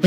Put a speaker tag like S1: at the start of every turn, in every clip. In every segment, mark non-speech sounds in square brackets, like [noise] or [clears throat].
S1: Vous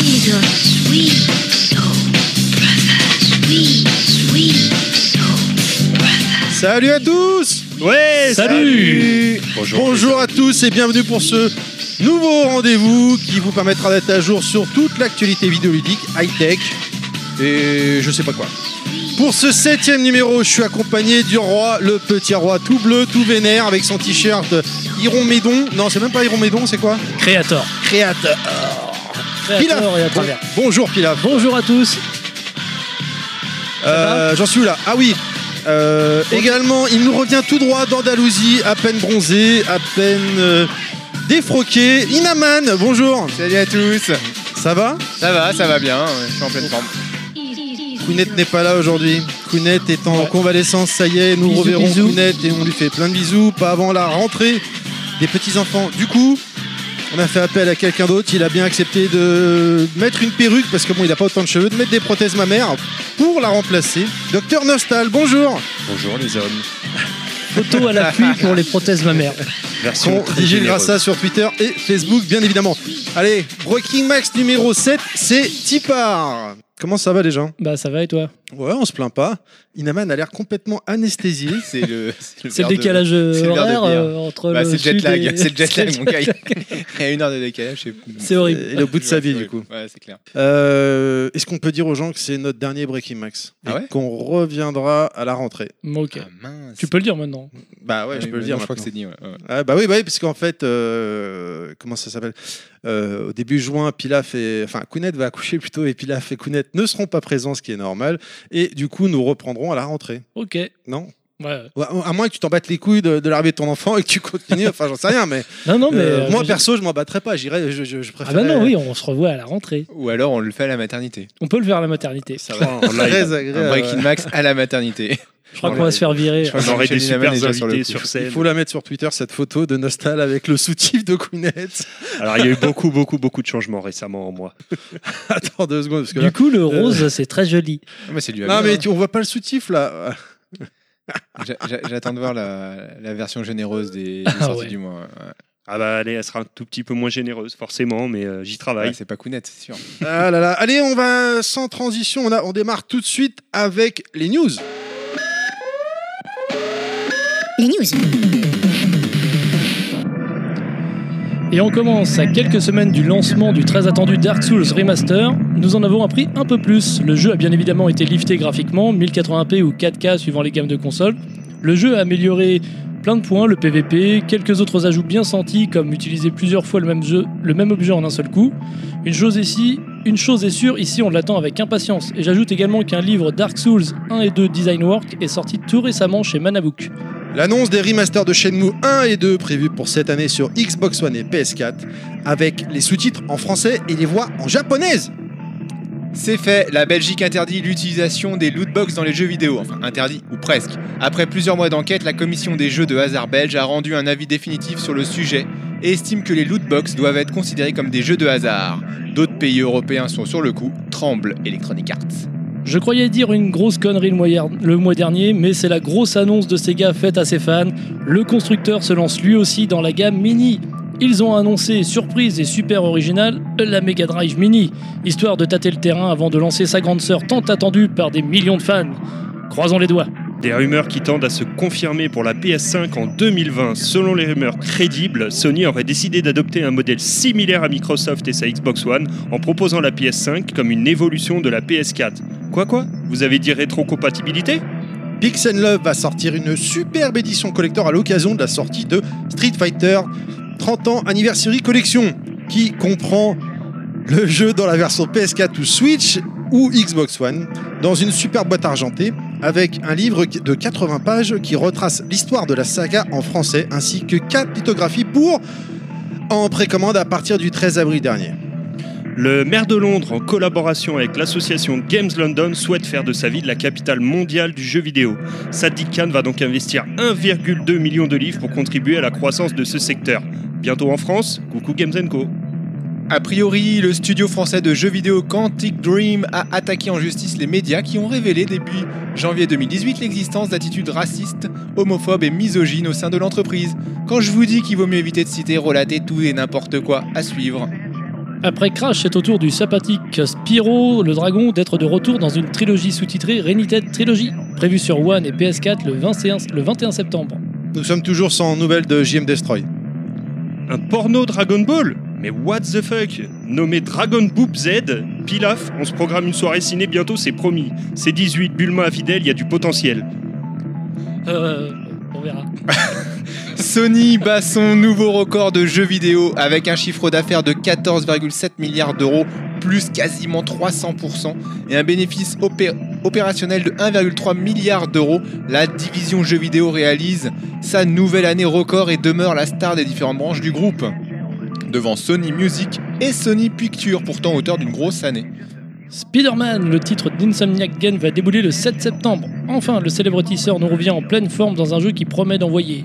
S2: He's a sweet soul, brother. Sweet, sweet soul, brother.
S3: Salut à tous
S4: Ouais,
S3: Salut Bonjour, à tous et bienvenue pour ce nouveau rendez-vous qui vous permettra d'être à jour sur toute l'actualité vidéoludique, high-tech et je sais pas quoi. Pour ce septième numéro, je suis accompagné du roi, le petit roi tout bleu, tout vénère, avec son t-shirt Iron Médon. Non, c'est même pas Iron Médon, c'est quoi
S4: Créateur.
S3: Créateur Pilaf
S4: et à travers.
S3: Bonjour Pilaf
S4: Bonjour à tous.
S3: Euh, J'en suis où là Ah oui Euh, Également, il nous revient tout droit d'Andalousie, à peine bronzé, à peine euh, défroqué. Inaman, bonjour
S5: Salut à tous
S3: Ça va
S5: Ça va, ça va bien, ouais, je suis en pleine forme.
S3: Kounet n'est pas là aujourd'hui. Kounet est en convalescence, ça y est, nous
S4: Bisous,
S3: reverrons
S4: bisous.
S3: Kounet et on lui fait plein de bisous, pas avant la rentrée des petits-enfants. Du coup, on a fait appel à quelqu'un d'autre, il a bien accepté de mettre une perruque, parce que bon, il n'a pas autant de cheveux, de mettre des prothèses mammaires pour la remplacer. Docteur Nostal, bonjour
S6: Bonjour les hommes.
S5: [laughs]
S4: Photo à l'appui pour les prothèses mammaires.
S6: Version
S3: Son
S6: très
S3: DJ
S6: généreuse.
S3: Grassa sur Twitter et Facebook, bien évidemment. Allez, Breaking Max numéro 7, c'est Tipar. Comment ça va les gens
S4: Bah ça va et toi
S3: Ouais, on se plaint pas. Inaman a l'air complètement anesthésié.
S5: [laughs] C'est le, le
S4: C'est
S5: verre
S4: le
S5: de-
S4: décalage
S5: c'est le verre de
S4: horaire
S5: bière.
S4: euh, entre
S5: Bah,
S4: le
S5: c'est le jet
S4: sud
S5: lag,
S4: et-
S5: c'est le jet
S4: [laughs]
S5: lag,
S4: C'est
S5: mon gars. [laughs] Il y a une heure de décalage, c'est
S4: C'est horrible.
S3: Il est au bout de sa vie du coup.
S5: Ouais, c'est clair.
S3: Euh, Est-ce qu'on peut dire aux gens que c'est notre dernier Breaking Max et
S5: Ah ouais
S3: Qu'on reviendra à la rentrée.
S4: Bon, Ok.
S5: Ah mince.
S4: Tu peux le dire maintenant.
S3: Bah ouais, je peux le dire.
S5: Je crois que
S3: maintenant.
S5: c'est dit, ouais. ouais.
S3: Ah bah oui, bah oui, parce qu'en fait, euh, comment ça s'appelle Euh, Au début juin, Pilaf et enfin Kounet va accoucher plutôt et Pilaf et Kounet ne seront pas présents, ce qui est normal. Et du coup, nous reprendrons à la rentrée.
S4: Ok. Ouais.
S3: Non
S4: ouais.
S3: Ou à, à moins que tu t'en battes les couilles de, de l'arrivée de ton enfant et que tu continues. Enfin, j'en sais rien, mais,
S4: Non non mais
S3: euh,
S4: euh,
S3: moi
S4: je-
S3: perso, je m'en battrais pas. J'irais, je, je, je
S4: Ah
S3: préférerais-
S4: bah non oui on se revoit à la rentrée.
S5: Ou alors on le fait à la maternité.
S4: On peut le faire à la maternité.
S5: Ça va.
S4: [laughs]
S3: Enfin, Très
S5: Un Breaking
S3: agréable.
S5: Max à la maternité.
S4: Je crois qu'on va se faire virer.
S5: Je crois
S6: On aurait
S5: Michel
S6: des super
S5: Inaman est déjà sur le
S6: invités
S5: coup.
S6: sur,
S3: Il
S6: scène.
S3: faut la mettre sur Twitter cette photo de Nostal avec le soutif de Kounet.
S6: Alors il y a eu beaucoup, beaucoup, beaucoup de changements récemment en moi.
S3: [laughs] Attends deux secondes parce que là-
S4: Du coup
S5: Euh.
S4: le rose c'est très joli.
S5: Ah, mais c'est lui. à
S3: non
S5: bien,
S3: mais
S5: hein.
S3: tu- on voit pas le soutif là.
S5: J'a- j'a- J'attends de voir la, la version généreuse des, des
S4: Ah
S5: sorties
S4: ouais.
S5: du mois. ouais. Ouais,
S6: Ah bah allez, elle sera un tout petit peu moins généreuse, forcément, mais euh, j'y travaille.
S5: c'est pas Kounet, c'est sûr.
S3: Ah là là. Allez, on va sans transition. On, a, on démarre tout de suite avec les news.
S1: Les news.
S4: Et on commence à quelques semaines du lancement du très attendu Dark Souls Remaster. Nous en avons appris un peu plus. Le jeu a bien évidemment été lifté graphiquement, 1080p ou 4K suivant les gammes de consoles. Le jeu a amélioré plein de points, le PVP, quelques autres ajouts bien sentis comme utiliser plusieurs fois le même, jeu, le même objet en un seul coup. Une chose ici, une chose est sûre, ici on l'attend avec impatience. Et j'ajoute également qu'un livre Dark Souls 1 et 2 Design Work est sorti tout récemment chez Manabook.
S3: L'annonce des remasters de Shenmue 1 et 2 prévus pour cette année sur Xbox One et PS4 avec les sous-titres en français et les voix en japonaise.
S5: C'est fait, la Belgique interdit l'utilisation des lootbox dans les jeux vidéo, enfin interdit ou presque. Après plusieurs mois d'enquête, la commission des jeux de hasard belge a rendu un avis définitif sur le sujet et estime que les lootbox doivent être considérés comme des jeux de hasard. D'autres pays européens sont sur le coup, tremble Electronic Arts.
S4: Je croyais dire une grosse connerie le mois, hier- le mois dernier, mais c'est la grosse annonce de Sega faite à ses fans. Le constructeur se lance lui aussi dans la gamme Mini. Ils ont annoncé, surprise et super originale, la Mega Drive Mini, histoire de tâter le terrain avant de lancer sa grande sœur tant attendue par des millions de fans. Croisons les doigts.
S6: Des rumeurs qui tendent à se confirmer pour la PS5 en 2020. Selon les rumeurs crédibles, Sony aurait décidé d'adopter un modèle similaire à Microsoft et sa Xbox One en proposant la PS5 comme une évolution de la PS4. Quoi quoi Vous avez dit rétrocompatibilité
S3: Pix Love va sortir une superbe édition collector à l'occasion de la sortie de Street Fighter 30 ans Anniversary Collection qui comprend le jeu dans la version PS4 ou Switch ou Xbox One dans une superbe boîte argentée avec un livre de 80 pages qui retrace l'histoire de la saga en français, ainsi que 4 lithographies pour en précommande à partir du 13 avril dernier.
S6: Le maire de Londres, en collaboration avec l'association Games London, souhaite faire de sa ville la capitale mondiale du jeu vidéo. Sadiq Khan va donc investir 1,2 million de livres pour contribuer à la croissance de ce secteur. Bientôt en France, coucou Games Co.
S5: A priori, le studio français de jeux vidéo Quantic Dream a attaqué en justice les médias qui ont révélé début janvier 2018 l'existence d'attitudes racistes, homophobes et misogynes au sein de l'entreprise. Quand je vous dis qu'il vaut mieux éviter de citer, relater tout et n'importe quoi, à suivre.
S4: Après Crash, c'est au tour du sympathique Spyro le Dragon d'être de retour dans une trilogie sous-titrée Renited Trilogy, prévue sur One et PS4 le 21, le 21 septembre.
S3: Nous sommes toujours sans nouvelles de JM Destroy.
S6: Un porno Dragon Ball Mais what the fuck Nommé Dragon Boop Z, pilaf, on se programme une soirée ciné bientôt, c'est promis. C'est 18, Bulma fidèle, il y a du potentiel.
S4: Euh, on verra.
S5: Sony bat son nouveau record de jeux vidéo avec un chiffre d'affaires de 14,7 milliards d'euros, plus quasiment 300%, et un bénéfice opé- opérationnel de 1,3 milliard d'euros. La division jeux vidéo réalise sa nouvelle année record et demeure la star des différentes branches du groupe, devant Sony Music et Sony Pictures, pourtant auteur d'une grosse année.
S4: Spider-Man, le titre d'Insomniac Game, va débouler le 7 septembre. Enfin, le célèbre tisseur nous revient en pleine forme dans un jeu qui promet d'envoyer.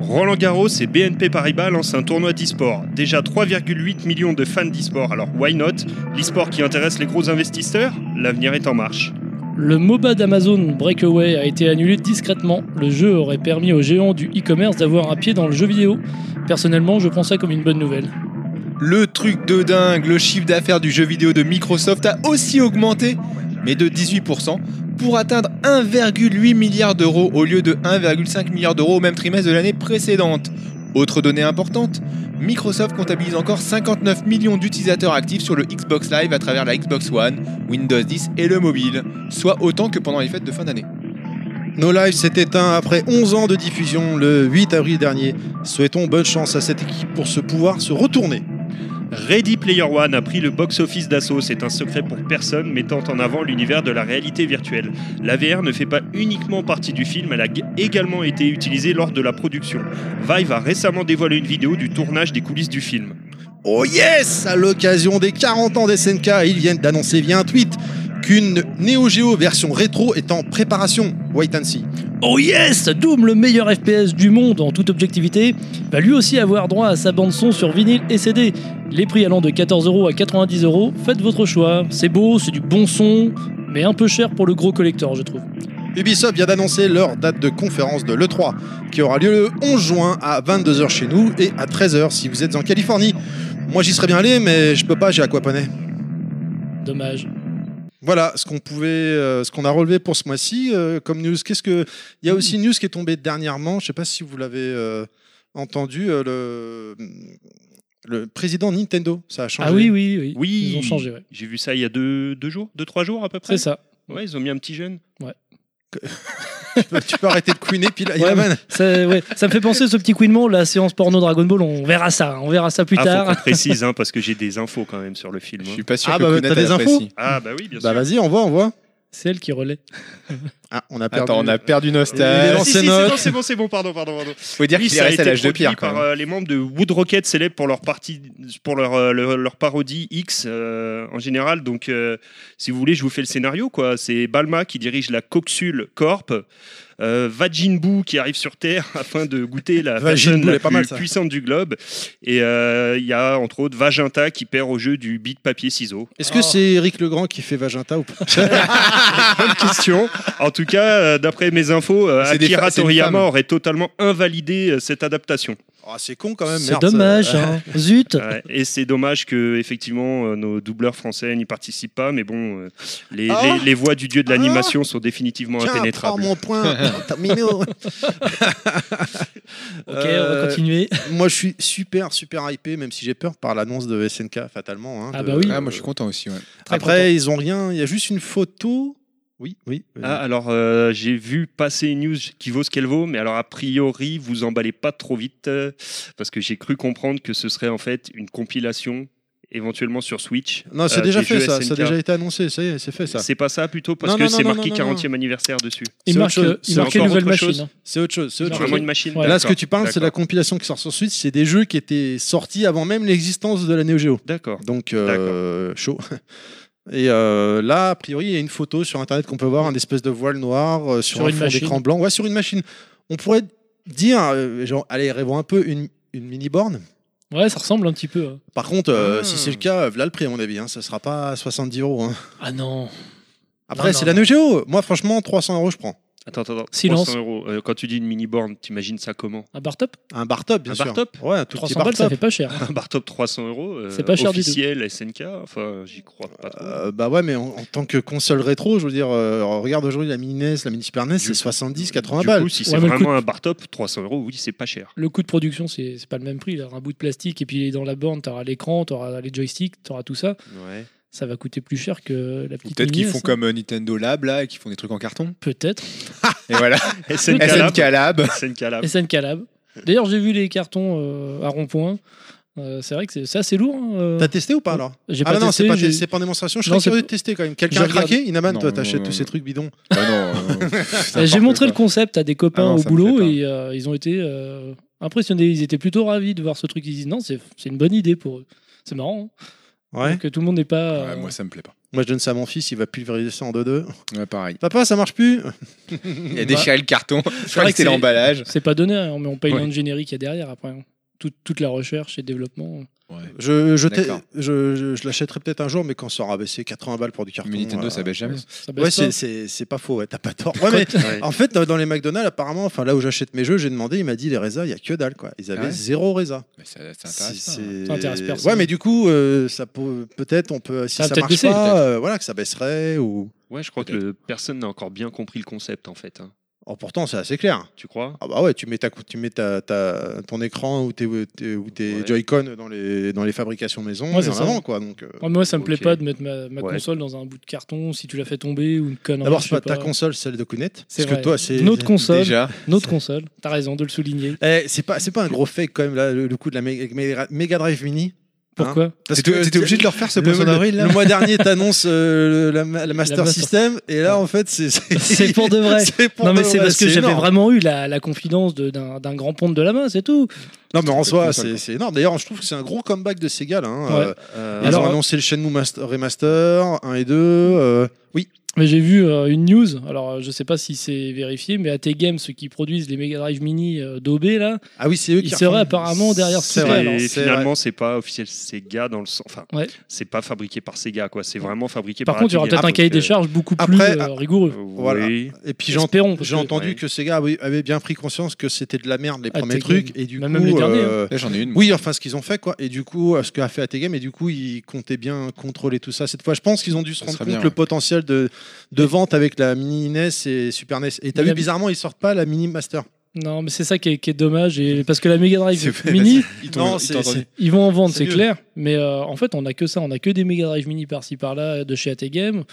S6: Roland Garros et BNP Paribas lancent un tournoi d'e-sport. Déjà 3,8 millions de fans d'e-sport, alors why not L'e-sport qui intéresse les gros investisseurs L'avenir est en marche.
S4: Le MOBA d'Amazon Breakaway a été annulé discrètement. Le jeu aurait permis aux géants du e-commerce d'avoir un pied dans le jeu vidéo. Personnellement, je prends ça comme une bonne nouvelle.
S5: Le truc de dingue, le chiffre d'affaires du jeu vidéo de Microsoft a aussi augmenté, mais de 18%, pour atteindre 1,8 milliard d'euros au lieu de 1,5 milliard d'euros au même trimestre de l'année précédente. Autre donnée importante, Microsoft comptabilise encore 59 millions d'utilisateurs actifs sur le Xbox Live à travers la Xbox One, Windows 10 et le mobile, soit autant que pendant les fêtes de fin d'année.
S3: No Life s'est éteint après 11 ans de diffusion le 8 avril dernier. Souhaitons bonne chance à cette équipe pour se pouvoir se retourner.
S6: Ready Player One a pris le box-office d'assaut. C'est un secret pour personne mettant en avant l'univers de la réalité virtuelle. La VR ne fait pas uniquement partie du film, elle a g- également été utilisée lors de la production. Vive a récemment dévoilé une vidéo du tournage des coulisses du film.
S3: Oh yes À l'occasion des 40 ans des SNK, ils viennent d'annoncer via un tweet qu'une Neo Geo version rétro est en préparation. Wait and see.
S4: Oh yes Doom, le meilleur FPS du monde en toute objectivité, va lui aussi avoir droit à sa bande-son sur vinyle et CD. Les prix allant de 14 euros à 90 euros, faites votre choix. C'est beau, c'est du bon son, mais un peu cher pour le gros collector, je trouve.
S3: Ubisoft vient d'annoncer leur date de conférence de l'E3, qui aura lieu le 11 juin à 22h chez nous et à 13h si vous êtes en Californie. Moi j'y serais bien allé, mais je peux pas, j'ai aquapané.
S4: Dommage.
S3: Voilà ce qu'on pouvait, euh, ce qu'on a relevé pour ce mois-ci euh, comme news. Qu'est-ce que il y a aussi une news qui est tombée dernièrement. Je sais pas si vous l'avez euh, entendu. euh, le le président Nintendo, ça a changé.
S4: Ah oui, oui, oui.
S6: Oui.
S4: Ils ont changé, ouais.
S6: J'ai vu ça il y a deux, deux jours, deux, trois jours à peu près.
S4: C'est ça.
S6: Ouais, ils ont mis un petit jeune.
S3: [laughs] tu peux arrêter de couiner, puis là,
S4: Ouais, Ça, ouais, ça me fait penser ce petit couinement, la séance porno Dragon Ball, on verra ça, on verra ça plus
S6: ah,
S4: tard.
S6: Faut qu'on précise, hein, parce que j'ai des infos quand même sur le film.
S5: Je
S6: hein.
S5: suis pas sûr
S3: Ah,
S5: que
S3: bah,
S5: Kounet
S3: t'as des
S5: elle
S3: infos
S5: apprécie.
S6: Ah bah oui, bien
S3: Bah
S6: sûr.
S3: vas-y, on voit, on voit.
S4: C'est elle qui relaie.
S3: Ah, on a perdu.
S5: Attends, on a perdu
S3: Il est
S5: Nostal.
S3: dans
S6: Si,
S3: ses
S6: si, c'est
S3: notes.
S6: bon, c'est bon, c'est bon, pardon, pardon, pardon.
S5: Faut dire
S6: Oui,
S5: qu'il est
S6: ça a
S5: resté à
S6: été
S5: l'âge de
S6: produit
S5: pierre quand
S6: par
S5: même.
S6: euh, les membres de Woodrocket, célèbres pour leur partie, pour leur, euh, leur, leur parodie X euh, en général. Donc, euh, si vous voulez, je vous fais le scénario. quoi. C'est Balma qui dirige la Coxul Corp. Euh, Vagin Boo qui arrive sur Terre [laughs] afin de goûter la
S3: Vagin
S6: personne
S3: Boo, elle est
S6: la
S3: pas
S6: plus
S3: mal, ça.
S6: puissante du globe. Et euh, il y a entre autres Vaginta qui perd au jeu du bit papier ciseaux.
S3: Est-ce que c'est Eric Legrand qui fait Vaginta ou pas
S6: Bonne question. En tout cas, euh, d'après mes infos, euh,
S5: C'est des fa-
S6: Akira
S5: c'est une
S6: Toriyama
S5: femme.
S6: aurait totalement invalidé euh, cette adaptation.
S3: Ah, C'est con quand même.
S4: C'est
S3: merde,
S4: dommage,
S3: ça.
S4: hein. zut.
S6: Ouais, et c'est dommage que effectivement euh, nos doubleurs français n'y participent pas, mais bon, euh, les,
S3: Ah
S6: les- les voix du dieu de l'animation sont définitivement
S3: Tiens, prends
S6: impénétrables.
S3: mon point. terminé.
S4: Ok, on va continuer.
S3: Moi, je suis super, super hypé, même si j'ai peur par l'annonce de SNK, fatalement. hein,
S4: Ah
S3: de-
S4: bah oui.
S5: Ah, moi je suis content aussi. Ouais.
S4: Très
S3: Après, ils ont rien. Il y a juste une photo. Oui, oui.
S6: Ah, alors euh, j'ai vu passer une news qui vaut ce qu'elle vaut, mais alors a priori vous emballez pas trop vite euh, parce que j'ai cru comprendre que ce serait en fait une compilation éventuellement sur Switch.
S3: Non, c'est
S6: euh,
S3: déjà
S6: des
S3: fait
S6: jeux
S3: ça, ça a
S6: SNK.
S3: déjà été annoncé, ça y est, c'est fait ça.
S6: C'est pas ça plutôt parce
S3: Non,
S6: que
S3: non,
S6: c'est
S3: non,
S6: marqué
S3: non, non, non.
S6: 40e anniversaire dessus.
S4: Il
S3: C'est
S4: marque,
S3: autre chose.
S4: il
S6: C'est
S4: marque une
S6: encore
S4: nouvelle
S6: autre chose.
S4: machine.
S3: C'est autre chose, c'est autre
S4: Non,
S6: C'est
S3: chose.
S6: vraiment une machine.
S4: Ouais.
S3: Là, ce
S6: D'accord,
S3: que tu parles, c'est la
S6: d'accord,
S3: compilation qui sort sur Switch, c'est des jeux qui étaient sortis avant même l'existence de la Neo Geo.
S6: D'accord.
S3: Donc, euh, chaud. [laughs] Et euh, là, a priori, il y a une photo sur Internet qu'on peut voir, un espèce de voile noir euh, sur,
S4: Sur
S3: un
S4: une
S3: fond
S4: machine.
S3: d'écran blanc. Ouais, sur une machine. On pourrait dire, euh, genre, allez, rêvons un peu, une, une mini-borne.
S4: Ouais, ça ressemble un petit peu. hein.
S3: Par contre, euh,
S6: Ah.
S3: si c'est le cas, voilà le prix, à mon avis. Hein, ça sera pas 70 euros. hein.
S4: Ah non.
S3: Après,
S4: non,
S3: c'est la
S4: non.
S3: Neo Geo. Moi, franchement, 300 euros, je prends.
S6: Attends, attends, attends.
S4: Silence.
S6: 300 euros. Euh, quand tu dis une mini borne, t'imagines ça comment [laughs]
S4: Un bar top
S3: Un bar top, bien
S6: Un
S3: sûr.
S6: bar top
S3: Ouais, un tout petit
S4: 300
S3: bar
S4: balles, ça
S3: top.
S4: fait pas cher.
S6: Un bar top 300 euros. euh,
S4: C'est pas cher du tout.
S6: Officiel, SNK. Enfin, j'y crois pas trop.
S3: Euh, bah ouais, mais en, en tant que console rétro, je veux dire, euh, regarde aujourd'hui la mini NES, la mini Super NES, c'est 70, 80
S6: du
S3: balles.
S6: coup, si c'est
S4: Ouais, mais le
S6: vraiment
S4: coup-
S6: un bar top, 300 euros, oui, c'est pas cher.
S4: Le coût de production, c'est c'est pas le même prix. Là. Un bout de plastique, et puis dans la borne, t'auras l'écran, t'auras les joysticks, t'auras tout ça.
S6: Ouais.
S4: Ça va coûter plus cher que la petite.
S5: Peut-être qu'ils
S4: mini,
S5: font
S4: ça.
S5: comme euh, Nintendo Lab là et qu'ils font des trucs en carton.
S4: Peut-être. [laughs]
S5: Et voilà.
S6: SNK Lab.
S5: SNK [laughs] Lab.
S6: SNK Lab.
S4: SNK Lab. D'ailleurs, j'ai vu les cartons euh, à rond-point. Euh, c'est vrai que c'est c'est assez lourd. hein, euh,
S3: T'as testé ou pas alors
S4: J'ai
S3: Ah bah
S4: pas
S3: non,
S4: testé,
S3: c'est pas,
S4: j'ai- Euh,
S3: c'est pas en démonstration, je
S4: Non,
S3: serais
S4: c'est
S3: curieux
S4: pas-
S3: de tester quand même. Quelqu'un
S4: Je
S3: a craqué
S4: regarde.
S3: Inaman,
S5: Non,
S3: toi,
S5: non,
S3: t'achètes
S5: non,
S3: tous
S5: non.
S3: ces trucs bidons.
S5: Ah non, euh,
S4: Euh,
S5: [laughs]
S4: J'ai
S5: n'importe
S4: montré le
S5: quoi.
S4: concept à des copains
S5: Ah non,
S4: au
S5: ça me
S4: boulot
S5: fait
S4: et euh, ils ont été euh, impressionnés. Ils étaient plutôt ravis de voir ce truc. Ils disent non, c'est c'est une bonne idée pour eux. C'est marrant hein,
S3: Ouais.
S4: que tout le monde n'est pas. euh,
S5: Ouais, Moi ça me plaît pas.
S3: Moi, je donne ça à mon fils, il va pulvériser ça en 2-2.
S5: Ouais, pareil.
S3: Papa, ça marche plus
S5: Il a déchiré le carton. Je crois
S4: vrai
S5: que c'est
S4: que c'est-
S5: l'emballage.
S4: C'est pas donné, hein, mais on paye
S5: Ouais.
S4: l'ingénierie qu'il y a derrière après. hein. Toute, toute la recherche et le développement. euh,
S3: Je, je, t'ai-
S5: D'accord.
S3: je, je- je l'achèterai peut-être un jour, mais quand ça aura baissé 80 balles pour du carton.
S5: Mais Nintendo
S3: euh,
S5: ça baisse jamais.
S4: Ça baisse
S3: Ouais, c'est-
S4: pas.
S3: c'est c'est pas faux, ouais, t'as pas tort. Ouais, mais
S6: Ouais.
S3: en fait, dans dans les McDonald's, apparemment, enfin là où j'achète mes jeux, j'ai demandé, il m'a dit les Reza, il y a que dalle, quoi. Ils avaient
S5: Ah ouais
S3: zéro Reza.
S5: Mais ça, ça intéresse pas, hein.
S4: Ça intéresse personne.
S3: Ouais, mais du coup, euh, ça peut- peut-être, on peut, si
S4: Ça
S3: ça,
S4: va peut-être
S3: marche
S4: baisser,
S3: pas, euh, voilà, que ça baisserait ou.
S6: Ouais, je crois que le- personne n'a encore bien compris le concept en fait. hein.
S3: Oh, pourtant, c'est assez clair.
S6: Tu crois
S3: Ah bah ouais, tu mets, ta, cou- tu mets ta, ta- ton écran ou tes, tes- ou tes
S6: Ouais.
S3: Joy-Con dans les, dans les fabrications maison,
S4: Ouais, c'est
S3: et en
S4: ça.
S3: avant, quoi. Donc, euh,
S4: Ouais, Ah, moi, ça me plaît
S6: Ok.
S4: pas de mettre ma, ma
S6: Ouais.
S4: console dans un bout de carton si tu l'as fait tomber ou une connerie.
S3: D'abord,
S4: je
S3: c'est
S4: sais
S3: pas ta console, celle de Kounet.
S4: C'est
S3: Parce que
S4: vrai.
S3: toi, c'est.
S4: Notre console,
S5: Déjà.
S4: notre console. T'as raison de le souligner.
S3: Eh, c'est pas, c'est pas un gros fake quand même, là, le, le coup de la Mega- Mega Mega Drive Mini.
S4: Pourquoi
S3: Parce
S5: T'étais t'étais obligé de le refaire ce
S3: le,
S5: poisson
S3: le-
S5: d'avril là
S3: le mois dernier, t'annonces euh, le- la, ma- la Master
S4: Master-
S3: System, et là, en fait, c'est.
S4: [laughs] C'est pour de vrai.
S3: [laughs] C'est pour
S4: Non mais
S3: de
S4: c'est
S3: vrai,
S4: parce que j'avais
S3: énorme.
S4: vraiment eu la, la confidence de- d'un d'un grand pont de la main, c'est tout.
S3: Non, mais en soi,
S5: console,
S3: c'est
S5: quoi.
S3: c'est énorme. D'ailleurs, je trouve que c'est un gros comeback de Sega, là. hein.
S4: Ouais.
S3: Euh,
S6: Euh,
S3: ils
S4: Alors,
S3: ont annoncé le Shenmue Master, Remaster 1 et 2. euh, oui.
S4: Mais j'ai vu euh, une news, alors euh, je sais pas si c'est vérifié, mais AT Games, ceux qui produisent les Mega Drive Mini euh, d'OB là,
S3: Ah oui, c'est eux
S4: Ils
S3: qui
S4: seraient
S3: refont-
S4: apparemment derrière ce
S3: C'est
S4: hein. truc-là,
S3: vrai,
S4: alors.
S6: et
S3: c'est
S6: finalement, c'est pas officiel Sega dans le sens. Enfin,
S4: Ouais.
S6: c'est pas fabriqué par Sega, quoi. C'est vraiment fabriqué
S4: par
S6: par.
S4: contre il y aura
S6: Atelier.
S4: peut-être un
S6: Donc,
S4: cahier des
S6: euh,
S4: charges beaucoup
S3: après,
S4: plus euh,
S3: ah,
S6: euh,
S4: rigoureux.
S3: Voilà.
S6: oui.
S3: vrai. Et puis j'en-
S4: Espérons. parce
S3: j'ai
S4: que-
S3: entendu
S6: ouais.
S3: que Sega avait- avait bien pris conscience que c'était de la merde les
S4: Ah,
S3: premiers
S4: t'es
S3: trucs
S4: game.
S3: et du
S4: Bah,
S3: coup euh,
S4: même les derniers, hein.
S5: Là j'en ai une.
S3: oui enfin ce qu'ils ont fait quoi et du coup euh, ce qu'a fait AT Game et du coup ils comptaient bien contrôler tout ça cette fois je pense qu'ils ont dû se
S5: Ça
S3: rendre
S5: serait
S3: compte
S5: bien,
S3: le
S5: ouais.
S3: potentiel de, de vente avec la mini NES et Super NES et t'as
S4: Mais
S3: vu
S4: la-
S3: bizarrement ils sortent pas la mini [laughs] Master
S4: Non mais c'est ça qui est, qui est dommage et parce que la Mega Drive
S5: C'est-
S4: Mini,
S5: Ils t'ont-
S3: non
S5: ils
S3: c'est
S5: t'ont entendu.
S3: c'est-
S4: ils vont en vendre,
S3: C'est
S4: c'est
S3: mieux.
S4: clair, mais euh, en fait on a que ça, on a que des Mega Drive Mini par-ci par-là de chez AT Games.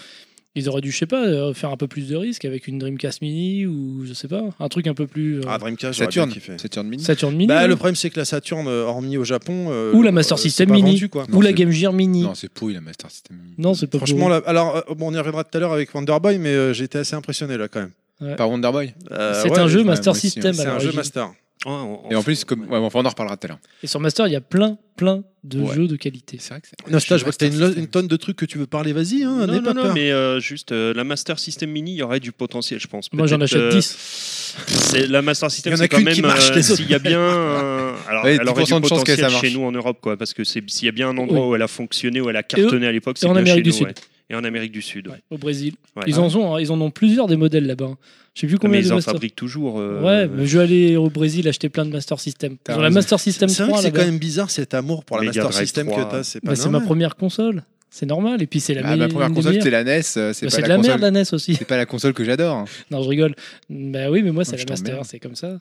S4: Ils auraient dû, je sais pas, euh, faire un peu plus de risques avec une Dreamcast Mini ou je sais pas, un truc un peu plus euh,
S3: ah Dreamcast j'aurais bien
S5: Saturn.
S3: kiffé.
S5: Saturn Mini.
S4: Saturn Mini.
S3: Bah,
S4: hein.
S3: le problème c'est que la Saturn euh, hormis au Japon euh,
S4: Ou la
S3: euh,
S4: Master
S3: c'est
S4: System
S3: pas
S4: Mini.
S3: vendu, quoi.
S4: ou
S5: Non,
S4: la
S5: c'est-
S4: Game Gear Mini.
S5: Non, c'est pourri la Master System Mini.
S4: Non, c'est pas
S3: Franchement,
S4: pour-
S3: là, alors, euh, bon, on y reviendra tout à l'heure avec Wonderboy, mais euh, j'ai été assez impressionné là quand même.
S5: Par Wonder Boy.
S3: Euh,
S4: c'est
S3: ouais,
S4: un jeu
S5: ouais,
S4: Master
S5: moi aussi,
S4: System.
S5: ouais,
S3: C'est
S4: à
S3: un jeu
S4: l'origine.
S3: Master.
S6: Ouais, on-
S5: Et en plus, comme... ouais, bon, enfin, on en reparlera tout à l'heure.
S4: Et sur Master, il y a plein, plein de
S5: Ouais.
S4: jeux de qualité.
S5: C'est vrai que c'est.
S3: Nostal, je vois que t'as
S5: Master
S3: une, lo-
S5: System.
S3: une tonne de trucs que tu veux parler, vas-y,
S4: Ah,
S3: hein,
S6: Non,
S3: n'aie
S6: non,
S3: pas
S6: non,
S3: peur.
S6: mais euh, juste euh, la Master System Mini, il y aurait du potentiel, je pense.
S4: Moi, j'en
S6: Peut-être,
S4: achète
S6: euh,
S4: 10.
S6: c'est- La Master System,
S3: Il y en a
S6: c'est quand
S3: qu'une
S6: même.
S3: qui marche,
S6: euh,
S3: les autres.
S6: s'il y
S4: [laughs]
S6: a bien. un- alors,
S5: Ouais,
S6: elle aurait du
S5: 10% de chance que ça
S6: potentiel chez
S5: marche.
S6: nous en Europe, quoi. Parce que c'est- s'il y a bien un endroit où elle a fonctionné, où elle a cartonné à l'époque, c'est
S4: en
S6: bien
S4: Amérique
S6: chez
S4: du
S6: nous,
S4: Sud.
S6: ouais. Et en Amérique du Sud.
S4: Ouais, au Brésil.
S6: Ouais. Ah,
S4: Ils, en ont, hein, ils en ont plusieurs des modèles là-bas. hein. Je sais plus
S6: mais
S4: combien de
S6: ils en
S4: Master.
S6: fabriquent toujours. euh,
S4: Ouais, mais je vais aller au Brésil acheter plein de Master System. Ils
S5: T'as
S4: ont la
S5: raison.
S4: Master System
S3: C'est vrai que
S4: 3
S3: c'est quand
S4: là-bas.
S3: même bizarre cet amour pour la
S6: Mega
S3: Master
S6: Drive
S3: System
S6: 3.
S3: que t'as, c'est pas
S4: Bah, c'est ma
S3: normal.
S4: première console. C'est normal. Et puis, c'est la
S5: Ah, ma
S4: meilleure-
S5: première
S4: une des
S5: console,
S4: meilleures.
S5: c'était la NES. euh, C'est
S4: Bah,
S5: pas
S4: C'est de
S5: la
S4: la merde,
S5: console.
S4: la NES aussi.
S5: C'est pas la console que j'adore. hein.
S4: Non, je rigole. Bah oui, mais moi, c'est
S5: Je
S4: la Master,
S5: t'emmerde.
S4: c'est comme ça.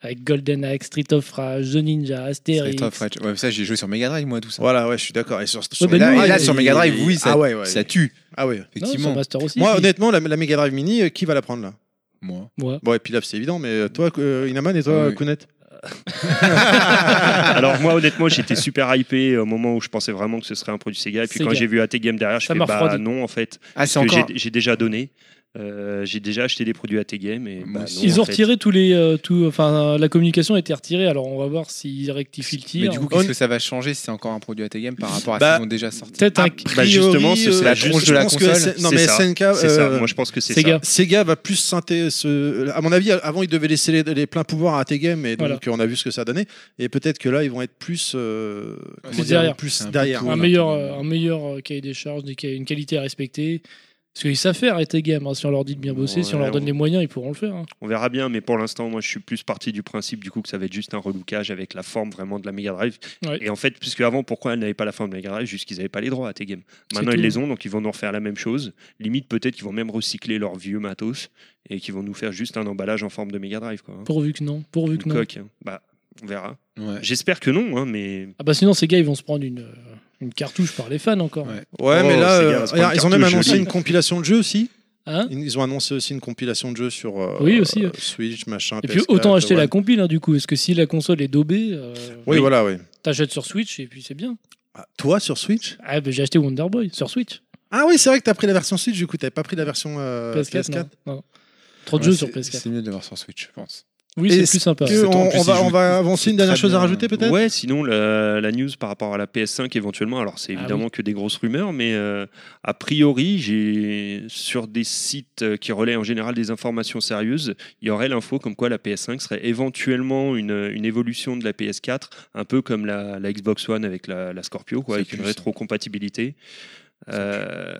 S4: Avec Golden Axe, Street of Rage, The Ninja, Astérix.
S5: Street of Rage. Ouais, ça, j'ai joué sur Mega Drive, moi, tout ça.
S3: Voilà, ouais, je suis d'accord. Et sur,
S4: Ouais, bah,
S5: Et là,
S4: nous,
S5: et là,
S4: ouais,
S5: sur
S4: et-
S5: Mega Drive, oui, ça,
S3: ah ouais, ouais.
S5: ça tue,
S3: Ah ouais.
S4: Non, sur
S5: effectivement.
S4: Master aussi.
S3: Moi,
S4: puis-
S3: honnêtement, la, la Mega Drive Mini, euh, qui va la prendre là
S5: moi.
S4: Moi.
S3: Bon, et puis là, c'est évident, mais euh, toi, euh, Inaman et toi,
S5: Oui.
S3: Kounet
S6: [laughs] Alors moi honnêtement j'étais super hypé au moment où je pensais vraiment que ce serait un produit Sega et puis
S4: Sega.
S6: quand j'ai vu AT Game derrière je
S4: Ça
S6: fais
S4: m'a
S6: bah
S4: refroidi.
S6: non en fait
S5: Ah, c'est
S6: que
S5: encore.
S6: j'ai j'ai déjà donné. Euh, j'ai déjà acheté des produits AT Game et
S5: Moi
S6: bah,
S5: aussi.
S6: non,
S4: Ils
S6: en
S4: ont
S6: fait.
S4: retiré tous les. euh, tout, enfin, la communication a été retirée, alors on va voir s'ils rectifient le
S5: Mais
S4: tir.
S5: du coup, qu'est-ce que ça va changer si c'est encore un produit AT Game par rapport à
S3: Bah,
S5: ce qu'ils ont déjà sorti
S4: Peut-être un.
S6: Bah, justement, ce serait
S5: la
S6: juste-
S5: tronche
S3: euh, je
S5: de la
S3: pense que
S5: console,
S3: c'est- non
S6: c'est
S3: mais
S6: ça.
S3: SNK,
S6: C'est
S3: euh,
S6: ça, moi je pense que c'est
S4: Sega.
S6: ça.
S3: Sega va plus synthé ce- à mon avis avant ils devaient laisser les, les pleins pouvoirs à AT Game et donc
S4: Voilà.
S3: on a vu ce que ça donnait et peut-être que là ils vont être plus euh, comment dire,
S4: derrière.
S3: plus
S5: C'est un peu
S3: derrière.
S5: tout,
S4: un
S5: Voilà.
S4: meilleur, euh, un meilleur euh, cahier des charges, des cahiers- une qualité à respecter. Parce qu'ils savent faire, et games, hein, si on leur dit de bien bosser, si on
S6: Ouais,
S4: leur donne
S6: on-
S4: les moyens, ils pourront le faire. hein.
S6: On verra bien, mais pour l'instant, moi, je suis plus parti du principe du coup que ça va être juste un relookage avec la forme vraiment de la Mega Drive.
S4: Ouais.
S6: Et en fait, puisque avant, pourquoi elle n'avait pas la forme de la Mega Drive Juste qu'ils n'avaient pas les droits à T-Game.
S4: C'est
S6: Maintenant,
S4: tout.
S6: ils les ont, donc ils vont nous refaire la même chose. Limite, peut-être qu'ils vont même recycler leur vieux matos et qu'ils vont nous faire juste un emballage en forme de Mega Drive, quoi. hein.
S4: Pourvu que non, pourvu
S6: Une
S4: que non.
S6: coque. hein. Bah, on verra.
S5: Ouais.
S6: J'espère que non, hein, mais
S4: Ah bah sinon, ces gars, ils vont se prendre une, euh, une cartouche par les fans encore.
S5: Ouais.
S3: Ouais, mais
S6: Oh,
S3: là, euh,
S6: Sega va se
S3: regarde,
S6: prendre une
S3: ils ont même
S6: cartouche,
S3: annoncé
S6: joli.
S3: une compilation de jeux aussi.
S4: Hein
S3: Ils- Ils ont annoncé aussi une compilation de jeux sur euh,
S4: Oui, aussi,
S3: euh,
S4: ouais.
S3: Switch, machin.
S4: et puis
S3: PS4,
S4: autant acheter
S3: euh, One.
S4: la compile hein, du coup, parce que si la console est daubée, euh,
S3: Oui, voilà, oui.
S4: t'achètes sur Switch et puis c'est bien.
S3: Ah, toi sur Switch
S4: Ah bah, j'ai acheté Wonder Boy sur Switch.
S3: Ah oui, c'est vrai que t'as pris la version Switch. Du coup, t'avais pas pris la version euh,
S4: PS4,
S3: PS4.
S4: non, non, non. Trop de
S5: Ouais,
S4: jeux sur
S5: c'est-
S4: PS4.
S5: C'est mieux de voir sur Switch, je pense.
S4: Oui,
S3: Et
S4: c'est
S3: c'est
S4: plus sympa.
S3: Que
S5: C'est
S3: on,
S5: en plus,
S3: on
S5: ils
S3: va,
S5: jouent-
S3: on va avancer une dernière
S5: très
S3: chose à
S5: bien.
S3: rajouter peut-être.
S6: ouais. Sinon, la, la news par rapport à la PS5 éventuellement. Alors, c'est
S4: Ah
S6: évidemment que des grosses rumeurs, mais euh, a priori, j'ai sur des sites euh, qui relaient en général des informations sérieuses, il y aurait l'info comme quoi la PS5 serait éventuellement une, une évolution de la PS4, un peu comme la, la Xbox One avec la, la Scorpio, quoi,
S5: Ça
S6: avec
S5: pue,
S6: une
S5: ça.
S6: rétrocompatibilité. Euh,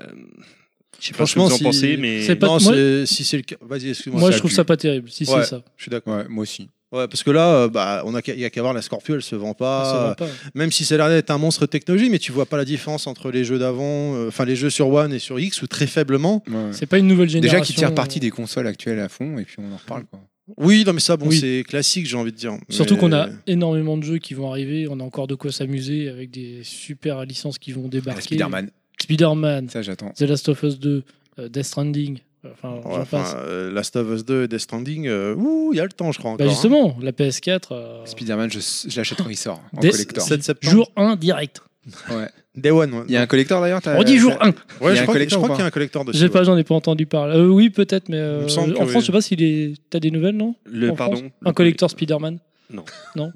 S6: je sais pas ce que
S3: Franchement,
S6: vous en
S3: si-
S6: pensez, mais
S4: C'est pas-
S3: Non,
S4: moi-
S3: c'est- si c'est le cas. Vas-y, excuse-moi.
S4: Moi,
S3: ça
S4: je trouve
S3: pue.
S4: ça pas terrible. Si
S3: Ouais.
S4: c'est ça,
S3: Je suis d'accord.
S5: Ouais, moi aussi.
S3: Ouais, parce que là, euh, bah, on a qu'à- il y a qu'à voir la Scorpio, elle se vend
S4: Ça
S3: pas. Euh,
S4: va pas.
S3: Même si ça a l'air d'être un monstre technologie, mais tu vois pas la différence entre les jeux d'avant, euh, enfin les jeux sur One et sur X ou très faiblement.
S4: C'est pas une nouvelle génération. euh,
S5: Déjà qu'ils tirent parti des consoles actuelles à fond et puis on en reparle. Quoi.
S3: Oui, non, mais ça, bon,
S4: Oui.
S3: c'est classique, j'ai envie de dire.
S4: Surtout
S3: Mais-
S4: qu'on a énormément de jeux qui vont arriver, on a encore de quoi s'amuser avec des super licences qui vont débarquer.
S5: Spider-Man,
S4: Spider-Man,
S5: ça j'attends.
S4: The Last of Us 2, euh, Death Stranding, euh, enfin
S3: Ouais,
S4: j'en passe.
S3: enfin, euh, Last of Us 2 et Death Stranding, euh, ouh, il y a le temps, je crois. Encore,
S4: Bah,
S3: hein.
S4: justement, la PS4, euh,
S5: Spider-Man, je, je l'achète quand il sort en
S4: Des-
S5: collector.
S3: 7 septembre.
S4: jour 1 direct.
S5: Ouais.
S3: Day One. ouais.
S5: Il y a un collector d'ailleurs t'as-
S4: On dit jour
S5: t'as-
S4: 1.
S3: Ouais,
S5: il y a
S3: je
S5: un
S3: crois, que- je
S5: collector
S3: crois
S5: ou pas
S3: qu'il y a un collector dessus.
S4: J'ai pas,
S3: ouais.
S4: j'en ai pas entendu parler. Euh, oui, peut-être, mais euh,
S3: me
S4: en
S3: semble que
S4: France,
S3: oui.
S4: je sais pas si les... t'as des nouvelles, non
S6: le
S4: En
S6: pardon,
S4: France, Un collector Spider-Man.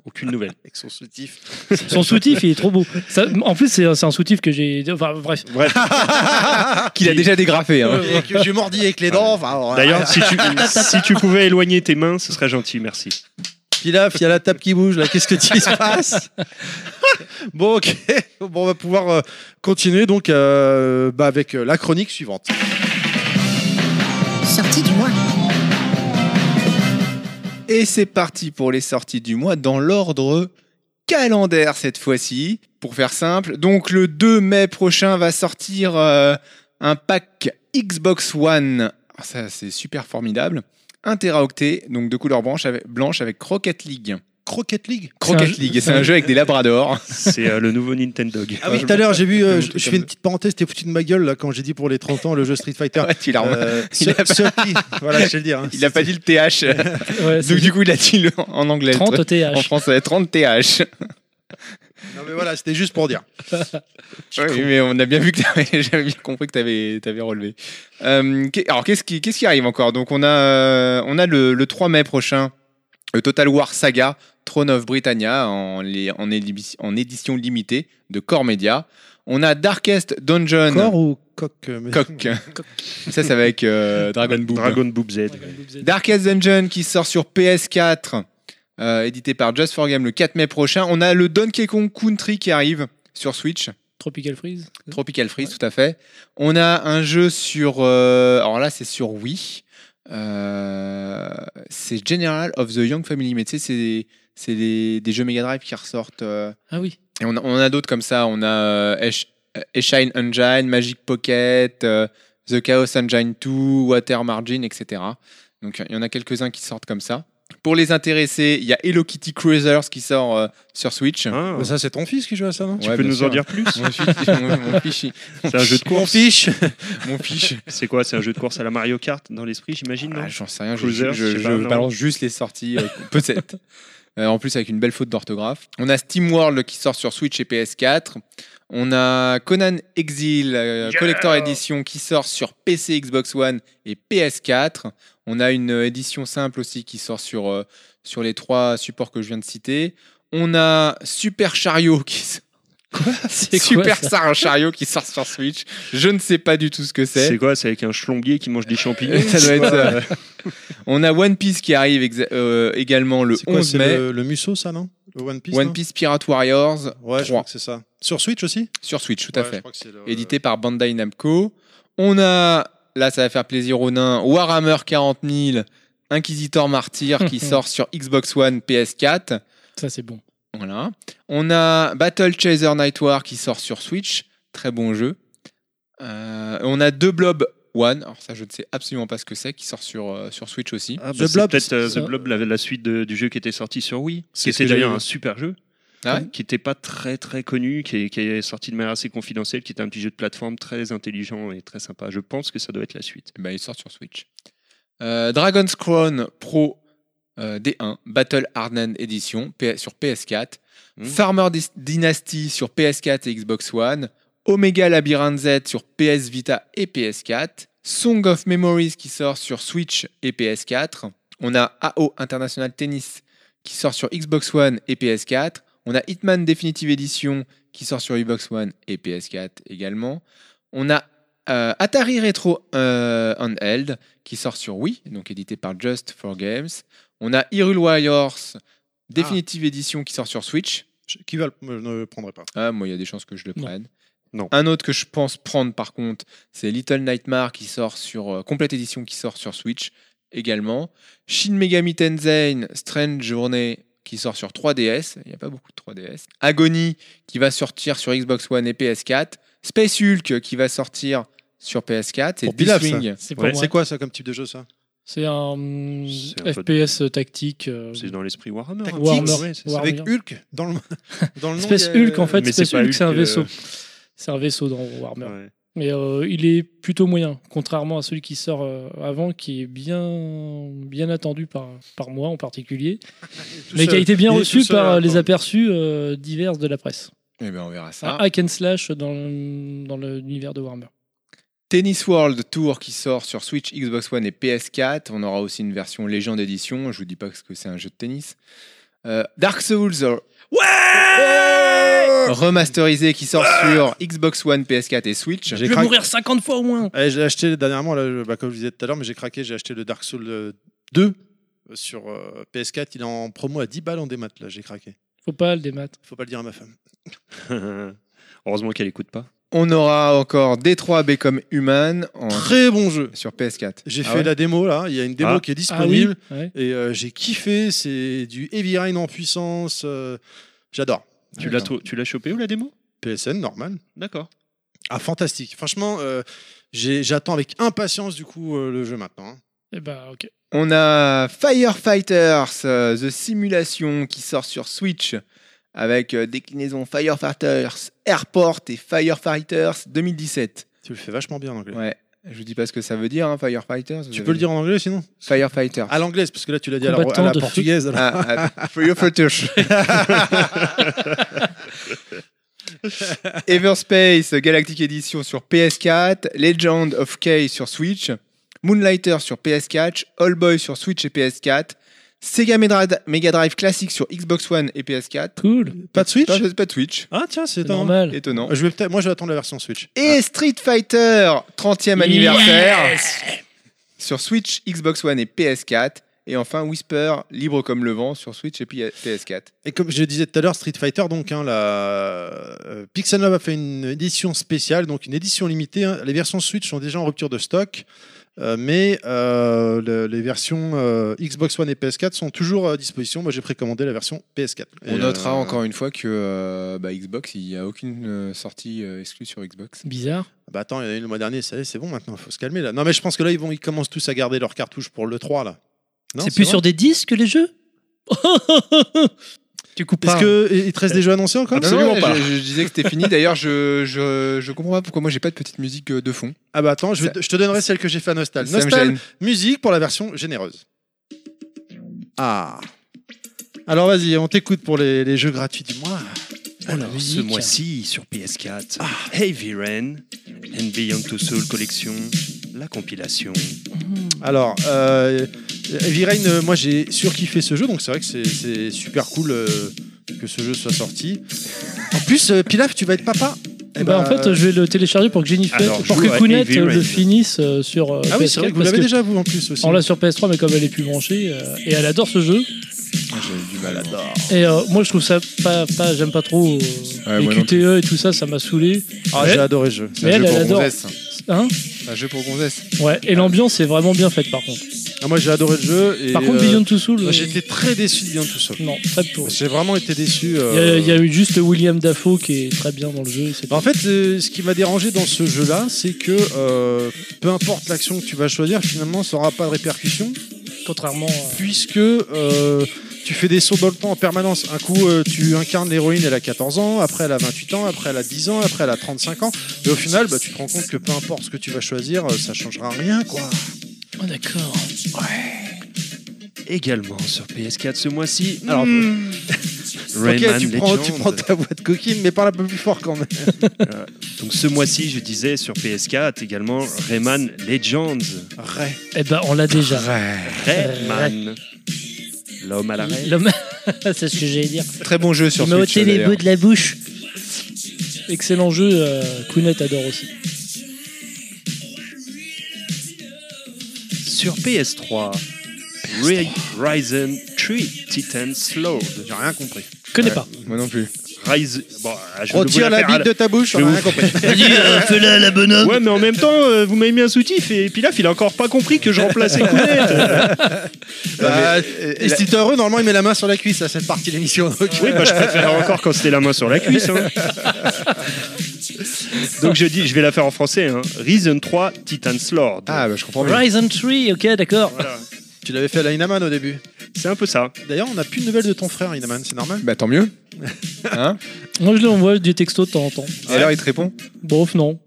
S6: aucune nouvelle.
S3: Avec son soutif.
S4: Son soutif, il est trop beau. Ça- en plus, c'est c'est un soutif que j'ai. Enfin, bref.
S5: Qu'il a déjà dégrafé. hein.
S3: Et que j'ai mordi avec les dents. enfin, alors,
S6: D'ailleurs, si
S4: [laughs]
S6: tu, si tu pouvais éloigner tes mains, ce serait gentil, merci.
S3: Pilaf, il y a la table qui bouge, là, qu'est-ce que tu se passe [laughs] Bon, ok, bon, on va pouvoir euh, continuer donc euh, bah, avec euh, la chronique suivante.
S1: Sortie du mois.
S5: Et c'est parti pour les sorties du mois dans l'ordre calendaire cette fois-ci. Pour faire simple, donc le 2 mai prochain va sortir euh, un pack Xbox One. Ah, Ça, c'est super formidable. 1 teraoctet, donc de couleur blanche avec, blanche avec Croquette League.
S3: Croquette League
S5: Croquette
S4: jeu-
S5: League, c'est un jeu avec
S4: [laughs]
S5: des labradors.
S6: C'est euh, le nouveau Nintendo.
S3: Ah oui,
S5: je
S3: tout à l'heure, j'ai vu, euh,
S5: je-
S3: je
S5: je-
S3: je fais une petite parenthèse, t'es foutu de ma gueule là quand j'ai dit pour les 30 ans le jeu Street [laughs] Fighter.
S5: Ouais, tu l'as remarqué.
S3: Euh,
S5: Il a pas-
S3: ce- ce petit- voilà, je vais le dire. hein.
S5: Il n'a pas dit le TH.
S4: Euh, [laughs] Ouais, c'est
S5: Donc du coup, il a dit le- en anglais.
S4: 30
S5: En
S4: TH.
S5: français, 30 TH.
S3: Non, mais voilà, c'était juste pour dire.
S5: Oui, mais on a bien vu que t'avais- [laughs] j'avais bien compris que tu avais, relevé. Euh, qu'est- alors, qu'est-ce qui, qu'est-ce qui arrive encore Donc, on a, euh, on a le, le 3 mai prochain, le Total War Saga Throne of Britannia en, les- en, éli- en édition limitée de Core Media. On a Darkest Dungeon.
S3: Corps ou coq euh, mais-
S5: Coq. Ça, c'est avec euh, Dragon Boob.
S6: Dragon Boob Z.
S5: Darkest Dungeon qui sort sur PS4, euh, édité par Just for Game le 4 mai prochain. On a le Donkey Kong Country qui arrive sur Switch.
S4: Tropical Freeze.
S5: Tropical Freeze, tout à fait. On a un jeu sur. euh, alors là, c'est sur Wii. Euh, c'est General of the Young Family, mais tu sais, c'est- c'est des, des jeux Mega Drive qui ressortent. euh,
S4: Ah oui.
S5: et on, a- on en a d'autres comme ça. On a euh, Esh- euh, Eshine Engine, Magic Pocket, euh, The Chaos Engine 2, Water Margin, etc. Donc il y en a quelques-uns qui sortent comme ça. Pour les intéressés, il y a Hello Kitty Cruisers qui sort euh, sur Switch.
S6: Ah,
S3: Mais ça, c'est ton fils qui joue à ça, non
S6: tu
S5: Ouais,
S6: peux
S5: bien
S6: nous en
S5: sûr.
S6: dire plus
S5: Mon fichi- [laughs] mon- mon fichi-
S6: C'est un jeu de
S3: Mon
S6: course.
S3: fiche
S5: mon fichi-
S6: C'est quoi C'est un jeu de course à la Mario Kart dans l'esprit, j'imagine, non
S5: Ah, J'en sais rien, je-
S6: Cruiser,
S5: je,
S6: je sais
S5: je
S6: pas, non.
S5: balance juste les sorties, euh, [laughs] peut-être. Euh, en plus, avec une belle faute d'orthographe. On a Steam World qui sort sur Switch et PS4. On a Conan Exil euh, Collector Edition qui sort sur PC, Xbox One et PS4. On a une euh, édition simple aussi qui sort sur, euh, sur les trois supports que je viens de citer. On a Super Chariot qui [laughs] sort-
S4: C'est quoi,
S5: Super
S4: ça
S5: Sar- Chariot qui sort sur Switch. Je ne sais pas du tout ce que c'est.
S6: C'est quoi C'est avec un schlonguier qui mange
S5: [laughs]
S6: des champignons
S5: Ça doit être
S6: Ouais.
S5: ça. On a One Piece qui arrive exa- euh, également le
S3: C'est quoi,
S5: 11
S3: c'est
S5: mai.
S3: le, le Musso, ça, non Le One Piece
S5: One
S3: non
S5: Piece Pirate Warriors
S3: Ouais, je
S5: 3.
S3: crois que c'est ça. Sur Switch aussi
S5: sur Switch, tout à fait.
S3: Édité.
S5: Édité par Bandai Namco. On a, là ça va faire plaisir aux nains, Warhammer 40 000, Inquisitor Martyr
S3: [laughs]
S5: qui sort sur Xbox One, PS4.
S4: Ça, c'est bon.
S5: Voilà. On a Battle Chaser Night War qui sort sur Switch. Très bon jeu. Euh, on a deux Blob One, alors ça je ne sais absolument pas ce que c'est, qui sort sur, euh, sur Switch aussi.
S6: Ah, bah,
S3: The
S6: c'est
S3: Blob,
S6: peut-être euh,
S4: ça-
S6: The Blob, la, la suite de- du jeu qui était sorti sur Wii,
S3: C'est
S6: qui
S3: ce
S6: était
S3: que j'avais
S6: d'ailleurs
S3: vu.
S6: un super jeu,
S5: Ah ouais
S6: qui n'était pas très très connu, qui est, qui est sorti de manière assez confidentielle, qui était un petit jeu de plateforme très intelligent et très sympa. Je pense que ça doit être la suite.
S5: Eh ben, il sort sur Switch. Euh, Dragon's Crown Pro euh, D1, Battle Hardened Edition P- sur PS4,
S6: Mm.
S5: Farmer Dis- Dynasty sur PS4 et Xbox One, Omega Labyrinth Z sur PS Vita et PS4, Song of Memories qui sort sur Switch et PS4, on a AO International Tennis qui sort sur Xbox One et PS4, on a Hitman Definitive Edition qui sort sur Xbox One et PS4 également, on a euh, Atari Retro euh, Handheld qui sort sur Wii, donc édité par Just for Games. On a Hyrule Warriors Definitive Edition qui sort sur Switch.
S3: Qui va le, me- ne le prendrait pas
S5: Ah, moi, il y a des chances que je le
S4: Non.
S5: prenne.
S6: Non.
S5: Un autre que je pense prendre, par contre, c'est Little Nightmare qui sort sur euh, Complete Edition qui sort sur Switch également. Shin Megami Tensei Strange Journey qui sort sur 3DS. Il n'y a pas beaucoup de 3DS. Agony qui va sortir sur Xbox One et PS4. Space Hulk qui va sortir sur PS4. C'est
S3: Pour Pilaf, ça.
S5: Deathwing.
S4: C'est pour
S6: Ouais,
S4: moi.
S3: C'est quoi ça comme type de jeu ça
S4: C'est un hum,
S6: C'est un peu-
S4: FPS tactique. euh,
S6: C'est dans l'esprit Warhammer. hein,
S3: Tactics.
S4: Warhammer.
S6: Ouais, c'est ça.
S4: Warhammer.
S3: Avec Hulk dans le, dans le nom.
S4: Space
S3: il y a-
S4: Hulk, en fait.
S6: Mais
S4: Space
S6: c'est pas
S4: Hulk, c'est un
S6: Hulk, euh,
S4: vaisseau. C'est un vaisseau dans Warhammer.
S6: Ouais.
S4: Mais euh, il est plutôt moyen, contrairement à celui qui sort euh, avant, qui est bien, bien attendu par, par moi en particulier,
S3: Tout
S4: mais qui a
S3: seul.
S4: été bien
S3: Il est
S4: reçu
S3: tout seul
S4: par
S3: à
S4: euh, les
S3: attendre.
S4: aperçus euh, divers de la presse.
S5: Eh bien, on verra ça.
S4: Un
S3: Ah.
S4: hack and slash dans, le- dans l'univers de Warhammer.
S5: Tennis World Tour qui sort sur Switch, Xbox One et PS4. On aura aussi une version légende édition. Je vous dis pas ce que c'est un jeu de tennis. Euh, Dark Souls ouais remasterisé qui sort sur Xbox One, PS4 et Switch.
S3: J'ai craqué-
S4: 50 fois au moins
S3: Eh, j'ai acheté dernièrement, là, je- bah, comme je disais tout à l'heure, mais j'ai craqué, j'ai acheté le Dark Souls euh, 2 euh, sur euh, PS4. Il est en promo à 10 balles en démat, là, j'ai craqué.
S4: Faut pas le démat.
S3: Faut pas le dire à ma femme.
S6: [laughs] Heureusement qu'elle écoute pas.
S5: On aura encore Détroit Become Human en-
S3: Très bon jeu.
S5: sur PS4.
S3: J'ai
S5: Ah
S3: fait
S5: ouais
S3: la démo, là. Il y a une démo
S6: Ah.
S3: qui est
S4: Ah oui
S3: disponible.
S4: ouais.
S3: Et euh, j'ai kiffé. C'est du Heavy Rain en puissance. euh, J'adore.
S6: Tu l'as trou- tu l'as chopé ou la démo
S3: PSN, normal.
S6: D'accord.
S3: Ah, fantastique. Franchement, euh, j'ai- j'attends avec impatience, du coup, euh, le jeu maintenant. hein.
S4: Eh ben, ok.
S5: On a Firefighters, euh, The Simulation qui sort sur Switch avec euh, déclinaison Firefighters Airport et Firefighters 2017.
S3: Tu le fais vachement bien en anglais.
S5: Ouais, je vous dis pas ce que ça veut dire, hein, Firefighters. vous
S3: Tu
S5: avez
S3: peux le dire en anglais, sinon
S5: Firefighter.
S3: À l'anglaise, parce que là, tu l'as dit à la,
S4: Combattant
S3: à la
S4: de feu.
S3: portugaise. alors.
S5: Ah,
S3: [laughs]
S5: ah, Firefighters. Everspace Galactic Edition sur PS4, Legend of K sur Switch, Moonlighter sur PS4, All Boy sur Switch et PS4, Sega Mega Dra- Mega Drive classique sur Xbox One et PS4.
S4: Cool,
S3: Pas de Switch
S5: Pas, pas de Switch,
S3: Ah, tiens, c'est
S4: c'est
S3: un-
S4: normal.
S5: étonnant.
S3: Je vais peut-être, moi, je vais attendre la version Switch.
S5: Et Street Fighter 30e
S4: Yes
S5: anniversaire sur Switch, Xbox One et PS4. Et enfin Whisper, libre comme le vent sur Switch et puis PS4.
S3: Et comme je disais tout à l'heure, Street Fighter, donc, hein, la... euh, Pixel Lab a fait une édition spéciale, donc une édition limitée. hein. Les versions Switch sont déjà en rupture de stock, euh, mais euh, le- les versions euh, Xbox One et PS4 sont toujours à disposition. Moi, j'ai précommandé la version PS4.
S5: On
S3: Et,
S5: notera
S3: euh,
S5: encore une fois que euh, bah, Xbox, il n'y a aucune euh, sortie euh, exclue sur Xbox.
S4: Bizarre.
S3: Bah attends, il y en a eu le mois dernier, ça y est, c'est bon maintenant, faut se calmer là. Non, mais je pense que là, ils, vont, ils commencent tous à garder leurs cartouches pour le 3 là. Non,
S4: c'est plus
S3: vrai
S4: sur des disques les jeux Tu coupes
S3: Est-ce
S4: pas. hein.
S3: qu'il te reste
S5: Euh,
S3: des jeux annoncés encore
S5: Ah Non, non, Je, je disais que c'était fini. D'ailleurs, je, je, je comprends pas pourquoi moi j'ai pas de petite musique euh, de fond.
S3: Ah bah attends, je, vais
S5: Ça-
S3: te- je te donnerai celle que j'ai fait à Nostal.
S5: Ça me
S3: Nostal,
S5: gêne.
S3: musique pour la version généreuse. Ah. Alors vas-y, on t'écoute pour les, les jeux gratuits du mois.
S6: Alors, ce
S4: musique.
S6: mois-ci, sur PS4,
S3: Ah.
S6: Heavy Rain and Beyond Two Soul Collection, la compilation.
S3: Alors, euh, Heavy Rain, euh, moi j'ai surkiffé ce jeu, donc c'est vrai que c'est- c'est super cool euh, que ce jeu soit sorti. En plus, euh, Pilaf, tu vas être papa. Eh
S4: Bah, en
S3: ben,
S4: fait, je vais le télécharger pour que Jennifer,
S6: Alors,
S4: pour
S6: joue
S4: que
S6: à
S4: Kounet
S6: Heavy
S4: le
S6: Rain.
S4: finisse euh, sur euh,
S3: Ah oui, c'est
S4: PS4,
S3: vrai que vous
S4: parce
S3: l'avez
S4: que
S3: déjà vous en plus aussi.
S4: On l'a sur PS3, mais comme elle est plus branchée, euh, et elle adore ce jeu.
S5: J'ai Ah, du mal à dormir.
S4: Et euh, moi, je trouve ça pas, pas j'aime pas trop euh,
S5: Ouais,
S4: les
S5: moi non
S4: QTE et tout ça, ça m'a saoulé.
S3: Ah,
S4: Ouais.
S3: j'ai adoré ce jeu.
S5: C'est
S4: Mais
S5: un
S4: elle,
S5: jeu
S4: elle
S5: pour
S4: adore.
S5: gonzesse.
S4: Hein
S5: C'est un jeu pour gonzesse.
S4: Ouais. Et l'ambiance est vraiment bien faite, par contre.
S3: Ah, moi j'ai adoré le jeu. Et,
S4: par contre,
S3: euh,
S4: Beyond Two Souls,
S3: moi,
S4: euh,
S3: j'ai été très déçu de Beyond tout seul.
S4: non, très pour.
S3: J'ai vraiment été déçu.
S4: Il y, a-
S3: euh,
S4: il y a eu juste William Dafoe qui est très bien dans le jeu. c'est
S3: Bah, En fait, euh, ce qui m'a dérangé dans ce jeu-là, c'est que euh, peu importe l'action que tu vas choisir, finalement, ça n'aura pas de répercussion,
S4: tout. Contrairement. à-
S3: puisque euh, tu fais des sauts dans le temps en permanence. Un coup, euh, tu incarnes l'héroïne, elle a 14 ans, après elle a 28 ans, après elle a 10 ans, après elle a 35 ans. Et au final, bah, tu te rends compte que peu importe ce que tu vas choisir, euh, ça changera rien, quoi.
S4: Oh, d'accord.
S6: Également sur PS4 ce mois-ci.
S3: Alors,
S6: [laughs] hmm, Rayman
S3: ok, tu prends,
S6: Legend.
S3: tu prends ta boîte coquine, mais parle un peu plus fort quand même.
S6: Donc ce mois-ci, je disais sur PS4 également Rayman Legends.
S3: Ray.
S4: Eh ben, on l'a déjà.
S6: Rayman. L'homme à la raie.
S4: L'homme- [laughs] c'est ce que j'allais dire.
S5: Très bon jeu sur
S4: Il m'a
S5: Switch.
S4: ôté les
S5: d'ailleurs.
S4: bouts de la bouche. Excellent jeu, euh, Kounet adore aussi.
S6: Sur PS3, Ray- Ryzen 3 Titan Lord.
S3: J'ai rien compris.
S4: Je connais
S5: Ouais.
S4: pas.
S5: Moi non plus.
S6: Ryzen. Bon, ah, je vais vous
S3: Retire la
S6: faire à
S3: bite de ta bouche, on
S6: Je
S3: a
S6: vais
S3: rien compris.
S6: [laughs] fais-la, la bonhomme. Ouais, mais en même temps, euh, vous m'avez mis un soutif et Pilaf, il a encore pas compris que je remplaçais Kounet.
S3: Bah, et si t'es heureux, normalement, il met la main sur la cuisse à cette partie de l'émission. donc.
S6: Oui, bah, je préfère encore quand c'était la main sur la cuisse. hein. Donc je dis, je vais la faire en français. Hein. Reason 3 Titan's Lord.
S5: Ah, bah, je comprends bien.
S4: Horizon 3, ok, d'accord.
S3: Tu l'avais fait à la Inaman au début.
S6: C'est un peu ça.
S3: D'ailleurs, on n'a plus de nouvelles de ton frère, Inaman, c'est normal.
S5: Bah, tant mieux. Hein
S4: Moi, je lui envoie des textos de temps en temps.
S5: Et alors, il te répond
S4: Bof, non.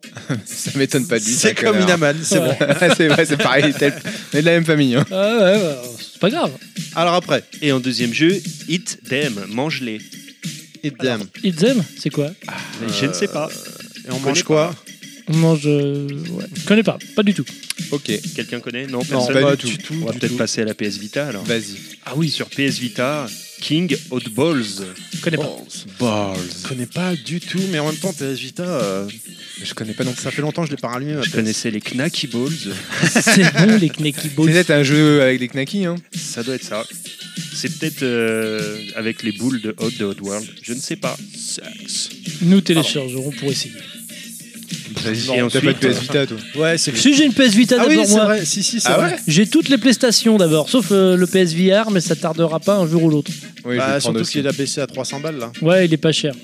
S5: Ça m'étonne pas de lui.
S3: C'est
S5: un
S3: comme
S5: connard.
S3: Inaman, c'est bon.
S4: Ouais.
S5: [laughs] c'est vrai, c'est pareil. tel- On est de la même famille. hein.
S4: Ah ouais, bah, c'est pas grave.
S3: Alors après,
S6: Et en deuxième jeu, Hit Them, mange-les.
S3: et damn.
S4: Ils aiment, c'est quoi
S6: Je ne sais pas.
S3: Et on
S6: connais
S3: mange quoi
S4: Non, je. Ouais. Je connais pas, pas du tout.
S5: Ok,
S6: Quelqu'un connaît Non,
S3: Non,
S6: personne.
S5: pas
S3: pas
S5: du Bah,
S3: du tout.
S6: On va
S3: du
S6: peut-être
S3: tout.
S6: passer à la PS Vita alors.
S5: vas-y.
S4: Ah oui,
S6: Sur PS Vita, King Oddballs.
S4: je connais pas.
S3: Je connais pas du tout, mais en même temps, PS Vita, euh,
S5: Je connais pas non plus.
S3: ça fait longtemps que je l'ai pas rallumé. ma
S6: Je
S3: Ah, PS.
S6: connaissais les Knacky Balls.
S4: c'est bon, les Knacky
S5: C'est
S4: Balls.
S5: peut-être un jeu avec des knackis. Hein.
S6: Ça doit être ça. C'est peut-être euh, avec les boules de Odd de Oddworld. Je ne sais pas.
S4: Nous téléchargerons pour essayer.
S5: Vas-y,
S6: Et
S5: t'as
S6: ensuite,
S5: pas de
S4: euh,
S5: PS Vita, toi.
S3: Ouais, c'est
S4: Si j'ai une PS Vita
S3: Ah oui,
S4: d'abord,
S3: c'est
S4: moi.
S3: vrai, si, si, c'est
S5: Ah
S3: vrai.
S5: ouais
S4: J'ai toutes les prestations d'abord, sauf euh, le PSVR, mais ça tardera pas un jour ou l'autre.
S3: Bah,
S5: Oui, je vais prendre
S3: surtout
S5: aussi.
S3: qu'il a baissé à 300 balles là,
S4: Ouais, il est pas cher.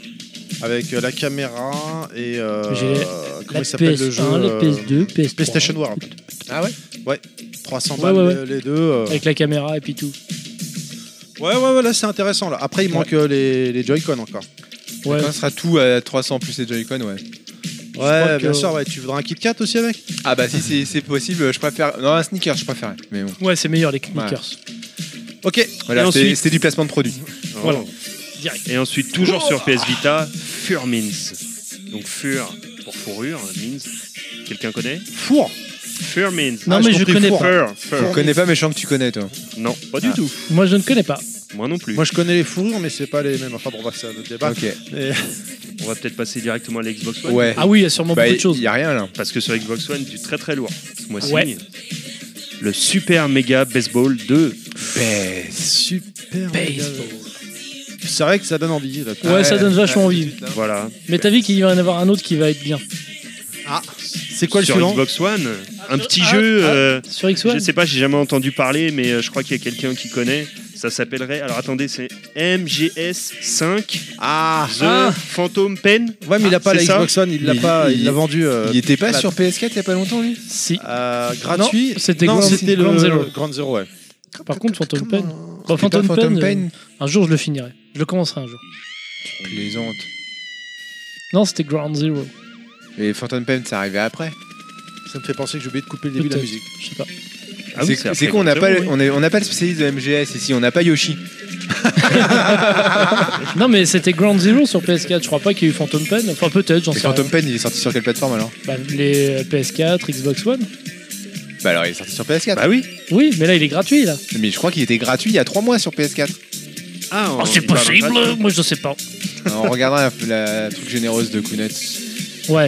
S3: avec euh, la caméra et euh,
S4: J'ai
S3: comment
S4: la
S3: il s'appelle
S4: PS1,
S3: le jeu
S4: la
S3: euh,
S4: PS2, PS3.
S3: PlayStation World.
S5: Ah ouais
S3: 300
S4: Ouais,
S3: balles
S4: ouais, ouais.
S3: les- les deux. euh.
S4: Avec la caméra et puis tout.
S3: Ouais, ouais, ouais, là c'est intéressant. Là. Après, il manque euh, les, les Joy-Con encore.
S4: Ouais.
S5: Quand ce sera tout à 300 plus les Joy-Con, ouais.
S3: Ouais,
S4: que-
S3: bien sûr, ouais. Tu voudrais un Kit Kat aussi avec
S5: Ah bah si c'est- c'est possible, je préfère... Non, un sneaker, je préfère. Mais bon,
S4: Ouais, c'est meilleur les sneakers.
S3: Ok,
S5: voilà,
S6: Et
S5: c'était
S6: ensuite-
S5: c'était du placement de produit.
S4: Voilà. Direct.
S6: Oh. Et ensuite, toujours sur PS Vita, Furmins. Donc Fur pour fourrure, Mins. Quelqu'un connaît
S3: four
S6: Furmins.
S4: Non,
S3: Ah,
S4: mais
S3: je
S4: je
S3: compris
S4: connais
S3: four.
S4: pas. Ah.
S6: Fur, Fur.
S5: Je connais pas mes chants que tu connais, toi.
S6: Non, pas du tout.
S4: Moi, je ne connais pas.
S6: Moi non plus.
S3: Moi je connais les fourrures, mais c'est pas les mêmes. Enfin bon, bref, c'est un autre débat.
S4: Bah,
S5: Ok.
S3: Et-
S6: On va peut-être passer directement à la Xbox One.
S5: Ouais.
S4: Ah oui, il y a sûrement
S5: Bah,
S4: beaucoup de
S5: il
S4: choses.
S5: y a rien, là.
S6: Parce que sur Xbox One, du très très lourd. Ce mois-ci.
S4: Ouais.
S6: Le Super Mega Baseball 2.
S5: Ben,
S3: super.
S4: Baseball.
S3: C'est vrai que ça donne envie. Là.
S4: Ouais, ça donne vachement envie.
S6: Voilà.
S4: Mais t'as vu qu'il va y en avoir un autre qui va être bien.
S3: C'est quoi le
S6: sur
S3: suivant
S6: Xbox One, un
S4: sur-
S6: petit
S4: ah,
S6: jeu.
S4: ah.
S6: euh,
S4: Sur X1
S6: Je sais pas, j'ai jamais entendu parler, mais euh, je crois qu'il y a quelqu'un qui connaît. Ça s'appellerait. Alors attendez, c'est MGS5
S3: Ah
S6: The
S4: Ah.
S6: Phantom Pen.
S3: Ouais, mais il a pas
S6: c'est
S3: la
S6: ça
S3: Xbox One, il l'a
S5: Il-
S3: pas, il
S5: il-
S3: l'a vendu euh,
S5: Il était pas
S3: Voilà.
S5: sur PS4 il y a pas longtemps, lui
S4: Si.
S3: euh, gratuit.
S4: Non, c'était Grand-
S3: c'était le
S4: Grand Zero.
S3: Grand Zero, ouais.
S4: Par contre, Phantom
S3: Comment-
S4: Pain. Bah, Phantom,
S5: Pas Phantom
S4: Pain, euh,
S5: Pain
S4: un jour je le finirai. Je le commencerai un jour.
S5: Plaisante.
S4: Non, c'était Ground Zero.
S5: Et Phantom Pain, ça arrivait après.
S3: Ça me fait penser que j'ai oublié de couper le début de la
S4: Peut-être.
S3: musique.
S4: Je sais pas.
S6: Ah oui,
S5: c'est
S6: après
S5: c'est qu'on n'a
S6: Grand
S5: pas,
S6: Zero,
S5: le-
S6: oui.
S5: on est- on n'a pas le spécialiste de MGS ici, on n'a pas Yoshi.
S4: Non, mais c'était Ground Zero sur PS4. Je crois pas qu'il y ait eu Phantom Pen. Enfin, peut-être, j'en
S5: Mais
S4: sais rien.
S5: Phantom Pain, il est sorti sur quelle plateforme alors
S4: Bah, les PS4, Xbox One.
S5: Bah alors, il est sorti sur PS4.
S6: Bah oui.
S4: Oui, mais là, il est gratuit, là.
S5: Mais je crois qu'il était gratuit il y a 3 mois sur
S4: [laughs]
S5: PS4.
S6: Ah, on-
S4: Oh, c'est
S6: il parle en
S4: possible.
S6: gratuit.
S4: Moi, je sais pas.
S5: On regardera la, la truc généreuse de Kounet.
S4: Ouais.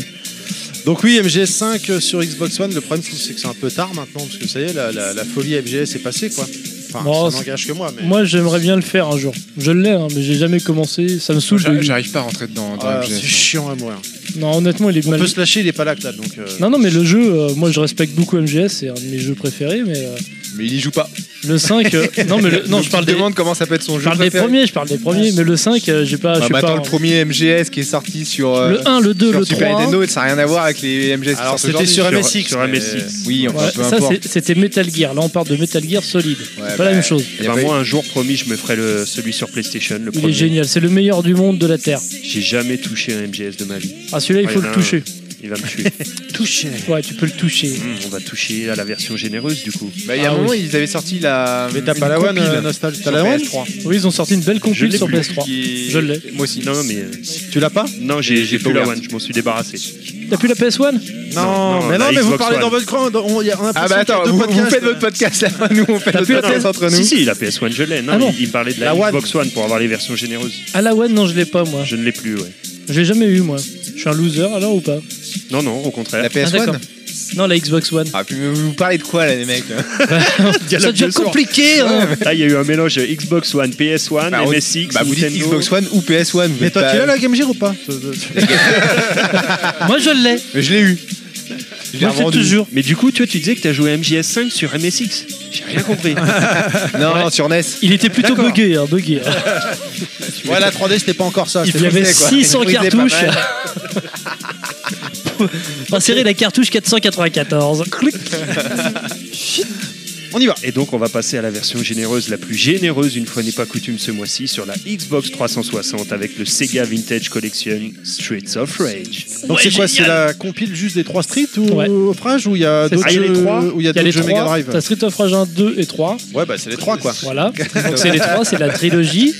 S3: Donc oui, MGS5 euh, sur Xbox One, le problème je trouve, c'est que c'est un peu tard maintenant, parce que ça y est, la, la- la folie MGS est passée quoi. Enfin,
S4: Oh,
S3: ça n'engage que moi, mais...
S4: Moi, j'aimerais bien le faire un jour. Je l'ai, hein, mais j'ai jamais commencé. Ça me saoule. de-
S5: J'arrive pas à rentrer dedans. dans
S3: Ah,
S5: le
S3: c'est
S5: jeu.
S3: chiant à mourir.
S4: Non, honnêtement, il est
S3: On
S4: mal.
S3: peut se lâcher, il est pas là que là, donc... euh,
S4: Non, non, mais le jeu, euh, moi, je respecte beaucoup MGS. C'est un de mes jeux préférés, mais euh,
S5: Mais il y joue pas.
S4: le 5.
S5: [laughs]
S4: euh, non, mais le- non,
S5: Donc,
S4: je parle
S5: tu
S4: des.
S5: te demandes comment ça peut être son
S4: Je
S5: jeu.
S4: parle des
S5: préféré.
S4: premiers, je parle des premiers, mais le 5, euh, j'ai pas. je
S5: Ah,
S4: suis
S5: bah,
S4: pas
S5: attends, le premier MGS qui est sorti sur. euh,
S4: le 1, le 2,
S5: sur
S4: le
S5: Super
S4: 3.
S5: Nintendo, ça n'a rien à voir avec les MGS qui
S3: Alors
S5: sortent
S3: c'était sur
S5: aujourd'hui.
S3: MSX.
S6: sur
S3: mais-
S6: MSX.
S5: Euh, Oui, enfin,
S4: Ouais,
S5: peu
S4: ça,
S5: importe.
S4: c'est- c'était Metal Gear. Là, on parle de Metal Gear Solid.
S5: Ouais,
S4: c'est pas
S5: bah,
S4: la même chose.
S5: il y a
S6: Eh ben,
S5: pas eu-
S6: moi, un jour, promis, je me ferai le, celui sur PlayStation, le
S4: Il est
S6: premier.
S4: génial. C'est le meilleur du monde de la Terre.
S6: J'ai jamais touché un MGS de ma vie.
S4: Ah, celui-là, il
S6: Ouais,
S4: faut
S6: il y
S4: le
S6: en a un.
S4: toucher.
S6: Il va me
S5: [laughs]
S6: tuer. toucher.
S4: Ouais, tu peux le toucher.
S6: on va toucher à la version généreuse, du coup.
S5: Bah, il y
S4: Ah
S5: a un
S4: oui.
S5: moment, ils avaient sorti la.
S3: Mais t'as
S5: une
S3: pas la One,
S5: compile
S3: euh, Nostal, t'as
S5: sur
S3: la One
S5: PS3.
S4: Oui, ils ont sorti une belle
S6: Je
S4: compil
S6: l'ai
S4: sur
S6: plus.
S4: PS3.
S5: qui-
S4: Je l'ai.
S5: Moi aussi.
S6: Non, non, mais. euh,
S3: Tu l'as pas
S6: Non, j'ai j'ai
S5: pas
S6: plus la
S5: ouvert.
S6: One, je m'en suis débarrassé.
S4: T'as plus la PS1
S3: Non,
S6: Non,
S3: mais
S6: la
S3: non, mais vous
S6: Xbox
S3: parlez
S6: One.
S3: dans votre coin. dans- On, y a- on a
S5: Ah bah attends,
S3: l'impression
S5: vous,
S3: qu'il y a deux
S5: vous
S3: podcasts,
S5: faites votre
S3: euh,
S5: podcast là, nous on fait
S4: T'as
S5: notre
S4: plus la
S5: podcast entre nous.
S6: Si, si, la PS1, je l'ai. Non,
S4: Ah bon
S6: il, il me parlait de la,
S3: La
S6: Xbox One pour avoir les versions généreuses.
S4: À Ah, la One, non, je l'ai pas, moi.
S6: Je ne l'ai plus, ouais.
S4: Je l'ai jamais eu, moi. Je suis un loser, alors ou pas
S6: Non, non, au contraire.
S5: La
S4: Ah, d'accord.
S5: PS1
S4: Non, la Xbox One.
S5: Ah puis vous parlez de quoi là les mecs
S4: Ça devient compliqué hein.
S6: Ah, il y a eu un mélange Xbox One, PS1,
S5: Bah, on-
S6: MSX,
S5: Bah vous dites
S6: Nintendo.
S5: Xbox One ou PS1 vous
S3: Mais
S5: êtes
S3: toi,
S5: pas-
S3: tu l'as la Game Gear ou pas
S4: Moi, je l'ai.
S5: Mais Je l'ai eu. Je l'ai
S4: Moi, c'est
S5: revendu.
S4: toujours.
S6: Mais du coup, toi, tu disais que t'as joué à MGS5 sur MSX. J'ai rien compris.
S5: Non, non, sur NES.
S4: Il était plutôt
S5: D'accord.
S4: bugué, hein, bugué. hein.
S3: Ouais, la 3D, c'était pas encore ça.
S4: Il y avait
S5: brisé, quoi.
S4: 600
S5: Il brisait pas
S4: cartouches.
S5: mal.
S4: [laughs] Insérer la cartouche 494. Clic.
S5: On y va.
S6: Et donc on va passer à la version généreuse, la plus généreuse une fois n'est pas coutume ce mois-ci, sur la Xbox 360 avec le Sega Vintage Collection Streets of Rage.
S3: Donc c'est quoi C'est la compile juste des trois streets ou
S4: Ouais.
S3: Naufrage ou il y a
S4: C'est
S3: d'autres
S6: ça. Ah, il y a les
S3: jeux-
S6: trois
S3: ou il y a
S4: Il y a
S3: d'autres
S4: les
S3: jeux Mega
S4: trois. T'as
S3: Drive Ah,
S4: Street of Rage 1, 2 et 3.
S5: Ouais bah c'est les trois quoi.
S3: [laughs]
S4: Voilà. Donc c'est les trois, c'est la trilogie.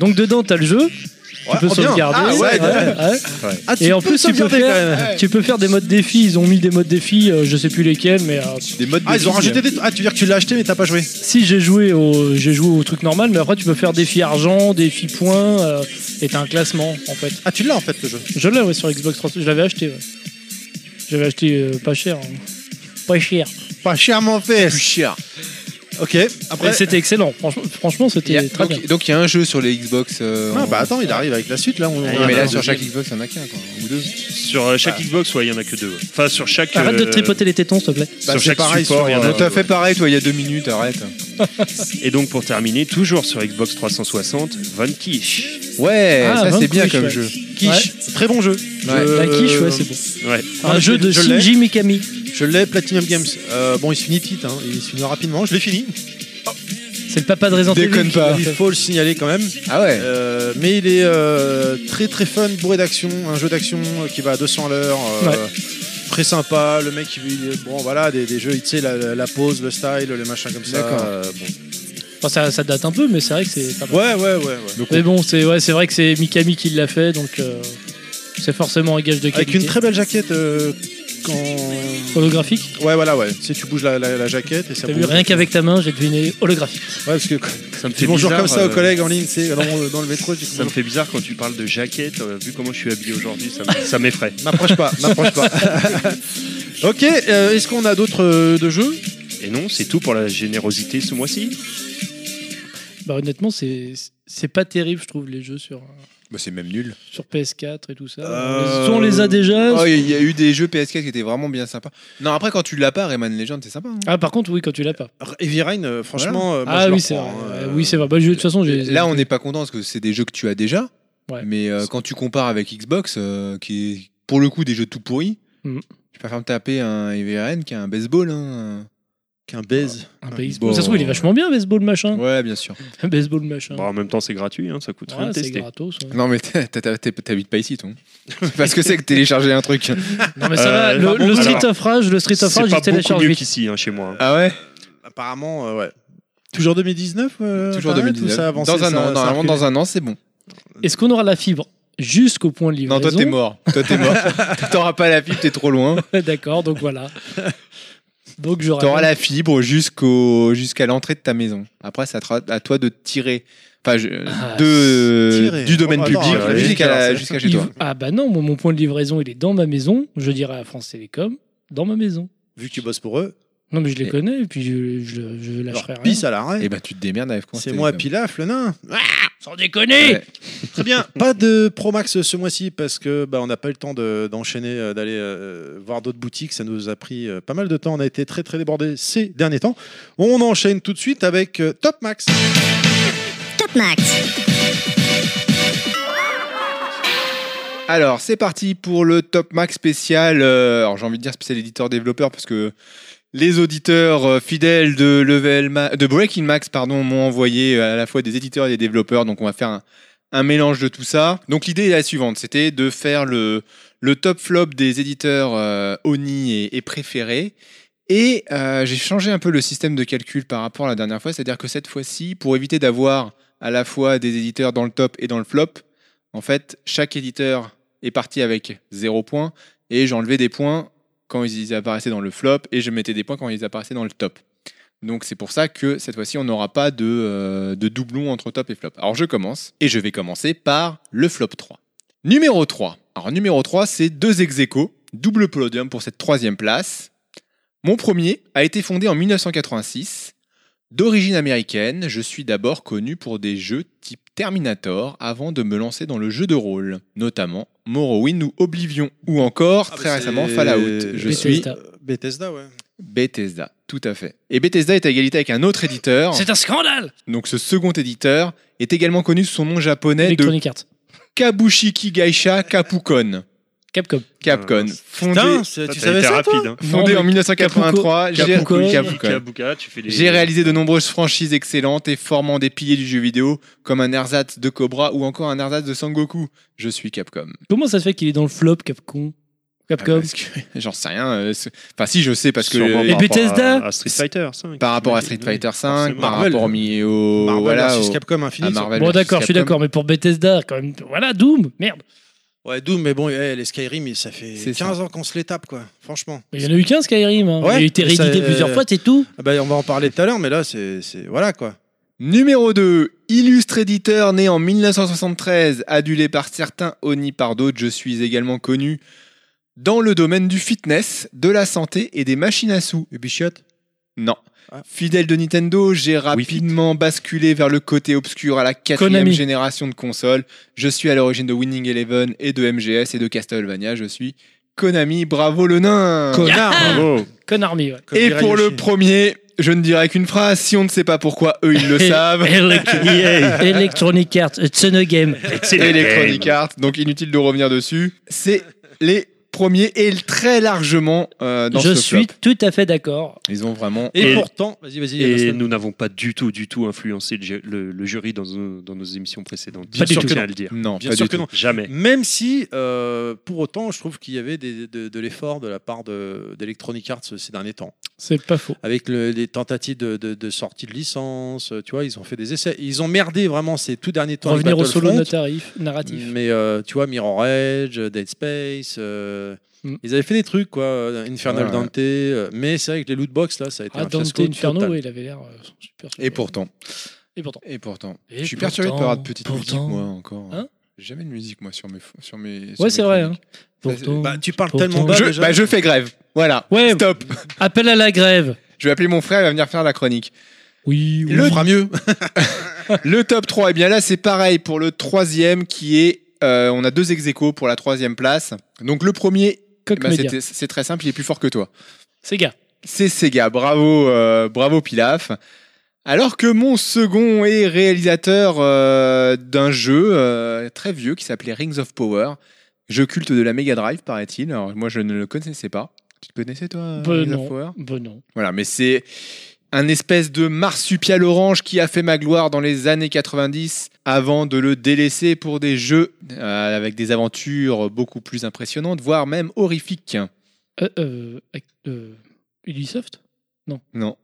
S4: Donc dedans, t'as le jeu. Tu
S5: Ouais,
S4: peux
S5: oh, bien.
S4: sauvegarder.
S5: Ah, ouais,
S4: ouais, ouais.
S3: Ah,
S4: Et en plus, tu peux,
S3: sauvegarder, quand même.
S4: faire, tu peux faire des modes défis. Ils ont mis des modes défis, euh, je sais plus lesquels, mais euh,
S5: Des modes
S3: Ah,
S5: de
S3: ils ont
S5: vie.
S3: rajouté des. Ah, tu veux dire que tu l'as acheté mais t'as pas joué
S4: si j'ai joué au j'ai joué au truc normal, mais après tu peux faire défi argent, défi points, euh, et t'as un classement en fait.
S3: Ah, tu l'as en fait le jeu.
S4: Je l'ai ouais, sur Xbox 360, je l'avais acheté. Ouais. J'avais acheté euh, pas cher. hein. Pas cher.
S3: Pas cher, mon
S5: Plus
S3: fils.
S5: cher.
S3: Ok,
S4: Mais
S3: après.
S4: c'était excellent. Franchement, franchement c'était
S5: Il y a-
S4: très bien.
S5: donc- Donc il y a un jeu sur les Xbox. euh,
S3: Ah,
S5: en-
S3: bah attends, il arrive avec la suite là. on-
S5: Ouais,
S3: on-
S5: mais là
S3: on-
S5: sur chaque Xbox, il y en a qu'un quoi, ou deux.
S6: Sur euh, chaque Xbox, ouais, il y en a que deux. ouais. Enfin, sur chaque.
S4: Arrête de
S6: euh,
S4: te tripoter les tétons, s'il te plaît.
S3: Bah,
S6: sur
S3: c'est
S6: chaque
S3: pareil
S6: support,
S3: sur,
S6: il y en a
S3: euh,
S6: deux.
S5: T'as fait pareil toi il y a deux minutes, arrête.
S6: Et donc pour terminer, toujours sur Xbox 360, Van Kish.
S5: Ouais,
S4: Ah,
S5: ça c'est bien
S4: Vanquish,
S5: comme
S4: ouais.
S5: jeu.
S3: Quiche, très bon jeu.
S5: Ouais.
S4: La
S3: Euh,
S4: quiche, ouais, c'est bon.
S6: Ouais.
S4: un jeu de
S3: je l'ai.
S4: Shinji Mikami.
S3: Je l'ai Platinum Games. Euh, bon, il se finit vite, hein. il se finit rapidement. Je l'ai fini.
S4: C'est le papa de Resident Evil.
S5: Déconne
S4: qui
S5: pas.
S4: l'a
S3: Il
S4: fait.
S3: faut le signaler quand même.
S5: Ah ouais.
S3: Euh, mais il est euh, très très fun, bourré d'action, un jeu d'action euh, qui va à 200 à l'heure, euh,
S4: Ouais.
S3: très sympa. Le mec, il, il- bon voilà, des, des jeux, tu sais, la, la- la pose, le style, le machin comme ça.
S5: D'accord.
S3: euh, bon.
S4: Enfin, ça, ça date un peu, mais c'est vrai que c'est pas mal.
S3: Ouais, ouais, ouais. ouais.
S4: Mais bon, c'est ouais, c'est vrai que c'est Mikami qui l'a fait, donc euh, c'est forcément un gage de qualité.
S3: Avec une très belle jaquette. euh, quand...
S4: holographique.
S3: Ouais, voilà, ouais. Tu sais, tu bouges la, la- la jaquette et ça
S4: T'as vu
S3: bouge.
S4: rien qu'avec ta main, j'ai deviné holographique.
S3: Ouais, parce que
S6: Ça me fait
S3: tu bonjour
S6: bizarre,
S3: comme ça
S6: euh,
S3: aux collègues en ligne, c'est dans, dans le métro. tu dis
S6: Ça me fait bizarre quand tu parles de jaquette, euh, vu comment je suis habillé aujourd'hui, ça me- ça m'effraie.
S3: M'approche pas, m'approche [laughs] pas. ok, euh, est-ce qu'on a d'autres euh, de jeux
S6: Et non, c'est tout pour la générosité ce mois-ci.
S4: Bah honnêtement, c'est c'est pas terrible, je trouve, les jeux sur
S5: Bah, c'est même nul.
S4: sur PS4 et tout ça.
S5: Euh,
S4: On les- soit on les a déjà.
S5: Oh,
S4: soit-
S5: Il y a eu des jeux PS4 qui étaient vraiment bien sympas. Non, après, quand tu l'as pas, Rayman Legend, c'est sympa. hein.
S4: Ah par contre, oui, quand tu l'as pas.
S3: R- Heavy Rain, euh, franchement,
S5: Bah,
S3: euh, moi, je
S4: ah
S3: le
S4: oui, c'est vrai.
S3: reprends, hein,
S4: Euh,
S3: euh,
S4: oui, c'est vrai. Bah, je- de toute façon, j'ai
S5: Là, on n'est pas content parce que c'est des jeux que tu as déjà.
S4: Ouais.
S5: Mais euh, quand tu compares avec Xbox, euh, qui est pour le coup des jeux tout pourris,
S3: Mm.
S4: Mhm.
S5: je préfère me taper un EVRN qu'un baseball. hein.
S3: Qu'un baise.
S4: un baseball. Ça se trouve,
S5: Bon.
S4: il est vachement bien, baseball machin.
S5: Ouais, bien sûr.
S4: [laughs] baseball machin.
S6: Bon, Bah, en même temps, c'est gratuit, hein, ça coûte
S4: Ouais,
S6: rien de
S4: c'est
S6: tester.
S4: gratos.
S5: [laughs]
S4: ouais.
S5: Non, mais t'as- t'as- t'as- t'es- t'habites pas ici, toi. hein. [laughs] parce que c'est que télécharger
S3: [laughs]
S5: un truc.
S4: Non mais ça va.
S6: Euh,
S4: Le,
S6: par contre,
S4: le Street
S6: alors,
S4: of Rage, le Street of
S6: C'est
S4: Rage,
S6: pas
S4: il
S6: beaucoup
S4: hein, télécharge
S6: mieux
S4: vite.
S6: qu'ici, hein, chez moi. hein.
S5: Ah ouais
S3: Apparemment, euh, ouais. Toujours 2019 euh,
S5: Toujours
S3: Internet,
S5: 2019.
S3: Ou ça a avancé,
S5: dans un
S3: ça- ça
S5: an,
S3: a
S5: normalement,
S3: reculé
S5: dans un an, c'est bon.
S4: Est-ce qu'on aura la fibre jusqu'au point de
S5: Non,
S4: livraison
S5: toi, t'es mort. Toi,
S3: [laughs]
S5: t'es mort. T'auras pas la fibre, t'es trop loin.
S4: [laughs] D'accord, donc
S5: [laughs]
S4: voilà. Donc j'aurai.
S5: T'auras la fibre jusqu'au jusqu'à l'entrée de ta maison. Après, ça te sera à toi de tirer. Enfin, je-
S4: Ah,
S5: de-
S3: tirer.
S5: du domaine
S3: Oh,
S5: public
S3: attends,
S6: la musique,
S5: jusqu'à
S3: alors, c'est-
S5: jusqu'à chez
S4: Il-
S5: toi.
S4: Ah bah non, moi, mon point de livraison, il est dans ma maison. Je dirais à France Télécom, dans ma maison.
S3: Vu que tu bosses pour eux,
S4: Non, mais je les
S5: Et-
S4: connais, et puis je, je, je
S3: alors,
S4: lâcherai rien.
S3: pisse à l'arrêt.
S5: Et ben, tu te démerdes avec France
S3: C'est
S5: Télécom.
S3: moi, Pilaf, le nain.
S4: Sans déconner
S5: Ouais.
S3: Très Eh
S5: [laughs]
S3: bien. Pas de Pro Max ce mois-ci parce que bah, on n'a pas eu le temps de- d'enchaîner, euh, d'aller euh, voir d'autres boutiques. Ça nous a pris euh, pas mal de temps. On a été très très débordés ces derniers temps. On enchaîne tout de suite avec euh, Top Max.
S1: Top Max.
S5: Alors, c'est parti pour le Top Max spécial. euh, alors, j'ai envie de dire spécial éditeur-développeur parce que les auditeurs euh, fidèles de, Level Ma- de Breaking Max pardon, m'ont envoyé euh, à la fois des éditeurs et des développeurs. Donc, on va faire un, un mélange de tout ça. Donc, l'idée est la suivante c'était de faire le, le top flop des éditeurs euh, Oni et, et préférés. Et euh, j'ai changé un peu le système de calcul par rapport à la dernière fois. C'est-à-dire que cette fois-ci, pour éviter d'avoir à la fois des éditeurs dans le top et dans le flop, en fait, chaque éditeur est parti avec 0 points et j'enlevais des points quand ils apparaissaient dans le flop et je mettais des points quand ils apparaissaient dans le top. Donc c'est pour ça que cette fois-ci on n'aura pas de, euh, de doublon entre top et flop. Alors je commence et je vais commencer par le flop 3. Numéro 3. Alors numéro 3 c'est deux ex aequo, double podium pour cette troisième place. Mon premier a été fondé en 1986. D'origine américaine, je suis d'abord connu pour des jeux type Terminator avant de me lancer dans le jeu de rôle, notamment Morrowind ou Oblivion, ou encore
S3: Ah,
S5: très
S3: bah,
S5: récemment
S3: c'est-
S5: Fallout. Je
S4: Bethesda.
S5: suis
S3: Euh, Bethesda, ouais.
S5: Bethesda, tout à fait. Et Bethesda est à égalité avec un autre éditeur.
S4: C'est un scandale
S5: Donc ce second éditeur est également connu sous son nom japonais de
S4: Electronic Arts.
S5: Kabushiki Gaisha Capcom.
S4: Capcom.
S3: Ah,
S5: Capcom, fondé,
S6: Ça, t'as été rapide. hein.
S5: fondé
S4: Non,
S5: en
S4: mais
S5: 1983, j'ai
S4: Capcom.
S5: oui,
S6: Kabuka,
S5: Capcom.
S6: Kabuka, tu fais des-
S5: J'ai réalisé de nombreuses franchises excellentes et formant des piliers du jeu vidéo, comme un ersatz de Cobra ou encore un ersatz de Sangoku. Je suis Capcom.
S4: Comment ça se fait qu'il est dans le flop, Capcom Capcom
S5: Ah, Parce que- J'en sais rien. euh, c'est- Enfin si, je sais parce que
S6: Sûrement
S5: euh,
S6: par
S4: Et
S6: rapport
S4: Bethesda
S6: à, à Street Fighter 5.
S5: par rapport à
S6: Oui,
S5: Street
S6: oui,
S5: Fighter
S6: forcément.
S5: 5, par
S3: Marvel.
S5: rapport au milieu,
S3: Marvel
S5: Oh, voilà,
S3: versus
S5: au-
S3: Capcom
S5: à
S3: Infinity.
S5: Marvel.
S4: Bon
S5: versus
S4: d'accord, je suis
S5: Capcom.
S4: d'accord, mais pour Bethesda, quand même, voilà, Doom, merde.
S3: Ouais, Doom, mais bon, eh, les Skyrim, ça fait
S5: C'est
S3: 15
S5: ça.
S3: ans qu'on se les tape, quoi. Franchement.
S4: Il y en a eu qu'un Skyrim, hein.
S3: Ouais,
S4: il a été
S3: ça,
S4: réédité
S3: euh,
S4: plusieurs fois, c'est tout.
S3: Ah, bah, on va en parler tout à l'heure, mais là, c'est. c'est- Voilà, quoi.
S5: Numéro 2, illustre éditeur né en 1973, adulé par certains, honni par d'autres, je suis également connu dans le domaine du fitness, de la santé et des machines à sous.
S3: Ubisoft.
S5: Non.
S3: Ah.
S5: Fidèle de Nintendo, j'ai rapidement basculé vers le côté obscur à la quatrième
S4: Konami.
S5: génération de consoles. Je suis à l'origine de Winning Eleven et de MGS et de Castlevania. Je suis Konami. Bravo le nain
S3: Connard.
S5: [laughs]
S6: Bravo.
S4: Conarmy, Ah, ouais.
S3: Comme
S5: Et
S3: dirait
S5: pour le
S3: Yoshi.
S5: premier, je ne dirai qu'une phrase. Si on ne sait pas pourquoi,
S4: [laughs]
S5: eux, ils le savent. [laughs]
S4: Elec- Electronic Arts, it's a game.
S6: C'est le
S5: Electronic
S6: game.
S5: Arts, donc inutile de revenir dessus. C'est les premiers et très largement euh, dans
S4: Je
S5: ce
S4: suis
S5: flop.
S4: tout à fait d'accord.
S5: Ils ont vraiment.
S3: Et,
S6: Et-
S3: pourtant, vas-y, vas-y.
S6: Et
S3: Gaston.
S6: nous n'avons pas du tout, du tout influencé le, ju- le- le jury dans nos, dans nos émissions précédentes.
S3: Bien
S6: Pas
S4: sûr
S6: du
S4: que
S6: tout.
S3: non.
S6: à le dire.
S5: Non,
S3: Bien
S5: pas
S3: sûr
S5: du
S3: que
S5: tout.
S3: non.
S6: Jamais.
S3: Même si, euh, pour autant, je trouve qu'il y avait des- de, de l'effort de la part de- d'Electronic Arts ces derniers temps.
S4: C'est pas faux.
S3: Avec le- les tentatives de, de- de sortie de licence, euh, tu vois, ils ont fait des essais. Ils ont merdé vraiment ces tout derniers temps. avec
S4: Revenir au solo
S3: Battlefront,
S4: narratif.
S5: Mm.
S4: narratif.
S3: Mais euh, tu vois, Mirror Edge, euh, Dead Space, euh,
S4: Mm.
S3: ils avaient fait des trucs, quoi. euh, Infernal
S5: Ouais.
S3: Dante, euh, mais c'est vrai que les loot box, là, ça a été
S4: Ah,
S3: un
S4: Dante
S3: fiasco
S4: Inferno,
S3: total.
S4: ouais, il avait l'air euh, super.
S5: Et pourtant.
S4: Et pourtant.
S5: Et pourtant.
S4: Et
S5: je suis
S4: pourtant,
S5: perturbé de pas avoir de petite
S4: pourtant.
S5: musique, moi, encore.
S4: Hein
S5: J'ai Jamais de musique, moi, sur mes. fo- Sur mes sur
S4: Ouais,
S5: mes
S4: c'est vrai.
S5: chroniques.
S4: hein.
S5: Bah, c'est-
S4: Pourtant.
S3: Bah, tu parles
S4: Pourtant.
S3: tellement bas.
S5: Je,
S3: déjà.
S5: bah, je fais grève. Voilà.
S4: Ouais.
S5: Stop.
S4: Appel à la grève.
S5: Je vais appeler mon frère, il va venir faire la chronique.
S4: Oui, oui.
S3: le fera mieux.
S5: [laughs] Le top 3, et bien là, c'est pareil pour le troisième qui est. euh, on a deux ex aequo pour la troisième place. Donc le premier,
S4: Coq
S5: bah,
S4: Media.
S5: c'était- c'est très simple, il est plus fort que toi.
S4: Sega.
S5: C'est Sega, bravo, euh, bravo Pilaf. Alors que mon second est réalisateur euh, d'un jeu euh, très vieux qui s'appelait Rings of Power, jeu culte de la Mega Drive, paraît-il. Alors moi je ne le connaissais pas. Tu le connaissais toi euh,
S4: Bah,
S5: Rings of Power
S4: non. Bah, non.
S5: Voilà, mais c'est un espèce de marsupial orange qui a fait ma gloire dans les années 90 avant de le délaisser pour des jeux euh, avec des aventures beaucoup plus impressionnantes, voire même horrifiques.
S4: Euh, euh, euh, Ubisoft
S5: Non.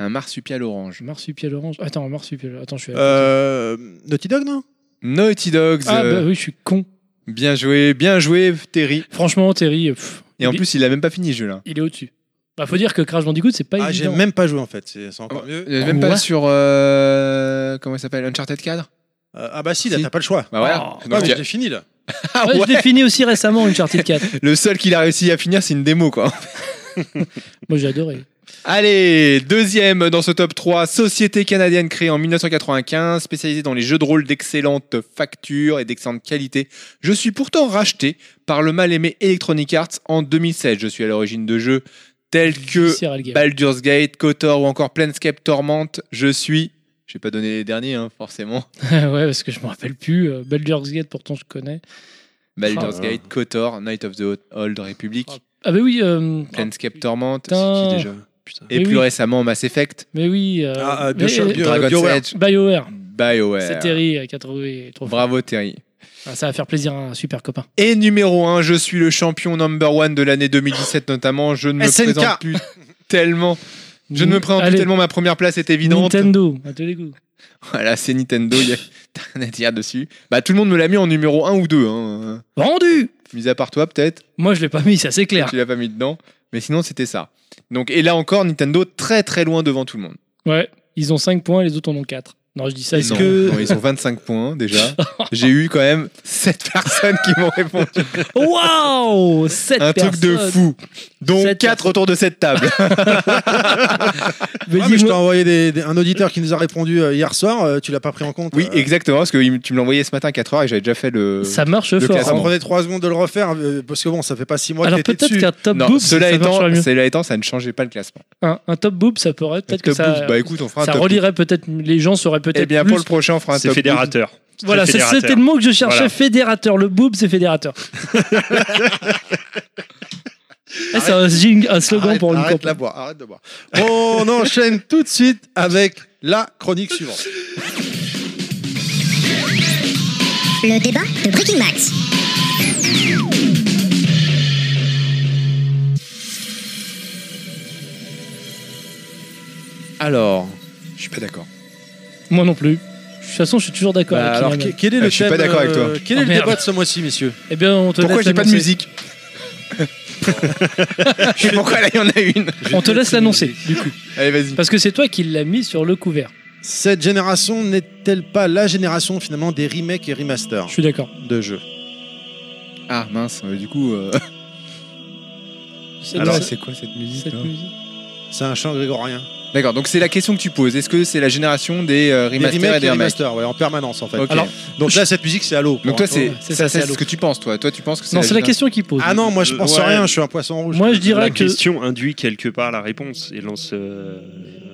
S5: Un marsupial orange.
S4: Marsupial orange. Attends, marsupial. Attends, je suis. à-
S3: Euh, Naughty Dog, non
S5: Naughty Dogs.
S4: ah
S5: euh,
S4: bah oui, je suis con.
S5: Bien joué, bien joué, Terry.
S4: Franchement, Terry. euh, pff,
S5: Et en
S4: il-
S5: plus, il a même pas fini ce jeu là.
S4: il est au-dessus. Bah, faut dire que Crash Bandicoot, c'est pas
S3: Ah, j'ai
S4: évident.
S3: même pas joué en fait, c'est c'est encore Oh, bah, mieux.
S5: Il est même pas
S4: Ouais.
S5: sur. euh, comment il s'appelle Uncharted 4
S3: Euh, ah bah si, là,
S5: Si.
S3: t'as pas le choix.
S5: Bah voilà.
S4: Oh,
S5: Donc,
S3: Ah, mais
S5: il y a-
S3: j'ai fini là.
S5: Ah
S4: Ouais,
S5: ouais.
S4: Je l'ai fini aussi récemment, Uncharted 4.
S5: [laughs] Le seul qu'il a réussi à finir, c'est une démo quoi.
S4: Moi, j'ai adoré.
S5: Allez, deuxième dans ce top 3, société canadienne créée en 1995, spécialisée dans les jeux de rôle d'excellente facture et d'excellente qualité. Je suis pourtant racheté par le mal-aimé Electronic Arts en 2016. Je suis à l'origine de jeux tels que
S4: Visceral Game.
S5: Baldur's Gate, KOTOR ou encore Planescape Torment. Je suis... Je vais pas donner les derniers, hein, forcément.
S4: [laughs] ouais, parce que je me rappelle plus. euh, Baldur's Gate, pourtant, je connais.
S5: Baldur's
S4: Oh.
S6: Ah.
S5: Gate, KOTOR, Night of the Old Republic,
S4: Ah, Ah, bah oui. euh,
S5: Planescape Torment,
S4: Putain.
S5: c'est qui déjà
S3: Déjà. Putain.
S5: et
S4: Mais
S5: plus
S4: oui.
S5: récemment Mass Effect,
S4: Mais oui. euh,
S3: Ah, euh,
S4: mais-
S3: Bioshock, Bio-
S5: Dragon's
S3: BioWare.
S5: Edge,
S4: BioWare.
S5: BioWare.
S4: C'est Terry qui a trouvé. trop fort.
S5: Bravo Terry.
S4: Ah, Ça va faire plaisir à un super copain.
S5: Et numéro 1, je suis le champion number 1 de l'année 2017 notamment. Je ne me
S3: SNK.
S5: présente plus tellement. Je ne me présente plus
S4: Allez,
S5: tellement. Ma première place est évidente.
S4: Nintendo, à tous les coups.
S5: Voilà, c'est Nintendo. y a- [laughs] T'as rien à dire dessus. Bah, tout le monde me l'a mis en numéro 1 ou 2. Hein.
S4: Rendu
S5: Mis à part toi, peut-être.
S4: Moi, je l'ai pas mis, ça c'est clair.
S5: Tu l'as pas mis dedans. Mais sinon, c'était ça. Donc, et là encore, Nintendo très très loin devant tout le monde.
S4: Ouais, ils ont 5 points, les autres en ont 4. Non, je dis ça, est-ce
S5: non,
S4: que.
S5: non, ils ont 25
S4: [laughs]
S5: points déjà. J'ai eu quand même 7 [laughs] personnes qui m'ont répondu.
S4: Waouh 7
S5: Un truc de fou. Dont
S4: Sept
S5: 4 autour de cette
S4: [laughs]
S5: table.
S3: Ah, mais je t'ai envoyé des- des- un auditeur qui nous a répondu euh, hier soir, euh, tu l'as pas pris en compte.
S5: Oui,
S3: euh,
S5: exactement, parce que il- tu me l'envoyais ce matin à 4h et j'avais déjà fait le.
S4: Ça marche
S5: Euh, Le
S4: fort.
S3: Ça me
S5: classement.
S4: hein.
S3: prenait 3 secondes de le refaire, euh, parce que bon, ça fait pas 6 mois
S4: Alors
S3: que t'étais
S4: peut-être
S3: dessus.
S4: qu'un top
S5: non,
S4: boob,
S5: cela,
S4: ça
S5: étant,
S4: marchera mieux.
S5: cela étant, ça ne changeait pas le classement.
S4: Un, un top boob, ça pourrait peut-être que
S5: Top
S4: ça.
S5: Boost, bah écoute, on fera un
S4: ça
S5: top
S4: relirait peut-être. Les gens sauraient
S5: Boost. Eh
S4: peut-être.
S5: bien,
S4: plus.
S5: pour le prochain, on fera un
S6: C'est
S5: top Boost.
S6: fédérateur. C'est
S4: Voilà, c'est-
S6: fédérateur.
S4: c'était le mot que je cherchais,
S6: Voilà.
S4: fédérateur. Le boob, c'est fédérateur. Ah, c'est un, jing- un slogan
S3: Arrête,
S4: pour une
S3: arrête
S4: campagne.
S3: la boire, arrête de boire. On
S4: [laughs]
S3: enchaîne tout de suite avec la chronique suivante.
S1: Le débat de Breaking Max.
S5: Alors, je suis pas d'accord.
S4: Moi non plus. De toute façon, je suis toujours d'accord
S5: Bah,
S4: avec
S3: Alors,
S4: Kylian.
S3: que- quel est
S5: Euh,
S3: le
S5: je suis pas
S3: thème,
S5: d'accord avec toi.
S3: euh, Quel est
S4: Oh,
S3: le
S4: merde.
S3: débat de ce mois-ci, messieurs
S4: Eh bien, on te
S5: Pourquoi
S4: laisse
S5: j'ai pas de
S4: l'annoncer.
S5: musique [laughs] Je sais pourquoi là, il y en a une.
S4: On te laisse l'annoncer, du coup.
S5: Allez, vas-y.
S4: Parce que c'est toi qui l'as mis sur le couvert.
S3: Cette génération n'est-elle pas la génération finalement des remakes et remasters
S4: Je suis d'accord.
S3: de jeux
S5: Ah mince, euh, du coup. euh,
S4: C'est-
S5: Alors,
S4: c'est-
S5: c'est quoi cette musique
S4: cette
S5: là
S4: musique.
S3: C'est un chant grégorien.
S5: D'accord, donc c'est la question que tu poses. Est-ce que c'est la génération des euh,
S3: Des
S5: remasters et
S3: remakes
S5: des
S3: et
S5: remakes
S3: remasters, ouais, en permanence en fait.
S5: Ok.
S4: Alors,
S3: Donc là, cette musique, c'est à l'eau.
S5: Donc toi, c'est
S4: c'est
S5: ça,
S4: ça, c'est
S5: c'est
S4: à
S5: ce que tu penses, toi. Toi, tu penses que c'est
S4: Non, c'est la
S5: génération-
S4: question qu'il pose.
S3: Ah non, moi je
S5: Euh,
S3: pense
S6: Ouais.
S3: à rien, je suis un poisson rouge.
S4: Moi, je dirais
S6: La
S4: que.
S6: question induit quelque part la réponse et lance. euh,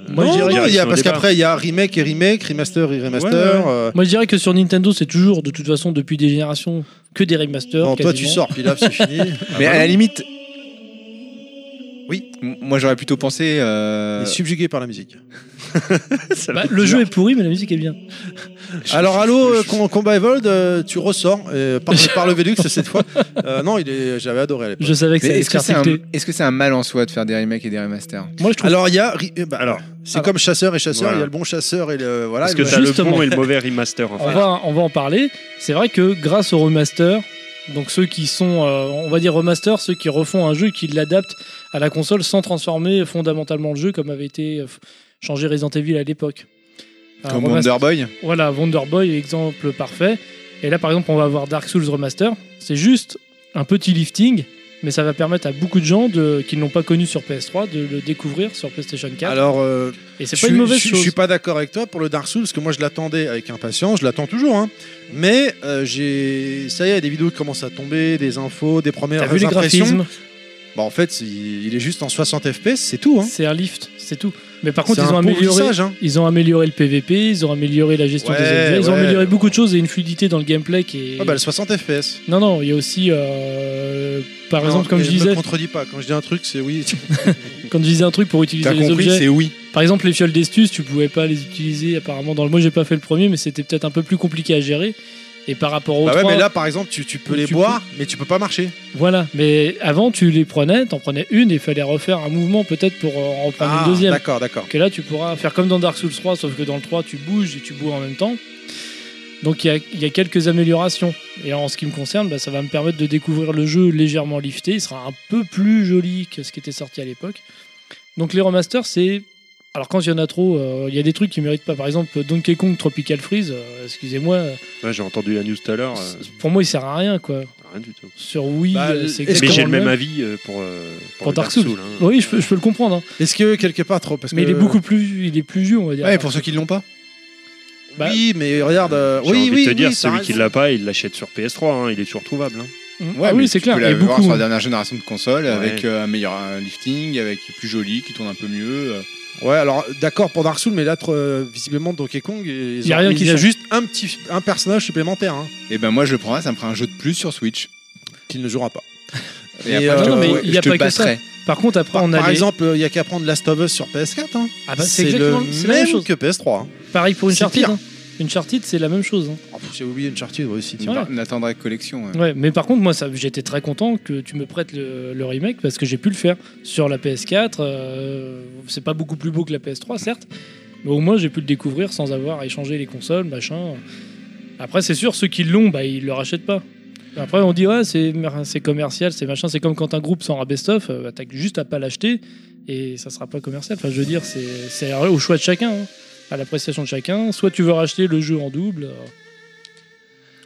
S4: Moi, je
S3: non,
S4: dirais-
S3: non, il y a,
S6: direction au
S3: parce
S6: débat. [laughs]
S3: qu'après, il y a remake et remake, remaster et remaster.
S6: Ouais, ouais.
S3: euh,
S4: Moi, je dirais que sur Nintendo, c'est toujours, de toute façon, depuis des générations, que des remasters.
S3: non, toi, tu
S4: quasiment.
S3: sors, Pilaf, c'est
S4: [laughs]
S3: fini. Ah,
S5: Mais à la limite.
S3: Oui.
S5: M- Moi, j'aurais plutôt pensé. euh,
S3: Et subjugué par la musique.
S6: ça
S4: Bah,
S6: va.
S4: le jeu est pourri, mais la musique est bien. [laughs]
S3: Alors, allô, euh, Com- Combat Evolved, euh, tu ressors euh, par, par le Velux cette fois. Euh, non, il est- j'avais adoré à l'époque.
S4: Je savais que
S5: Mais
S4: ça allait
S5: est-ce que
S4: faire
S5: c'est un,
S4: tilter.
S5: est-ce que c'est un mal en soi de faire des remakes et des remasters
S4: Moi, je trouve.
S3: Alors, il y a. ri- euh, bah, alors, c'est
S4: Ah.
S3: comme chasseur et chasseur, il
S6: Voilà.
S3: y a le bon chasseur et le. Voilà.
S6: Parce que
S3: le-
S6: t'as le
S4: Justement.
S6: bon et le mauvais remaster en
S4: on,
S6: fait.
S4: va, on va en parler. C'est vrai que grâce aux remasters, donc ceux qui sont, euh, on va dire remasters, ceux qui refont un jeu et qui l'adaptent à la console sans transformer fondamentalement le jeu comme avait été euh, changé Resident Evil à l'époque. Un
S5: Comme
S4: remaster-
S5: Wonder Boy
S4: Voilà, Wonder Boy, exemple parfait. Et là, par exemple, on va avoir Dark Souls Remaster. C'est juste un petit lifting, mais ça va permettre à beaucoup de gens de, qui ne l'ont pas connu sur PS3 de le découvrir sur PlayStation 4.
S3: Alors, euh,
S4: et c'est
S3: je
S4: pas une
S3: suis-
S4: mauvaise
S3: je, suis-
S4: chose.
S3: je suis pas d'accord avec toi pour le Dark Souls, parce que moi je l'attendais avec impatience, je l'attends toujours. hein. Mais euh, j'ai, ça y est, des vidéos qui commencent à tomber, des infos, des
S4: T'as
S3: premières
S4: vu les
S3: impressions.
S4: graphismes
S3: Bah, en fait, c'est- il est juste en 60 FPS, c'est tout. Hein.
S4: C'est un lift, c'est tout. Mais par contre,
S3: C'est
S4: ils
S3: un
S4: ont
S3: pauvre
S4: amélioré.
S3: lissage, hein.
S4: Ils ont amélioré le PVP, ils ont amélioré la gestion
S3: Ouais,
S4: des objets, ils ont
S3: ouais.
S4: amélioré beaucoup de choses et une fluidité dans le gameplay qui est.
S3: Ah bah, le 60 FPS.
S4: Non, non, il y a aussi, euh, par
S3: Non,
S4: exemple, comme
S3: mais
S4: je
S3: me
S4: disais,
S3: contredis pas. Quand je dis un truc, c'est oui.
S4: quand je disais un truc pour utiliser
S5: T'as
S4: les
S5: compris,
S4: objets,
S5: c'est oui.
S4: par exemple les fioles d'estus, tu pouvais pas les utiliser apparemment dans le. Moi, j'ai pas fait le premier, mais c'était peut-être un peu plus compliqué à gérer. Et par rapport aux
S3: Bah ouais,
S4: trois-
S3: mais là, par exemple, tu, tu peux les
S4: Tu
S3: boire, mais tu peux pas marcher.
S4: voilà. Mais avant, tu les prenais, t'en prenais une et il fallait refaire un mouvement peut-être pour en prendre
S3: Ah,
S4: une deuxième.
S3: d'accord, d'accord.
S4: Que là, tu pourras faire comme dans Dark Souls 3, sauf que dans le 3, tu bouges et tu bois en même temps. Donc il y a, il y a quelques améliorations. Et en ce qui me concerne, bah, ça va me permettre de découvrir le jeu légèrement lifté. Il sera un peu plus joli que ce qui était sorti à l'époque. Donc les remasters, c'est... Alors quand il y en a trop, euh, il y a des trucs qui méritent pas. Par exemple, Donkey Kong Tropical Freeze, euh, excusez-moi, euh,
S6: Ouais, J'ai entendu la news tout à l'heure. euh,
S4: c'est- pour moi il sert à rien quoi.
S6: rien du tout.
S4: Sur Wii,
S3: Bah,
S4: euh,
S3: est-ce
S4: c'est
S6: Mais
S4: exactement
S6: j'ai le même
S4: même.
S6: avis euh, pour, euh,
S4: Pour
S6: le
S4: Dark Souls.
S6: hein.
S4: Oui, je, peux- je peux le comprendre. hein.
S3: Est-ce que quelque part trop parce
S4: Mais
S3: que-
S4: il est beaucoup plus, il est plus vieux, on va dire.
S3: Ouais, pour ceux qui ne l'ont pas.
S4: Bah,
S3: oui, mais regarde. euh,
S6: J'ai
S3: oui,
S6: envie
S3: oui,
S6: de te
S3: oui,
S6: dire,
S3: t'as
S6: celui
S3: raison.
S6: qui l'a pas, il l'achète sur PS3, hein, il est toujours trouvable. hein.
S4: Mhm.
S5: Ouais,
S4: Ah
S5: mais
S4: oui, c'est
S5: Tu
S4: clair.
S5: peux
S4: Il y a
S5: la voir
S4: beaucoup.
S5: sur la dernière génération de console avec
S6: Ouais.
S5: euh, un meilleur un lifting, avec plus joli, qui tourne un peu mieux. euh.
S3: Ouais, alors d'accord pour Dark Souls, mais là, trop, euh, visiblement, Donkey Kong, ils
S4: Y a
S3: ont-
S4: rien
S3: il
S4: qui
S3: y a
S4: change.
S3: juste un petit, un personnage supplémentaire hein,
S5: Et ben moi je le prends, ça me fera un jeu de plus sur Switch.
S3: qu'il ne jouera pas.
S5: Et,
S3: Et,
S5: après,
S3: euh,
S5: je
S4: non,
S5: te,
S4: mais
S5: ouais,
S4: il y a
S5: je te
S4: pas que
S5: passerai.
S4: Par contre, après,
S3: Par,
S4: on a
S3: par
S4: les-
S3: exemple, euh, il y a qu'à prendre Last of Us sur PS4. hein.
S4: Ah bah,
S3: c'est
S4: c'est
S3: le
S4: exactement c'est la même
S3: même
S4: chose.
S3: que PS3. hein.
S4: Pareil pour
S3: C'est
S4: Uncharted.
S3: pire.
S4: Hein. Uncharted, c'est la même chose. hein.
S3: Oh, J'ai oublié une chartue aussi.
S5: Tu
S4: Ouais.
S5: par- On attendra la collection. euh. ouais.
S4: Ouais, mais par contre, moi, ça- j'étais très content que tu me prêtes le, le remake parce que j'ai pu le faire sur la PS4. euh, c'est pas beaucoup plus beau que la PS3, certes, mais au moins j'ai pu le découvrir sans avoir à échanger les consoles, machin. Après, c'est sûr, ceux qui l'ont, bah, ils le rachètent pas. Après, on dit, ouais, c'est mer- c'est commercial, c'est machin. C'est comme quand un groupe sort un best-of, euh, bah, t'as juste à pas l'acheter et ça sera pas commercial. Enfin, je veux dire, c'est c'est au choix de chacun, hein, à l'appréciation de chacun. Soit tu veux racheter le jeu en double. euh,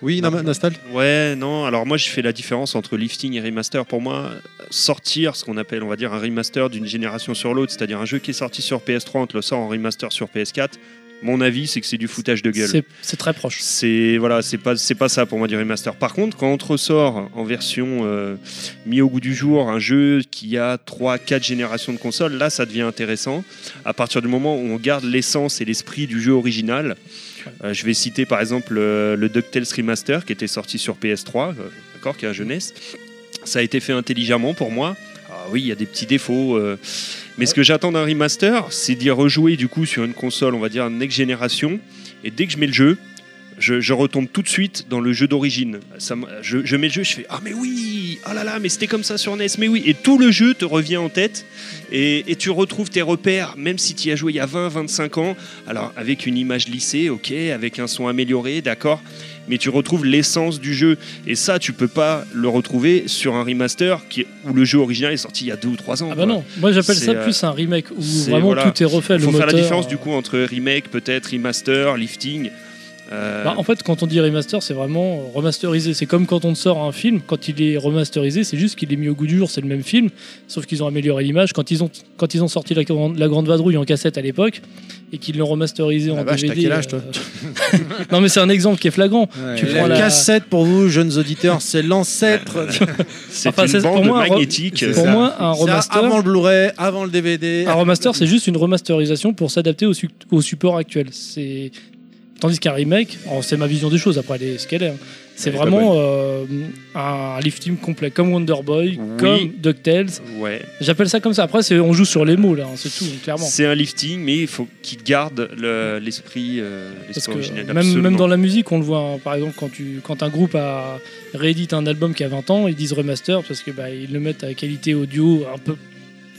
S3: Oui, non, mais- Nostal.
S6: Ouais, non, alors moi je fais la différence entre lifting et remaster. Pour moi, sortir ce qu'on appelle, on va dire, un remaster d'une génération sur l'autre, c'est-à-dire un jeu qui est sorti sur PS3, on te le sort en remaster sur PS4, mon avis c'est que c'est du foutage de gueule.
S4: c'est- c'est très proche.
S6: C'est voilà, c'est pas c'est pas ça pour moi du remaster. Par contre, quand on te ressort en version euh, mis au goût du jour un jeu qui a 3 4 générations de consoles, là ça devient intéressant à partir du moment où on garde l'essence et l'esprit du jeu original. Euh, je vais citer par exemple euh, le DuckTales Remaster qui était sorti sur PS3, euh, d'accord, qui est à jeunesse. Ça a été fait intelligemment pour moi. Ah oui, il y a des petits défauts. euh, mais ce que j'attends d'un remaster, c'est d'y rejouer du coup sur une console, on va dire next génération. Et dès que je mets le jeu, je, je retombe tout de suite dans le jeu d'origine. Ça me- Je, je mets le jeu, je fais Ah, mais oui Ah là là, mais c'était comme ça sur NES, mais oui Et tout le jeu te revient en tête et, et tu retrouves tes repères, même si tu y as joué il y a 20, 25 ans. Alors, avec une image lissée, ok, avec un son amélioré, d'accord, mais tu retrouves l'essence du jeu. Et ça, tu peux pas le retrouver sur un remaster qui, où le jeu original est sorti il y a 2 ou 3 ans.
S4: Ah bah
S6: quoi.
S4: non, moi j'appelle
S6: C'est,
S4: ça
S6: euh,
S4: plus un remake où
S6: c'est,
S4: vraiment
S6: voilà.
S4: tout est refait.
S6: Il faut
S4: le
S6: faire la
S4: moteur,
S6: différence
S4: euh,
S6: du coup entre remake, peut-être remaster, lifting. Euh,
S4: bah, en fait, quand on dit remaster, c'est vraiment euh, remasterisé. C'est comme quand on te sort un film, quand il est remasterisé, c'est juste qu'il est mis au goût du jour, c'est le même film, sauf qu'ils ont amélioré l'image. Quand ils ont quand ils ont sorti la, grande- la grande vadrouille en cassette à l'époque et qu'ils l'ont
S6: Ah
S4: remasterisé
S3: La
S4: en
S3: vache,
S4: DVD.
S3: t'as quel âge, toi
S4: euh, [laughs] non mais c'est un exemple qui est flagrant. Tu
S5: Ouais.
S4: prends
S3: la
S4: la-
S3: cassette pour vous, jeunes auditeurs, c'est l'ancêtre.
S6: [laughs] c'est
S4: enfin,
S6: une
S4: c'est- pour
S6: bande
S4: moi, un re-
S6: magnétique.
S5: c'est
S6: euh,
S4: Pour
S5: ça.
S4: moi, un
S3: C'est
S4: remaster, Ah,
S3: avant le Blu-ray, avant le DVD.
S4: Un remaster, c'est juste une remasterisation pour s'adapter au, su- au support actuel. C'est tandis qu'un remake, oh, c'est ma vision des choses. Après, elle est ce qu'elle est. hein. C'est
S6: Elle est
S4: vraiment euh, un lifting complet, comme Wonder Boy,
S6: Oui.
S4: comme Ducktales.
S6: Ouais.
S4: J'appelle ça comme ça. Après, c'est- on joue sur les mots là, hein, c'est tout, clairement.
S6: C'est un lifting, mais il faut qu'il garde le- l'esprit euh,
S4: Parce
S6: l'esprit
S4: que
S6: originel.
S4: même, même
S6: absolument.
S4: dans la musique, on le voit. hein. Par exemple, quand, tu, quand un groupe a réédite un album qui a 20 ans, ils disent remaster parce que bah, ils le mettent à qualité audio un peu,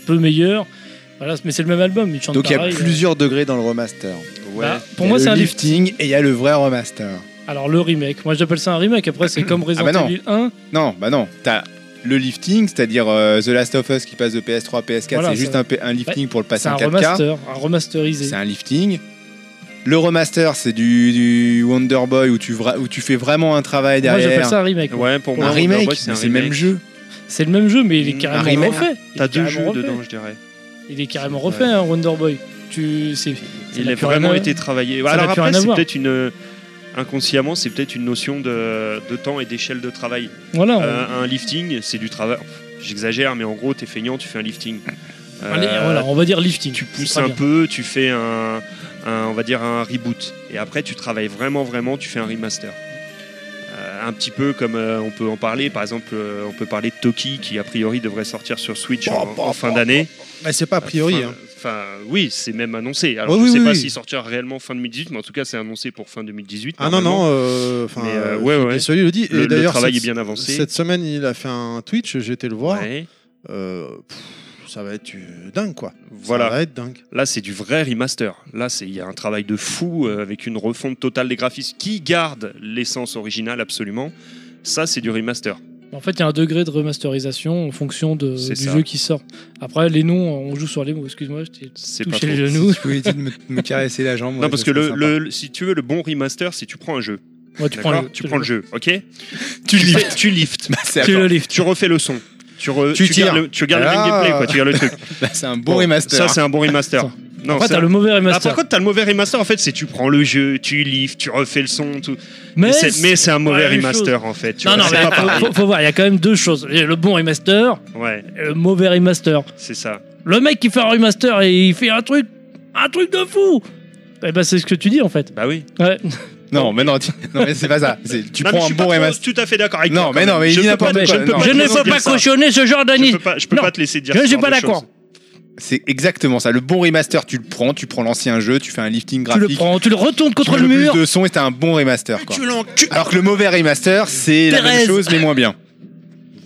S4: peu meilleure. Voilà, mais c'est le même album. Ils chantent
S5: Donc il y a
S4: pareil, euh.
S5: plusieurs degrés dans le remaster.
S6: Ouais.
S4: Bah,
S5: Il y
S4: pour
S5: a
S4: moi,
S5: le
S4: c'est un lift-
S5: lifting et il y a le vrai remaster.
S4: Alors le remake, moi j'appelle ça un remake, après c'est
S6: [clears throat]
S4: comme Resident
S5: Ah bah non.
S4: Evil 1.
S5: Non, bah non. T'as le lifting, c'est-à-dire euh, The Last of Us qui passe de PS3 à PS4,
S4: Voilà,
S5: c'est juste
S4: ça-
S5: un, P- un lifting pour le
S4: C'est
S5: passer
S4: un
S5: en 4K.
S4: remaster, un remasterisé.
S5: C'est un lifting. Le remaster, c'est du, du Wonder Boy où tu, vra- où tu fais vraiment un travail
S4: Moi j'appelle
S5: derrière.
S4: ça un remake. moi.
S6: Ouais, pour
S5: un
S6: moi,
S5: remake,
S6: Wonderboy,
S5: mais c'est le même jeu.
S4: C'est le même jeu mais il est
S6: Mmh, Un
S4: carrément
S5: remake.
S4: refait. Il
S6: T'as
S4: est
S6: deux jeux
S4: carrément refait.
S6: dedans, je dirais.
S4: Il est carrément refait hein, Wonder Boy. Tu c'est ça
S6: Il
S4: n'a
S6: a
S4: plus rien
S6: vraiment
S4: à-
S6: été travaillé.
S4: Ça n'a
S6: Alors
S4: plus rien
S6: après,
S4: à
S6: c'est
S4: voir.
S6: peut-être une. Inconsciemment, c'est peut-être une notion de, de temps et d'échelle de travail.
S4: voilà. on-
S6: Euh, un lifting, c'est du travail. J'exagère, mais en gros, t'es feignant, tu fais un lifting. Euh,
S4: allez, voilà, on va dire lifting.
S6: tu
S4: C'est
S6: pousses
S4: très
S6: un
S4: bien.
S6: peu, tu fais un, un- on va dire un reboot, et après tu travailles vraiment, vraiment, tu fais un remaster. Euh, un petit peu comme euh, on peut en parler, par exemple, euh, on peut parler de Toki qui a priori devrait sortir sur Switch en, en fin d'année.
S3: Bah, c'est pas a priori.
S6: Fin-
S3: hein.
S6: Enfin, oui, c'est même annoncé. Alors,
S3: Oui,
S6: je
S3: oui,
S6: sais
S3: oui,
S6: pas
S3: oui.
S6: s'il sortira réellement fin 2018, mais en tout cas, c'est annoncé pour fin 2018.
S3: Ah non,
S6: normalement.
S3: non. euh, Enfin,
S6: Mais, euh, ouais, ouais.
S3: Celui le dit.
S6: Le,
S3: Et
S6: le
S3: d'ailleurs,
S6: travail
S3: cette-
S6: est bien avancé.
S3: Cette semaine, il a fait un Twitch. J'ai été le voir.
S6: Ouais.
S3: Euh, pff, ça va être euh, dingue, quoi. Ça
S6: Voilà.
S3: va être dingue.
S6: Là, c'est du vrai remaster. Là, c'est il y a un travail de fou euh, avec une refonte totale des graphismes qui garde l'essence originale absolument. Ça, c'est du remaster.
S4: En fait, il y a un degré de remasterisation en fonction de,
S6: C'est
S4: du
S6: ça.
S4: jeu qui sort. Après, les noms, on joue sur les mots. Excuse-moi, je t'ai
S6: C'est pas
S4: touché
S6: trop.
S4: le genou.
S5: Je voulais dire de me, me caresser la jambe.
S6: non, parce que le, le- le- si tu veux le bon remaster, c'est tu prends un jeu,
S4: Ouais, tu, prends
S6: d'accord
S4: le,
S6: Tu prends le jeu, ok Tu liftes,
S4: [laughs]
S6: tu liftes,
S5: [laughs] c'est
S4: Tu le liftes.
S6: tu refais le son, tu, re-
S5: Tu
S6: gardes
S5: tires.
S6: le, tu gardes le même
S5: Ah.
S6: gameplay, quoi, tu gardes le truc.
S5: un bon
S6: Ça,
S5: remaster.
S6: c'est un bon remaster.
S4: Attends.
S6: Non,
S4: Après,
S6: c'est
S4: t'as
S6: un-
S4: le mauvais
S6: Ah,
S4: remaster.
S6: par contre, t'as le mauvais remaster en fait, c'est tu prends le jeu, tu lifts, tu refais le son, tout.
S4: mais
S6: Mais c'est- Mais c'est un mauvais
S4: la même
S6: remaster en fait. tu
S4: non,
S6: vois,
S4: non,
S6: c'est
S4: mais
S6: pas pareil.
S4: faut, faut- faut voir, il y a quand même deux choses. Il y a le bon remaster
S6: Ouais,
S4: et le mauvais remaster.
S6: c'est ça.
S4: Le mec qui fait un remaster et il fait un truc, un truc de fou Eh ben, c'est ce que tu dis en fait.
S6: Bah oui.
S4: Ouais.
S5: Non, mais non, tu- non, mais c'est pas ça. C'est- Tu
S6: Non, mais
S5: prends
S6: je
S5: un
S6: suis
S5: bon
S6: pas trop-
S5: remaster.
S6: Tout à fait d'accord avec
S5: Non,
S6: toi, quand
S5: mais non,
S6: même.
S5: mais il
S6: je
S5: dit
S6: peux
S5: n'importe
S6: pas,
S5: quoi.
S6: Je peux
S5: Non,
S6: pas,
S4: je ne peux
S6: dire
S4: pas
S6: ça.
S4: cautionner ce genre
S6: Je
S4: d'année.
S6: peux pas, je peux
S4: Non.
S6: pas te laisser dire
S4: Je
S6: ce
S4: suis
S6: genre
S4: pas
S6: de
S4: d'accord.
S6: choses.
S5: C'est exactement ça. Le bon remaster, tu le prends, tu prends l'ancien jeu, tu fais un
S4: Tu
S5: lifting graphique.
S4: le prends, tu le retournes
S5: tu
S4: contre
S5: mets
S4: le mur.
S5: plus de son et t'as un bon remaster. Quoi. Alors que le mauvais remaster, c'est la même
S4: Thérèse.
S5: chose, mais moins bien.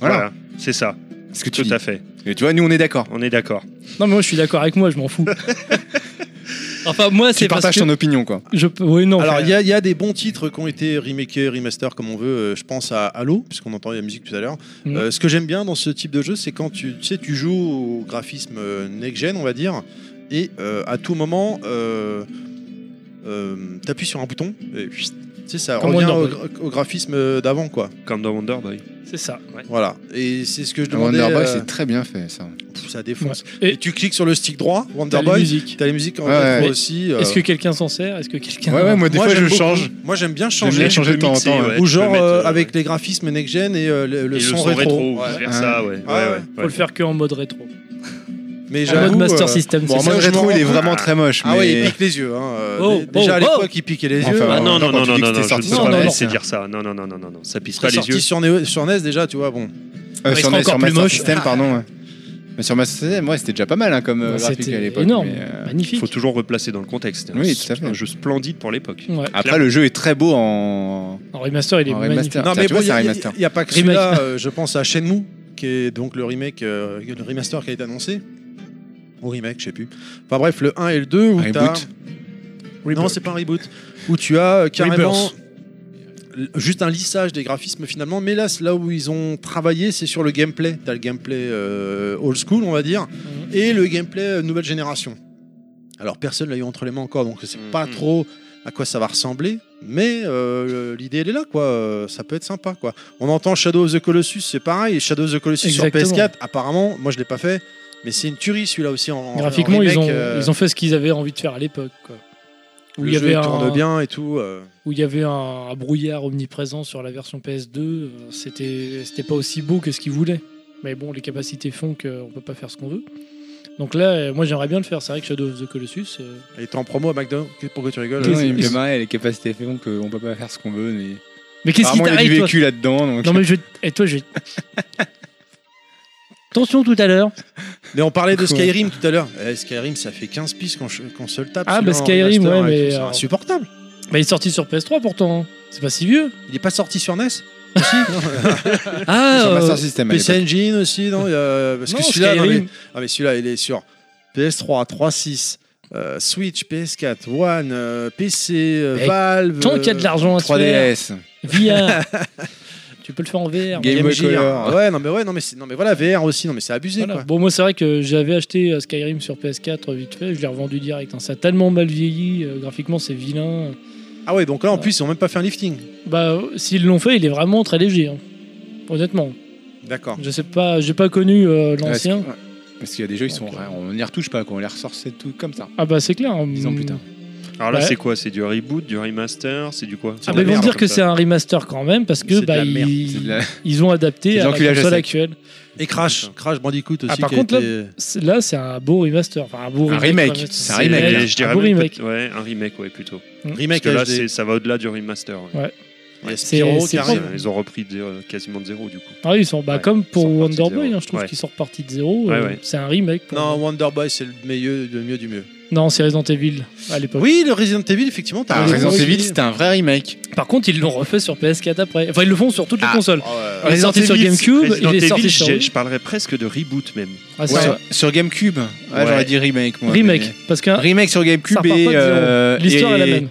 S6: Voilà,
S5: Voilà.
S6: c'est ça.
S5: Ce que tu
S6: Tout
S5: dis.
S6: à fait.
S5: Et tu vois, nous, on est d'accord.
S6: On est d'accord.
S4: Non, mais moi je suis d'accord avec moi, je m'en fous. enfin, moi
S5: Tu
S4: c'est parce
S5: partages
S4: que
S5: ton opinion, quoi.
S4: je peux. Oui, non.
S3: Alors,
S4: enfin,
S3: il y, a- il y a des bons titres qui ont été remakés, remaster, comme on veut. Euh, Je pense à Halo, puisqu'on entend la musique tout à l'heure.
S4: Mhm.
S3: Euh, ce que j'aime bien dans ce type de jeu, c'est quand tu, tu sais, tu joues au graphisme euh, next-gen, on va dire, et euh, à tout moment, euh, euh, t'appuies sur un bouton, et puis, tu sais, ça
S4: Comme
S3: revient
S4: Wonder
S3: au, gra- au graphisme euh, d'avant, quoi.
S6: Comme dans Wonder Boy.
S4: c'est ça. ouais.
S3: Voilà. Et c'est ce que je demandais.
S5: Wonderboy,
S3: euh,
S5: c'est très bien fait, ça.
S3: pff, ça défonce.
S4: Ouais. Et-
S3: Et, tu cliques sur le stick droit,
S4: T'as les
S3: Wonderboy.
S4: musiques.
S3: T'as les musiques en
S5: Ouais, ouais.
S3: rétro
S4: Mais
S3: aussi. euh,
S4: Est-ce que quelqu'un s'en sert Est-ce que quelqu'un.
S5: Ouais, ouais, moi, des fois,
S3: j'aime
S5: je
S3: beaucoup.
S5: change.
S3: Moi, j'aime bien
S5: J'aime
S3: changer.
S5: bien changer de temps en
S6: mixer,
S5: temps. ouais.
S6: ouais.
S3: Ou
S6: tu peux
S3: genre
S6: mettre,
S3: euh,
S6: euh,
S3: avec les graphismes next-gen et euh, le, le
S6: et
S3: son, rétro. Ouais.
S6: ou vers ça, ouais. Ouais,
S3: Ah,
S6: ouais,
S4: Faut
S6: ouais.
S4: le faire que en mode rétro.
S3: Mais
S4: En mode
S3: j'avoue.
S4: Master
S3: euh,
S4: System,
S5: Bon,
S4: c'est
S5: en
S3: ça,
S5: mode
S3: je m'en
S5: rétro, il est
S3: rends
S5: vraiment
S6: compte.
S5: très moche.
S3: Ah ouais, il
S5: mais-
S3: pique les yeux. Hein. euh,
S4: Oh,
S3: dé- déjà à
S4: oh,
S3: l'époque, il piquait les yeux.
S5: Enfin,
S6: Ah
S5: euh,
S6: non, non,
S5: quand
S6: non,
S5: tu
S6: non,
S5: dis que
S6: non,
S5: t'es
S6: non,
S5: sorti
S6: je
S5: sur
S6: peux
S4: NES,
S6: pas me
S5: NES,
S6: laisser dire ça. Non, non, non, non, non, non, ça pisse
S3: C'est
S6: pas les
S3: sorti
S6: yeux.
S3: sur, NES, sur NES déjà, tu vois, bon.
S5: Euh,
S4: Il
S5: sur
S4: sera
S5: NES,
S4: encore
S5: sur
S4: plus
S5: Master
S4: moche.
S5: System, pardon. ouais. Mais sur Master System, ouais, c'était déjà pas mal hein, comme euh,
S4: Bah,
S5: graphique
S4: c'était
S5: à l'époque.
S4: énorme.
S5: mais, euh,
S6: Il
S4: Magnifique.
S6: faut toujours replacer dans le contexte.
S5: Oui,
S6: C'est
S5: tout à fait.
S6: Un jeu splendide pour l'époque.
S4: Ouais.
S5: Après, le jeu est très beau en.
S4: En remaster, il est
S5: en
S4: magnifique.
S5: remaster.
S3: Non,
S5: Ça,
S3: mais
S5: tu
S3: bon,
S5: vois,
S3: il
S5: c'est un remaster.
S3: n'y a, pas que
S4: Remake.
S3: celui-là. euh, je pense à Shenmue, qui est donc le remake, euh, le remaster qui a été annoncé. Ou remake, je sais plus. Enfin bref, le 1 et le 2. Où
S5: Un
S3: t'as-
S5: reboot.
S3: Non,
S4: Reboot.
S3: c'est pas un reboot. Où tu as euh, carrément.
S4: Rebirth.
S3: l- Juste un lissage des graphismes finalement, mais là, c'est là où ils ont travaillé, c'est sur le gameplay. T'as le gameplay euh, old school, on va dire,
S4: Mhm.
S3: et le gameplay euh, nouvelle génération. Alors personne l'a eu entre les mains encore, donc je sais pas
S6: Mhm.
S3: trop à quoi ça va ressembler, mais euh, l'idée elle est là, quoi. Euh, Ça peut être sympa, quoi. On entend Shadow of the Colossus, c'est pareil. Shadow of the Colossus
S4: Exactement.
S3: sur PS4, apparemment, moi je l'ai pas fait, mais c'est une tuerie celui-là aussi en- en
S4: Graphiquement,
S3: en
S4: ils,
S3: remake,
S4: ont,
S3: euh,
S4: ils ont fait ce qu'ils avaient envie de faire à l'époque. quoi. Où
S3: le
S4: il y
S3: jeu,
S4: avait
S3: il tourne
S4: un-
S3: bien et tout. euh.
S4: où il y avait un, un brouillard omniprésent sur la version PS2, euh, c'était c'était pas aussi beau que ce qu'ils voulaient. Mais bon, les capacités font qu'on peut pas faire ce qu'on veut. Donc là, euh, moi j'aimerais bien le faire. C'est vrai que Shadow of the Colossus, euh,
S3: Il était en promo à McDo. Que- Pourquoi tu rigoles
S4: Qu'est-ce-
S5: Non, il me
S4: ils-
S5: fait marrer, les capacités font qu'on peut pas faire ce qu'on veut. Mais...
S4: mais qu'est-ce qui
S5: Apparemment, il y a
S4: t'arrive
S5: du
S4: toi
S5: vécu là-dedans. donc-
S4: Non mais je, et toi je. Attention tout à l'heure.
S3: Mais on parlait de
S5: Quoi
S3: Skyrim tout à l'heure. Eh, Skyrim, ça fait 15 pistes qu'on ch- qu'on se le tape.
S4: Ah,
S3: celui-là,
S4: bah,
S3: en
S4: Skyrim,
S3: remaster hein,
S4: ouais,
S3: et
S4: mais
S3: tout, C'est
S4: alors-
S3: insupportable.
S4: Bah, il est sorti sur PS3 pourtant. hein. C'est pas si vieux.
S3: Il est pas sorti sur E NES aussi
S4: Ah.
S5: [laughs] Sur
S4: euh,
S5: Master System. à
S3: PC
S5: l'époque.
S3: Engine aussi, non il y a- Parce
S4: non,
S3: que celui-là, non,
S4: Skyrim.
S3: mais- ah, mais celui-là, il est sur PS3, 3.6, euh, Switch, PS4, One, euh, PC, euh,
S4: Mais
S3: Valve. euh,
S4: Tant qu'il y a de l'argent à se faire,
S5: 3DS,
S4: VR, tu peux le faire en VR.
S5: Game Boy
S3: Gear.
S5: Color.
S3: Ouais, non, mais ouais, non, mais, c'est- non, mais voilà, VR aussi, non, mais c'est abusé,
S4: Voilà.
S3: quoi.
S4: Bon, moi, c'est vrai que j'avais acheté euh, Skyrim sur PS4 euh, vite fait, je l'ai revendu direct. hein. Ça a tellement mal vieilli, euh, graphiquement, c'est vilain.
S3: Ah ouais, donc là, en plus, ils ont même pas fait un lifting.
S4: Bah, euh, s'ils l'ont fait, il est vraiment très léger. hein. Honnêtement,
S3: D'accord.
S4: je sais pas, j'ai pas connu euh, l'ancien.
S5: Ouais, Parce qu'il y a des jeux, ils sont rares. On n'y retouche pas, quoi. On les ressort, c'est tout comme ça.
S4: Ah bah c'est clair. hein.
S5: 10 ans plus tard.
S6: Alors là,
S4: Ouais.
S6: c'est quoi C'est du reboot, du remaster C'est du quoi C'est
S4: Ah
S6: de
S4: bah,
S6: la
S4: ils vont
S6: merde,
S4: dire
S6: comme
S4: que
S6: ça.
S4: c'est un remaster quand même parce
S6: C'est
S4: que
S6: de
S4: bah,
S6: la merde,
S5: C'est de
S4: ils,
S5: la-
S4: ils ont adapté
S5: C'est de
S4: à la
S5: l'enculage à
S4: console
S5: sec.
S4: actuelle.
S3: Et Crash, Crash Bandicoot aussi.
S4: Ah, par
S3: qui a
S4: contre, là-
S3: été-
S4: C'est- Là, c'est un beau remaster, enfin un beau
S5: Un remake.
S4: remaster.
S5: C'est un remake,
S6: Et
S5: hein.
S6: Je
S4: un
S6: dirais
S4: beau
S6: même
S4: remake.
S6: peut- Ouais, un remake, ouais, plutôt.
S3: Remake
S6: Parce que là,
S3: HD.
S6: c'est- ça va au-delà du remaster. ouais.
S4: Ouais.
S3: Ouais,
S4: C'est
S3: Spyro
S4: c'est
S3: qui
S4: propre.
S3: arrive.
S6: Ils ont repris de- euh, quasiment de zéro du coup.
S4: Ah oui, ils sont bah,
S6: Ouais,
S4: comme
S6: ils
S4: pour
S6: sont repartis de
S4: Wonder Boy,
S6: zéro.
S4: hein, je trouve
S6: Ouais.
S4: qu'ils sont repartis de zéro.
S6: Ouais,
S4: euh,
S6: ouais.
S4: C'est un remake. pour
S3: Non,
S4: moi.
S3: Wonder Boy, c'est le meilleur, le mieux du mieux.
S4: non c'est Resident Evil à l'époque.
S3: Oui, le Resident Evil, effectivement, t'as
S5: Ah,
S3: raison.
S5: Resident
S4: oui,
S5: Evil,
S4: oui.
S5: c'était un vrai remake.
S4: Par contre, ils l'ont refait sur PS4 après. Enfin, ils le font sur toutes les
S5: Ah.
S4: consoles.
S5: Ouais,
S6: euh,
S4: Il est sorti sur GameCube,
S6: Resident
S4: il est
S6: Evil,
S4: sorti sur.
S6: j'ai- je parlerais presque de reboot même.
S4: Ah, c'est
S5: ouais,
S4: un
S5: sur- Sur GameCube. Ouais,
S6: Ouais.
S5: J'aurais dit remake, moi.
S4: Remake,
S5: mais-
S4: parce que
S5: Remake sur
S4: Ça
S5: GameCube
S4: repart pas
S5: et.
S4: de zéro.
S5: euh,
S4: l'histoire
S5: et-
S4: est la même.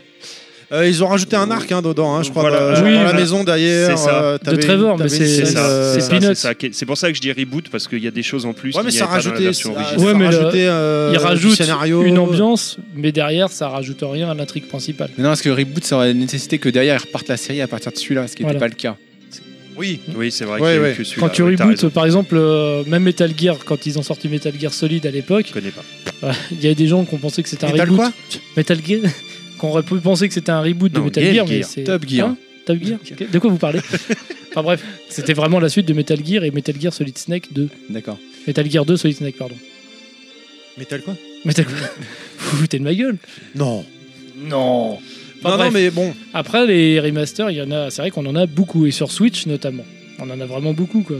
S3: Euh, ils ont rajouté un arc hein, dedans, hein, je crois.
S6: Voilà.
S3: euh, genre
S4: Oui,
S3: dans la
S4: voilà.
S3: maison d'ailleurs.
S6: C'est ça.
S3: euh, t'avais-
S4: De Trevor, mais
S3: t'avais une
S4: c'est-
S6: C'est
S3: scène,
S6: ça,
S3: euh,
S6: c'est ça,
S4: Peanuts.
S6: c'est ça. C'est pour ça que je dis reboot parce qu'il y a des choses en plus.
S3: Ouais, mais
S6: qu'il n'y
S3: ça
S6: avait pas dans la
S3: rajoutait.
S6: version
S3: ça-
S6: originale.
S4: Ouais,
S3: ça
S4: mais le-
S3: rajoutait, euh,
S4: Ils
S3: du
S4: rajoutent
S3: scénario.
S6: euh,
S4: une ambiance, mais derrière, ça rajoute rien à l'intrigue principale.
S5: Mais non, parce que reboot, ça aurait nécessité que derrière, ils repartent la série à partir de celui-là, ce qui n'était
S4: Voilà.
S5: pas le cas.
S3: Oui.
S6: Oui, c'est
S3: Ouais,
S6: vrai. qu'il y a eu
S3: ouais.
S6: que celui-là,
S4: Quand tu
S6: bah ouais, t'as
S4: rebootes,
S6: raison,
S4: par exemple, euh, même Metal Gear, quand ils ont sorti Metal Gear Solid à l'époque,
S6: Je connais pas.
S4: il y a des gens qui ont pensé que c'était un
S3: Metal
S4: reboot.
S3: quoi
S4: Metal Gear [laughs] Qu'on aurait pu penser que c'était un reboot
S6: Non,
S4: de Metal
S6: Gear,
S4: Gear, mais
S6: Gear.
S4: c'est.
S5: Top Gear.
S4: Hein Top Gear Ok, De quoi vous
S3: [laughs]
S4: parlez Enfin bref, c'était vraiment la suite de Metal Gear et Metal Gear Solid Snake 2.
S5: D'accord.
S4: Metal Gear 2 Solid Snake, pardon. [laughs]
S3: euh, Metal quoi
S4: Metal Gear. [laughs] Vous vous foutez de ma gueule
S3: Non.
S4: Non
S3: non, non, mais bon.
S4: Après, les remasters, il y en a. C'est vrai qu'on en a beaucoup, et sur Switch notamment. On en a vraiment beaucoup, quoi.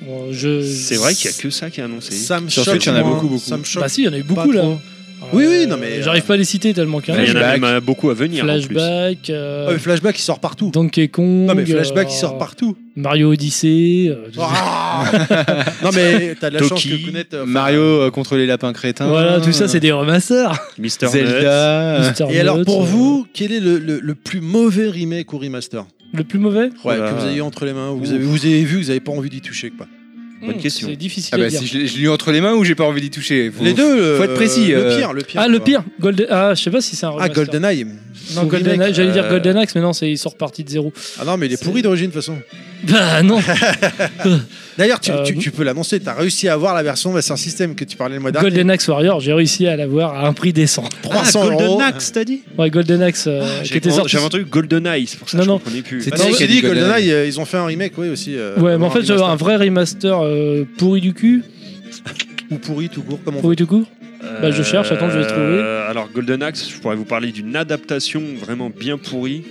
S4: Bon, je...
S6: C'est vrai qu'il y a que ça qui est annoncé.
S3: Ça me
S5: Sur
S3: choque.
S5: Switch, il y en a
S3: moi.
S5: beaucoup, beaucoup.
S3: Ça me choque.
S4: Bah si, il y en a eu beaucoup
S3: Pas
S4: là.
S3: trop.
S4: Euh,
S3: Oui, oui, non, mais,
S4: J'arrive
S3: euh,
S4: pas à les citer tellement qu'il y en a.
S6: Il y en a
S5: Flashback.
S6: même euh, beaucoup à venir. en plus.
S4: Flashback, euh,
S3: Ah, mais Flashback, il sort partout.
S4: Donkey Kong.
S3: Non, mais Flashback,
S4: euh,
S3: il sort
S4: [laughs]
S3: partout. Ah
S4: Mario Odyssey. euh, tout ça.
S3: non, mais t'as de la chance
S6: Toki,
S3: que Kounet. euh,
S5: Mario euh, contre les lapins crétins.
S4: Voilà, tout
S5: ah.
S4: ça, c'est des remasters.
S6: Mister Nuts.
S5: Zelda.
S4: Mr.
S3: Et alors,
S4: Nuts,
S3: pour
S4: euh,
S3: vous, quel est le, le- le plus mauvais remake ou remaster
S4: Le plus mauvais
S3: ouais,
S6: Voilà.
S3: que vous
S5: bah,
S3: avez eu entre les mains, ou vous avez, vous avez vu, que vous n'avez pas envie d'y toucher quoi.
S6: Bonne
S4: Hmm,
S6: question.
S4: C'est difficile
S5: Ah
S4: à
S5: bah
S4: dire.
S5: si je l'ai- je l'ai eu entre les mains ou j'ai pas envie d'y toucher. Faut-
S3: Les deux. euh,
S5: faut être précis,
S3: Le
S5: euh.
S3: pire, le pire.
S4: Ah, le
S3: quoi.
S4: pire Golden... Ah, je sais pas si c'est un
S3: Ah,
S4: remaster.
S3: GoldenEye.
S4: Non,
S3: Son
S4: Golden
S3: remake.
S4: Axe, j'allais dire
S6: euh,
S4: Golden Axe, mais non, c'est- ils sont repartis de zéro. [laughs]
S3: Ah non, mais il est
S4: C'est-
S3: pourri d'origine de toute façon.
S4: Bah non
S3: D'ailleurs, tu,
S4: Euh,
S3: tu- tu peux l'annoncer, t'as réussi à avoir la version bah, Master System que tu parlais le mois dernier.
S4: Golden Axe Warrior, j'ai réussi à l'avoir à un prix décent.
S3: 300 euros.
S6: t'as dit
S4: Ouais, Golden Axe euh, qui
S6: Ah, J'ai
S4: était sorti.
S6: J'avais entendu GoldenEye, c'est pour ça
S4: Non,
S6: que je
S4: non.
S6: comprenais plus.
S5: C'est-
S3: Ah non,
S5: Qui
S3: j'ai
S5: a
S3: dit
S5: dit GoldenEye
S3: GoldenEye, euh, ils ont fait un remake, oui, aussi. euh,
S4: Ouais, mais en fait, j'avais
S3: remaster.
S4: un vrai remaster euh, pourri du cul.
S3: Ou pourri tout court, comme on veut.
S4: Pourri du cul bah, je
S6: Euh,
S4: cherche, attends, je vais trouver.
S6: Alors Golden Axe, je pourrais vous parler d'une adaptation vraiment bien pourrie.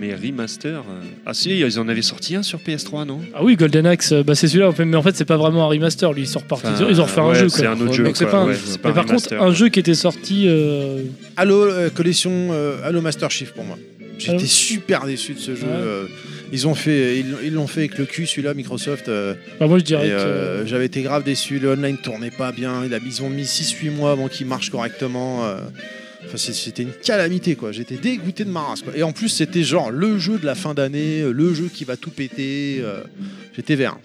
S6: Mais remaster. euh, Ah si, ils en avaient sorti un sur PS3, non
S4: Ah oui, Golden Axe, euh, bah c'est celui-là, en fait, mais en fait, c'est pas vraiment un remaster, lui, ils sont repartis. de
S6: Enfin,
S4: zéro, ils ont refait un
S6: ouais,
S4: jeu, quoi.
S6: C'est un autre jeu.
S4: Donc, c'est
S6: quoi,
S4: pas un-
S6: ouais, c'est pas
S4: Mais par
S6: remaster,
S4: contre, un
S6: ouais.
S4: jeu qui était sorti. euh,
S3: Halo euh, collection euh, Halo Master Chief pour moi. J'étais
S4: Halo.
S3: super déçu de ce jeu.
S4: Ouais.
S3: euh, Ils ont fait, ils ils l'ont fait avec le cul celui-là, Microsoft. euh,
S4: Bah, moi, je
S3: et,
S4: dirais que.
S3: euh, J'avais été grave déçu. Le online tournait pas bien. il a- Ils ont mis 6-8 mois avant qu'il marche correctement. euh, Enfin, c'est- c'était une calamité quoi. J'étais dégoûté de ma race quoi. Et en plus, c'était genre le jeu de la fin d'année, euh, le jeu qui va tout péter. euh, J'étais vert.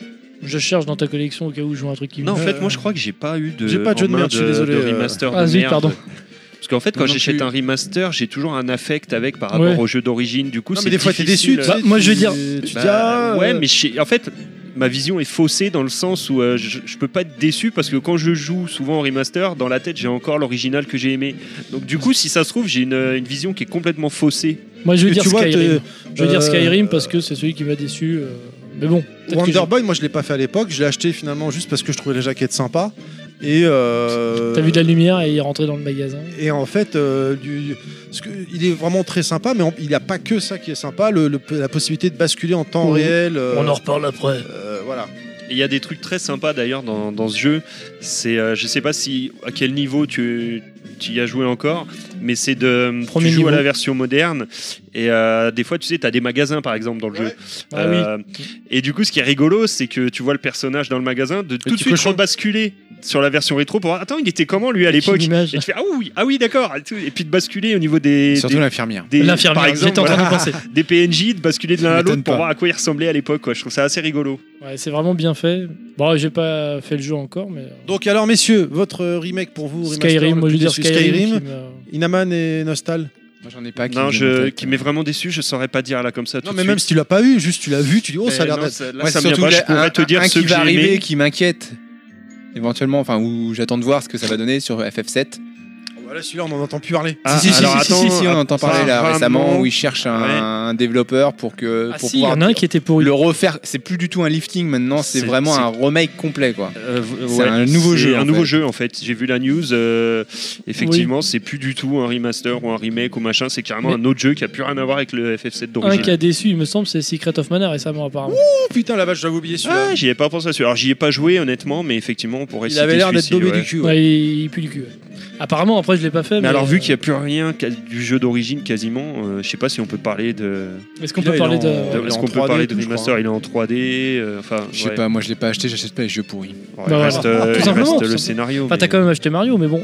S4: Je cherche dans ta collection au cas où je vois un truc qui me.
S6: Non, en fait, moi je crois que j'ai pas eu de.
S3: J'ai pas de jeu
S6: en
S3: de
S6: main
S3: merde, je suis désolé,
S6: de
S3: euh.
S6: remaster.
S4: Ah,
S6: de
S4: zut,
S6: merde.
S4: pardon.
S6: Parce qu'en fait,
S5: Moi
S6: quand
S5: non
S6: j'achète
S5: plus.
S6: un remaster, j'ai toujours un affect avec par
S4: Ouais.
S6: rapport au jeu d'origine. Du coup,
S3: Non,
S6: c'est
S3: mais des fois, t'es déçu.
S6: difficile.
S3: tu
S4: Bah,
S3: sais,
S4: moi, je veux
S3: tu-
S4: dire-
S3: tu te
S6: Bah,
S3: dis, ah,
S6: ouais,
S3: euh,
S6: mais je sais- en fait, ma vision est faussée dans le sens où euh, je, je peux pas être déçu parce que quand je joue souvent en remaster, dans la tête j'ai encore l'original que j'ai aimé. Donc du coup, si ça se trouve, j'ai une, une vision qui est complètement faussée.
S4: Moi, je veux
S3: Et
S4: dire
S3: tu vois,
S4: Skyrim. Je veux
S3: euh,
S4: dire Skyrim parce que c'est celui qui m'a déçu. euh, Mais bon. peut-être que
S3: Wonder
S4: j'ai-
S3: Boy, moi je l'ai pas fait à l'époque, je l'ai acheté finalement juste parce que je trouvais la jaquette sympa. Et euh,
S4: T'as vu de la lumière et il est rentré dans le magasin.
S3: Et en fait, euh, du- ce que- il est vraiment très sympa, mais en- il n'y a pas que ça qui est sympa, le- le- la possibilité de basculer en temps
S4: Oui.
S3: réel. euh,
S4: On en reparle après.
S3: euh, voilà.
S6: Et Il y a des trucs très sympas d'ailleurs dans, dans ce jeu. C'est, euh, je sais pas si à quel niveau tu, tu y as joué encore, mais c'est de
S4: Premier
S6: tu joues
S4: niveau.
S6: à la version moderne. Et euh, des fois, tu sais, tu as des magasins par exemple dans le
S3: Ouais.
S6: jeu.
S4: Ah oui.
S6: Euh, Et du coup, ce qui est rigolo, c'est que tu vois le personnage dans le magasin de tout de
S3: tu
S6: suite
S3: peux changer-
S6: rebasculer sur la version rétro pour voir, attends, il était comment lui à l'époque
S4: Une
S6: Et
S4: image.
S6: tu fais ah oui, ah oui, d'accord. Et tout. Et puis de basculer au niveau des
S5: Surtout
S6: des-
S5: l'infirmière.
S6: des- par
S4: L'infirmière,
S6: exemple,
S4: j'étais en train
S6: voilà,
S4: de penser.
S6: des PNJ, de basculer de l'un à
S5: M'étonne
S6: l'autre pour
S5: pas.
S6: voir à quoi il ressemblait à l'époque. quoi. Je trouve ça assez rigolo.
S4: Ouais, c'est vraiment bien fait. Bon, j'ai pas fait le jeu encore, mais. euh,
S3: Donc alors messieurs, votre euh, remake pour vous remaster,
S4: Skyrim,
S3: le
S4: moi je
S3: plus
S4: veux dire
S3: déçu,
S4: Skyrim. qui m'a-
S3: Inaman et Nostal.
S5: Moi j'en ai pas qui euh.
S6: non,
S5: me
S6: je,
S5: viennent en
S6: qui
S5: tête.
S6: m'est vraiment déçu, je saurais pas dire là comme ça.
S3: Non
S6: tout de
S3: mais
S6: suite.
S3: même si tu l'as pas vu, juste tu l'as vu, tu dis oh ça a
S6: Mais
S3: l'air
S6: non,
S3: d'être...
S6: ça- là,
S5: Moi,
S6: ça
S5: c'est
S6: me vient
S5: surtout
S6: pas, je
S5: là, un-
S6: pourrais te dire
S5: un
S6: ce
S5: qui
S6: que
S5: va
S6: j'ai
S5: arriver et
S6: aimé.
S5: qui m'inquiète éventuellement enfin ou j'attends de voir ce que ça va donner sur FF7
S3: Oh, Voilà, celui-là, on n'en entend plus parler.
S6: Ah,
S5: si, si, si,
S6: alors
S5: si, si,
S6: attends,
S5: si, si, on entend parler là
S6: apparemment-
S5: récemment où ils cherchent un,
S6: Ouais.
S5: un développeur pour que
S4: Ah
S5: pour
S4: si, il y en a un qui était pourri.
S5: le refaire. C'est plus du tout un lifting maintenant, c'est
S6: C'est-
S5: vraiment
S6: c'est-
S5: un remake complet quoi.
S6: Euh, v-
S5: C'est un nouveau
S6: c'est
S5: jeu,
S6: Un
S5: en
S6: nouveau
S5: fait.
S6: jeu en fait. J'ai vu la news. euh, effectivement, c'est plus du tout un remaster ou un remake ou machin. C'est carrément un autre jeu qui a plus rien à voir avec le FF7
S4: Un
S6: d'origine.
S4: qui a déçu, il me semble, c'est Secret of Mana récemment, apparemment.
S3: Oh putain, la vache, j'avais oublié celui-là.
S6: Ah, j'y ai pas pensé à celui. Alors j'y ai pas joué honnêtement, mais effectivement, on pourrait
S3: Il
S6: citer
S3: avait l'air d'être
S6: celui-ci,
S3: daubé
S6: ouais.
S3: du cul. ouais.
S4: Ouais, il, il pue du cul. ouais. Apparemment, après, je l'ai pas fait.
S6: Mais,
S4: Mais,
S6: alors vu
S4: euh,
S6: qu'il n'y a plus rien quasi- du jeu d'origine quasiment, euh, je sais pas si on peut parler de.
S4: Est-ce qu'on
S3: Là,
S4: peut
S3: il
S4: parler
S3: en-
S4: de.
S3: Ouais, il est
S6: Est-ce
S3: en
S6: qu'on peut
S3: 3D
S6: parler
S3: et
S6: de
S3: tout, je
S6: remaster Il est en 3D. euh, Enfin,
S5: Je sais
S6: ouais.
S5: pas, moi je l'ai pas acheté, j'achète pas les jeux pourris.
S6: Ouais,
S4: Bah,
S6: il
S4: voilà.
S6: reste, euh,
S4: Tout
S6: il
S4: simplement,
S6: reste
S4: tout
S6: le
S4: simplement.
S6: scénario.
S4: Enfin, t'as
S6: mais-
S4: quand même acheté Mario, mais bon,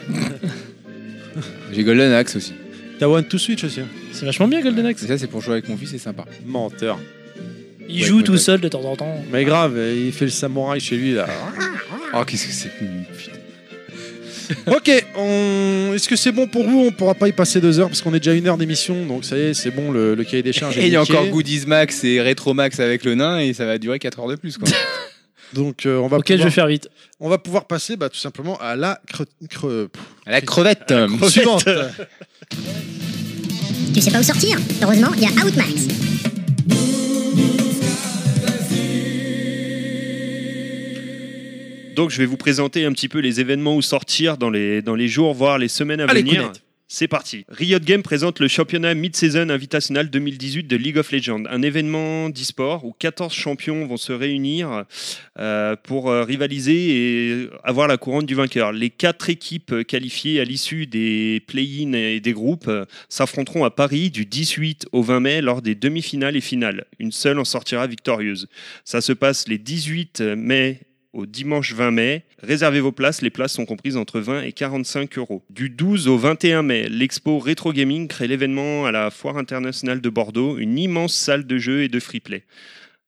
S5: J'ai Golden Axe aussi.
S3: T'as One to Switch aussi. hein.
S4: c'est vachement bien Golden
S5: Et
S4: Axe.
S5: ça c'est pour jouer avec mon fils, c'est sympa.
S3: Menteur.
S4: Il
S5: Ouais,
S4: joue
S5: ouais,
S4: tout
S5: ouais.
S4: seul de temps en temps.
S3: Mais grave, il fait le samouraï chez lui là.
S5: Oh qu'est-ce que c'est mignon, putain.
S3: ok, on... est-ce que c'est bon pour vous On pourra pas y passer deux heures parce qu'on est déjà une heure d'émission, donc ça y est, c'est bon, le, le cahier des
S4: [laughs]
S3: charges. est
S5: Et il y a
S3: niqué.
S5: encore Goodies Max et Retro Max avec le nain et ça va durer 4 heures de plus quoi.
S3: Donc euh, on va
S4: Ok, je
S3: pouvoir...
S4: vais faire vite.
S3: on va pouvoir passer bah, tout simplement à la cre...
S4: [laughs]
S3: cre-
S5: À [laughs] la crevette Tom.
S3: suivante.
S1: Tu sais pas où sortir Heureusement, il y a Outmax.
S6: Donc je vais vous présenter un petit peu les événements où sortir dans les, dans les jours, voire les semaines à
S3: Allez,
S6: venir.
S3: Counette.
S6: C'est parti. Riot Games présente le championnat Mid-Season Invitational 2018 de League of Legends, un événement d'e-sport où 14 champions vont se réunir euh, pour euh, rivaliser et avoir la couronne du vainqueur. Les quatre équipes qualifiées à l'issue des play-in et des groupes euh, s'affronteront à Paris du 18 au 20 mai lors des demi-finales et finales. Une seule en sortira victorieuse. Ça se passe les 18 mai au dimanche 20 mai. Réservez vos places, les places sont comprises entre 20 et 45 euros. Du 12 au 21 mai, l'expo Retro Gaming crée l'événement à la Foire internationale de Bordeaux, une immense salle de jeu et de free play.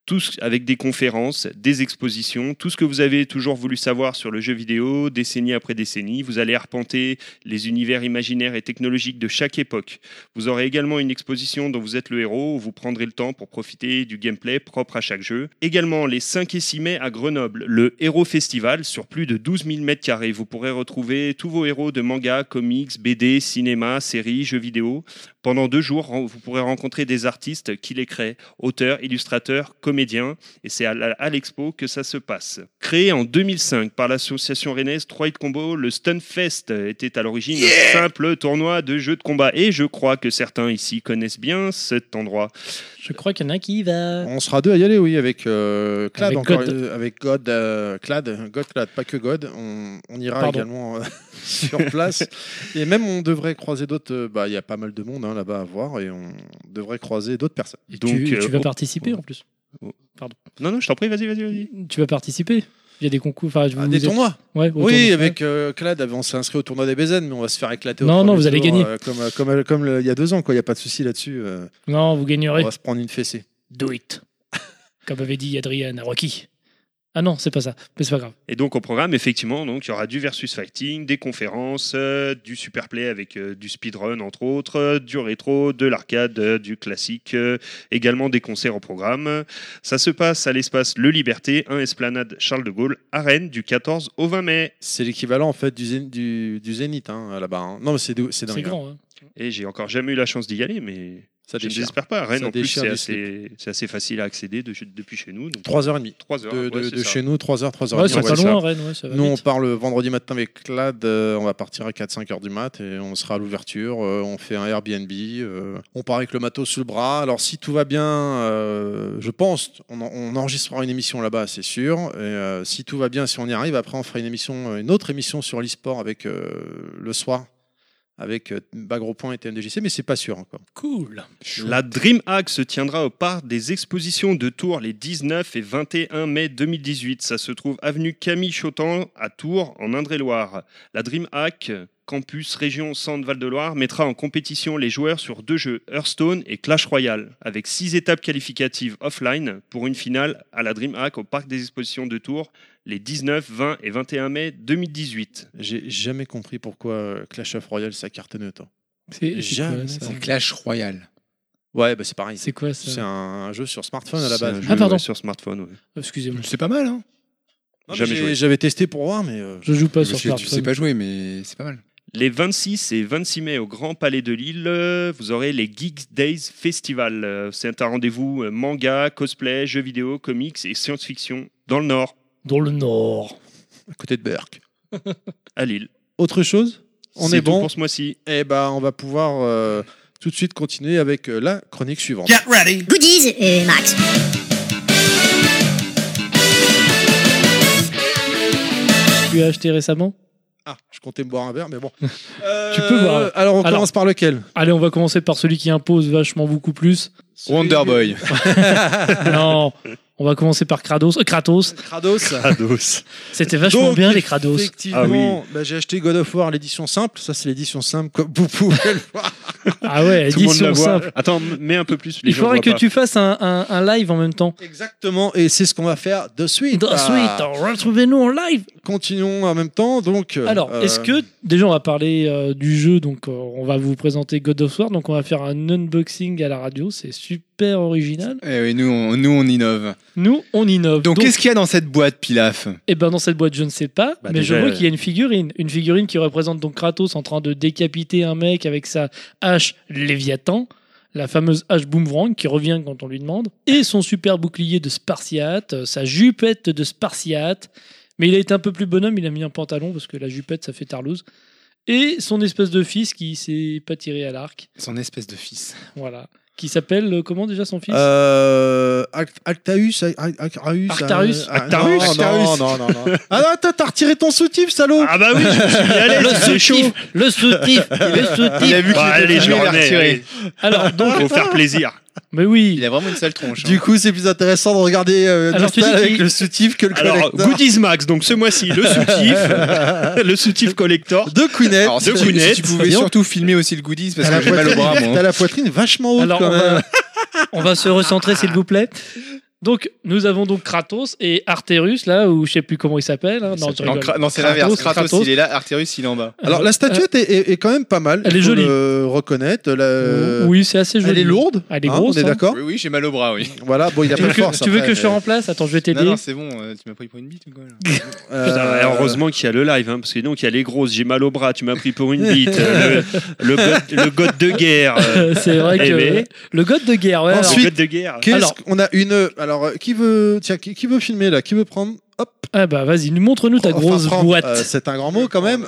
S6: Tous avec des conférences, des expositions, tout ce que vous avez toujours voulu savoir sur le jeu vidéo, décennie après décennie. Vous allez arpenter les univers imaginaires et technologiques de chaque époque. Vous aurez également une exposition dont vous êtes le héros, où vous prendrez le temps pour profiter du gameplay propre à chaque jeu. Également les 5 et 6 mai à Grenoble, le Héros Festival sur plus de 12 000 mètres carrés. Vous pourrez retrouver tous vos héros de manga, comics, BD, cinéma, séries, jeux vidéo. Pendant deux jours, ren- vous pourrez rencontrer des artistes qui les créent, auteurs, illustrateurs, comédiens, et c'est à la- à l'expo que ça se passe. Créé en 2005 par l'association rennaise 3 Hit Combo, le Stunfest était à l'origine un simple tournoi de jeux de combat, et je crois que certains ici connaissent bien cet endroit.
S4: Je crois qu'il y en a un qui va.
S3: on sera deux à y aller, oui, avec euh, Clad
S4: Avec
S3: encore,
S4: God.
S3: euh, avec God, euh, Clad, God, Clad, pas que God. On, on ira
S4: Pardon.
S3: également euh, [laughs] sur place. Et même on devrait croiser d'autres. euh, bah, il y a pas mal de monde hein, là-bas à voir, et on devrait croiser d'autres personnes.
S4: Et
S6: Donc,
S4: tu,
S6: euh,
S4: tu vas
S6: oh.
S4: participer en plus.
S6: Non, non, je t'en prie, vas-y, vas-y, vas-y.
S4: Tu vas participer. Il y a des concours. Enfin, je
S3: Ah,
S4: vous-
S3: des
S4: vous êtes-
S3: tournois.
S4: Ouais, au
S3: Oui,
S4: tournoi.
S3: avec euh, Clad, on s'est inscrit au tournoi des Bézènes, mais on va se faire éclater. au
S4: Non, non,
S3: premier
S4: vous allez
S3: tour,
S4: gagner.
S3: euh, comme euh, comme euh, comme le- il y a deux ans, quoi. Il y a pas de souci là-dessus. euh,
S4: Non, vous
S3: on
S4: gagnerez.
S3: va se prendre une fessée.
S4: Do it. Comme avait dit Adrian à Rocky. Ah non, c'est pas ça. Mais c'est pas grave.
S6: Et donc au programme, effectivement, donc il y aura du versus fighting, des conférences, euh, du superplay avec euh, du speedrun entre autres, euh, du rétro, de l'arcade, euh, du classique, euh, également des concerts au programme. Ça se passe à l'espace Le Liberté, 1 Esplanade Charles de Gaulle, à Rennes, du 14 au 20 mai.
S3: C'est l'équivalent en fait du, zé- du, du Zénith hein, là-bas. hein. Non, mais c'est dou-
S4: C'est
S3: dingue. hein.
S4: grand. hein.
S6: Et j'ai encore jamais eu la chance d'y aller, mais
S3: Ça
S6: je
S3: déchire.
S6: n'espère pas. Rennes,
S3: Ça
S6: en plus,
S3: déchire
S6: c'est
S3: du
S6: assez, c'est assez facile à accéder de chez- depuis chez nous. Donc
S3: 3h30
S6: 3 heures.
S3: de,
S6: ouais,
S3: de-
S6: c'est
S3: de
S6: ça.
S3: chez nous, 3h, 3h30.
S4: hein. Ouais, c'est
S6: ouais,
S4: pas
S6: ça.
S4: loin, Rennes. Ouais, ça va
S3: Nous, on
S4: Euh, vite.
S3: parle vendredi matin avec Clad. euh, on va partir à 4-5 heures du mat et on sera à l'ouverture. euh, on fait un Airbnb. euh, on part avec le matos sous le bras. Alors, si tout va bien, euh, je pense, on, en- on enregistrera une émission là-bas, c'est sûr. Et, euh, si tout va bien, si on y arrive, après, on fera une émission, euh, une autre émission sur l'e-sport avec euh, le soir. Avec euh, Bagropoint et TMDJC, mais c'est pas sûr encore.
S4: Cool.
S6: La DreamHack se tiendra au parc des expositions de Tours les 19 et 21 mai 2018. Ça se trouve avenue Camille Chotan à Tours, en Indre-et-Loire. La DreamHack, campus région Centre Val-de-Loire, mettra en compétition les joueurs sur deux jeux, Hearthstone et Clash Royale, avec six étapes qualificatives offline pour une finale à la DreamHack au parc des expositions de Tours les 19, 20 et 21 mai 2018.
S3: J'ai jamais compris pourquoi euh, Clash of Royale ça cartonne autant.
S4: C'est c'est
S3: Jamais
S4: quoi,
S3: ça.
S4: ça
S5: C'est Clash Royale.
S3: Ouais, bah c'est pareil.
S4: C'est quoi
S3: C'est
S4: ça
S3: un, un jeu sur smartphone à la
S6: C'est un
S3: base.
S6: jeu,
S4: Ah, pardon.
S6: ouais, sur smartphone. ouais.
S4: Excusez-moi.
S5: C'est pas mal hein.
S3: Non, mais
S6: Jamais
S3: j'ai-
S6: joué.
S3: J'avais testé pour voir, mais euh,
S4: Je joue pas
S5: Je
S4: sur
S5: sais- tu sais
S4: smartphone.
S5: pas jouer mais c'est pas mal.
S6: Les 26 et 26 mai au Grand Palais de Lille, euh, vous aurez les Geek Days Festival. Euh, C'est un rendez-vous euh, manga, cosplay, jeux vidéo, comics et science-fiction dans le Nord,
S4: Dans le Nord.
S3: à côté de Berck.
S6: à Lille.
S3: Autre chose On est,
S6: C'est tout
S3: bon.
S6: pour ce [laughs] mois-ci.
S3: Eh ben, on va pouvoir euh, tout de suite continuer avec euh, la chronique suivante.
S7: Get ready.
S1: Goodies et Max.
S4: Tu as acheté récemment
S3: Ah, je comptais me boire un verre, [laughs] mais bon. Euh,
S4: Tu peux boire.
S3: Alors, on
S4: Alors-
S3: commence par lequel
S4: Allez, on va commencer par celui qui impose vachement beaucoup plus.
S5: [laughs] Wonderboy.
S4: non, on va commencer par Kratos. Euh, Kratos,
S3: Kratos.
S6: Ados.
S4: c'était vachement
S3: Donc,
S4: bien les Kratos.
S6: Ah
S3: Ah, Effectivement, bah, j'ai acheté God of War l'édition simple. Ça, c'est l'édition simple, comme vous pouvez le voir. [laughs]
S4: Ah ouais,
S6: Tout le monde la
S4: édition
S6: voit.
S4: simple.
S6: Attends, m- mets un peu plus. Les
S4: Il
S6: gens le
S4: faudrait
S6: voient
S4: que
S6: pas.
S4: tu fasses un, un- un live en même temps.
S3: Exactement, et c'est ce qu'on va faire de suite.
S4: Dans-
S3: Ah,
S4: Sweet, retrouvez-nous en live.
S3: Continuons en même temps. Donc, euh,
S4: Alors,
S3: euh,
S4: est-ce que déjà on va parler euh, du jeu, donc euh, on va vous présenter God of War, donc on va faire un unboxing à la radio, c'est super original.
S5: Eh oui, nous, on, nous, on innove.
S4: Nous, on innove.
S5: Donc, qu'est-ce qu'il y a dans cette boîte, Pilaf
S4: Eh ben dans cette boîte, je ne sais pas,
S6: Bah,
S4: mais
S6: déjà,
S4: je vois
S6: euh,
S4: qu'il y a une figurine. Une figurine qui représente donc Kratos en train de décapiter un mec avec sa hache Léviathan, la fameuse hache Boomerang qui revient quand on lui demande, et son super bouclier de Spartiate, euh, sa jupette de Spartiate. Mais il a été un peu plus bonhomme, il a mis un pantalon parce que la jupette, ça fait tarlouse. Et son espèce de fils qui s'est pas tiré à l'arc,
S5: Son espèce de fils.
S4: voilà. Qui s'appelle, euh, comment déjà son fils
S3: Euh, Act- Actaeus, Ac- Ac- Acraeus,
S4: Actarus.
S3: euh, ah,
S6: Actarus.
S3: non,
S6: Actarus.
S3: Non, non, non, non. Ah non, attends, t'as retiré ton soutif, salaud.
S6: Ah bah oui, je me suis mis à l'aise, c'est chaud.
S4: Le soutif Le
S5: [laughs] Il
S4: soutif
S5: a vu qu'il
S6: Bah, allez, je le
S5: l'a
S6: remets.
S5: retiré.
S6: allez.
S4: Alors, donc,
S6: Faut faire plaisir.
S4: mais oui
S5: Il a vraiment une sale tronche. hein.
S3: Du coup, c'est plus intéressant de regarder euh,
S4: Alors, tu
S3: Nostal
S4: dis
S3: avec
S4: qu'il-
S3: le soutif que le
S6: Alors,
S3: collector
S6: Goodies Max, donc ce mois-ci, le [laughs] soutif, le soutif collector.
S3: de Queenette.
S5: Alors,
S6: de
S5: si-
S6: Queenette.
S5: si tu pouvais
S3: Dis donc,
S5: surtout filmer aussi le goodies parce
S3: T'as la,
S5: que j'ai mal au
S3: poitrine-
S5: bras, moi.
S3: t'as la poitrine vachement haute
S4: Alors,
S3: quand
S4: on
S3: même.
S4: va, [laughs] on va se recentrer, s'il vous plaît. Donc, nous avons donc Kratos et Arterus, là, ou je sais plus comment il s'appelle. hein. Non, je
S5: Non,
S4: rigole.
S5: Kra- non, c'est l'inverse.
S4: Kratos,
S5: Kratos,
S4: Kratos.
S5: il est là, Arterus, il est en bas.
S3: Alors la statuette est, est- est quand même pas mal.
S4: Elle est
S3: faut
S4: jolie.
S3: Le reconnaître. La-
S4: Oui, c'est assez joli.
S3: euh, Elle est lourde.
S4: Elle est
S3: hein,
S4: grosse,
S3: on est
S4: hein.
S3: d'accord.
S5: Oui, oui, j'ai mal au bras, oui.
S3: Voilà. Bon, il a pas
S4: Tu veux,
S3: de
S4: que,
S3: force.
S4: tu veux
S3: après,
S4: que je te
S3: mais-
S4: remplace Attends, je vais
S5: Non,
S4: t'aider.
S5: non, c'est bon, euh, tu m'as pris pour une bite ou quoi là
S3: Euh,
S6: Putain, ouais, Ah, heureusement qu'il y a le live, hein, parce que donc il y a les grosses, j'ai mal au bras, tu m'as pris pour une bite, euh, le, le, god, le god de guerre. euh,
S4: Euh, [laughs] c'est vrai que
S6: Eh ben.
S4: le god de guerre. ouais, alors,
S6: le
S3: Ensuite-
S6: god de guerre.
S3: Qu'est-ce
S4: Alors-
S3: qu'on a une alors euh, qui veut tiens qui, qui veut filmer là qui veut prendre hop
S4: ah bah vas-y, nous- montre-nous ta
S3: enfin,
S4: grosse
S3: prendre,
S4: boîte.
S3: euh, c'est un grand mot quand même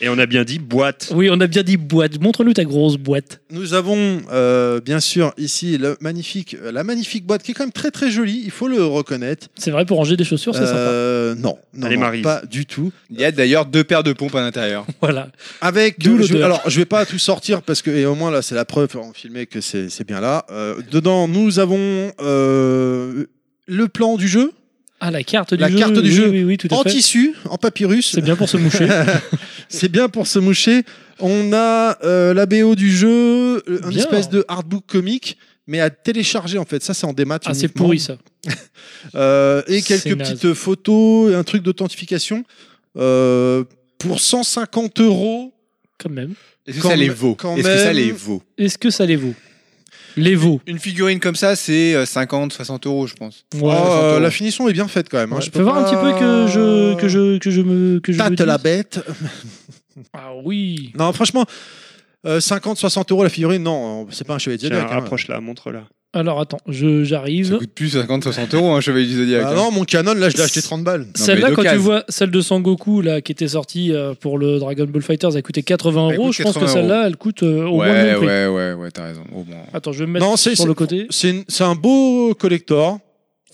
S6: Et on a bien dit boîte.
S4: Oui, on a bien dit boîte. Montre-nous ta grosse boîte.
S3: nous avons euh, bien sûr ici le magnifique euh, la magnifique boîte qui est quand même très très jolie il faut le reconnaître
S4: C'est vrai, pour ranger des chaussures, Oh, c'est sympa.
S3: Euh, non non,
S6: Allez,
S3: non,
S6: Maryse.
S3: pas du tout
S5: Il y a d'ailleurs deux paires de pompes à l'intérieur.
S4: Voilà.
S3: avec
S4: D'où
S3: euh, je-
S4: l'odeur.
S3: alors je vais pas tout sortir parce que et au moins là c'est la preuve en filmé que c'est c'est bien là Euh, dedans nous avons euh, le plan du jeu
S4: Ah, la carte du
S3: La
S4: jeu.
S3: carte du
S4: oui,
S3: jeu.
S4: Oui, oui, tout à
S3: en
S4: fait.
S3: tissu en papyrus
S4: C'est bien pour
S3: [laughs]
S4: se moucher.
S3: C'est bien pour se moucher. On a euh, la BO du jeu, euh, un
S4: Bien.
S3: espèce de artbook comique, mais à télécharger en fait. Ça, c'est en démat.
S4: Ah, c'est
S3: uniquement.
S4: pourri ça.
S3: Euh, et quelques
S4: C'est naze.
S3: petites photos et un truc d'authentification euh, pour 150 euros.
S4: Quand même.
S5: Est-ce que
S3: Quand
S5: ça les
S3: même-
S5: vaut
S3: quand
S5: Est-ce que ça
S3: même-
S5: les vaut
S4: Est-ce que ça les vaut Les vaut.
S5: Une figurine comme ça, c'est euh, 50, 60 euros, je pense.
S4: Ouais.
S3: Oh, euh,
S5: 60 euros.
S3: la finition est bien faite quand même. hein.
S4: Ouais,
S3: Je
S4: fais
S3: peux
S4: voir un
S3: pas-
S4: petit peu que je que je que je me que je me
S3: Tâte
S4: dise.
S3: la bête.
S4: Ah oui.
S3: Non, franchement. euh, 50, 60 euros la figurine, non, c'est pas un chevalier de
S6: Tiens,
S3: Zodiac, hein.
S6: rapproche-la, montre-la.
S4: Alors attends, je
S5: Ça
S4: j'arrive.
S5: coûte plus 50, 60 euros, un chevalier du Zodiac.
S4: Bah
S3: Ah
S5: hein.
S3: non, mon canon, là, je l'ai acheté 30 balles.
S5: mais
S4: Celle-là, quand tu
S5: d'occasion.
S4: vois celle de Sangoku là, qui était sortie euh, pour le Dragon Ball Fighters, elle coûtait 80
S5: Elle coûte
S4: euros. Je pense que
S5: 80
S4: celle-là, elle coûte euh, au moins le
S5: ouais,
S4: même prix.
S5: ouais, ouais, ouais, t'as raison. Au moins.
S4: Attends, je vais me mettre
S3: Non, c'est-
S4: sur
S3: c'est-
S4: le côté.
S3: C'est une- c'est un beau collector,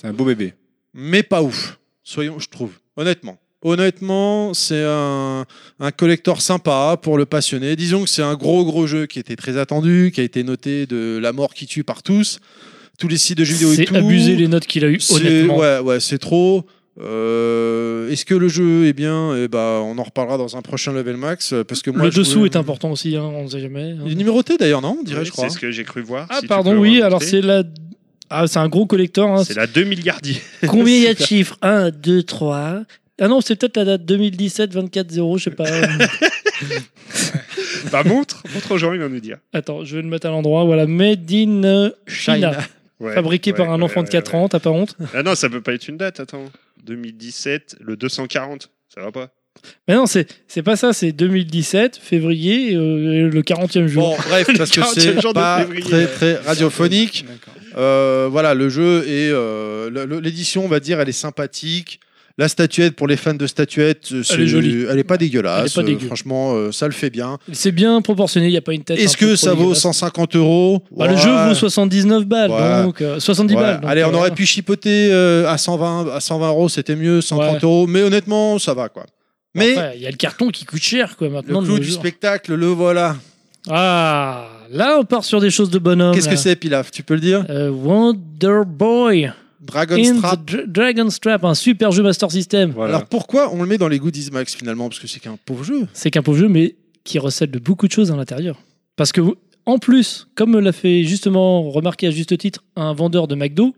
S5: C'est un beau bébé.
S3: mais pas ouf. Soyons, je trouve, honnêtement. Honnêtement, c'est un, un collector sympa pour le passionné. Disons que c'est un gros gros jeu qui était très attendu, qui a été noté de la mort qui tue par tous, tous les sites de jeux vidéo et
S4: C'est
S3: tout.
S4: abusé les notes qu'il a eues,
S3: C'est-
S4: honnêtement.
S3: Ouais, ouais, c'est trop. Euh, Est-ce que le jeu est bien Eh ben, on en reparlera dans un prochain level max euh, parce que moi
S4: le
S3: je
S4: dessous
S3: voulais-
S4: est important aussi, hein, on ne sait jamais. hein.
S3: Il est numéroté d'ailleurs, non On dirait, je crois.
S6: C'est ce que j'ai cru voir.
S4: Ah
S6: si tu
S4: pardon,
S6: peux
S4: oui,
S6: remonter.
S4: alors c'est la... Ah, c'est un gros collector. hein.
S6: C'est la 2 milliardième.
S3: [laughs]
S4: Combien il y a de chiffres 1, 2, 3. Ah non, c'est peut-être la date 2017, 24, 0, je
S3: [laughs]
S4: sais pas.
S6: [laughs] Bah montre, montre aux gens, il va nous dire.
S4: Attends, je vais le mettre à l'endroit. Voilà, Made in euh, China.
S6: Ouais,
S4: Fabriqué
S6: ouais,
S4: par un
S6: ouais,
S4: enfant de
S6: ouais,
S4: 4
S3: [laughs]
S6: ouais.
S4: ans, t'as pas honte
S6: Ah non, ça peut pas être une date, attends. 2017, le 240, ça va pas
S4: Mais non, c'est c'est pas ça, c'est 2017, février, euh, le 40e jour.
S3: Bon,
S4: [laughs]
S3: bref, parce que
S6: 40e
S3: c'est
S6: jour de
S3: pas
S6: février.
S3: très, très radiophonique. Euh, voilà, le jeu est. euh, le- le- L'édition, on va dire, elle est sympathique. La statuette, pour les fans de statuettes, euh, c'est-
S4: est jolie.
S3: Elle est pas dégueulasse.
S4: Elle est pas
S3: euh,
S4: dégueu.
S3: franchement, euh, ça le fait bien.
S4: C'est bien proportionné, il n'y a pas une tête.
S3: Est-ce
S4: un peu
S3: que
S4: trop
S3: ça vaut
S4: dégueulasse.
S3: 150 euros
S4: Bah, Le
S3: Ouais.
S4: jeu vaut 79 balles,
S3: Ouais.
S4: donc euh, 70
S3: Ouais.
S4: balles. donc,
S3: Allez, on
S4: euh,
S3: aurait pu chipoter euh, à 120, à 120 euros, c'était mieux, 130
S4: Ouais.
S3: euros. Mais honnêtement, ça va quoi. Mais
S4: après, il y a le carton qui coûte cher, quoi,
S3: le
S4: maintenant. de
S3: clou
S4: nos
S3: du
S4: jours.
S3: spectacle, le voilà.
S4: Ah, là, on part sur des choses de bonhomme.
S3: Qu'est-ce que
S4: là.
S3: c'est, Pilaf Tu peux le dire
S4: Euh, Wonder Boy
S3: Dragon
S4: in
S3: Strap.
S4: the Dra- Dragon Strap, un super jeu Master System.
S6: Voilà.
S3: Alors pourquoi on le met dans les goodies max finalement Parce que c'est qu'un pauvre jeu.
S4: C'est qu'un pauvre jeu, mais qui recèle de beaucoup de choses à l'intérieur. Parce que, en plus, comme l'a fait justement remarquer à juste titre un vendeur de McDo,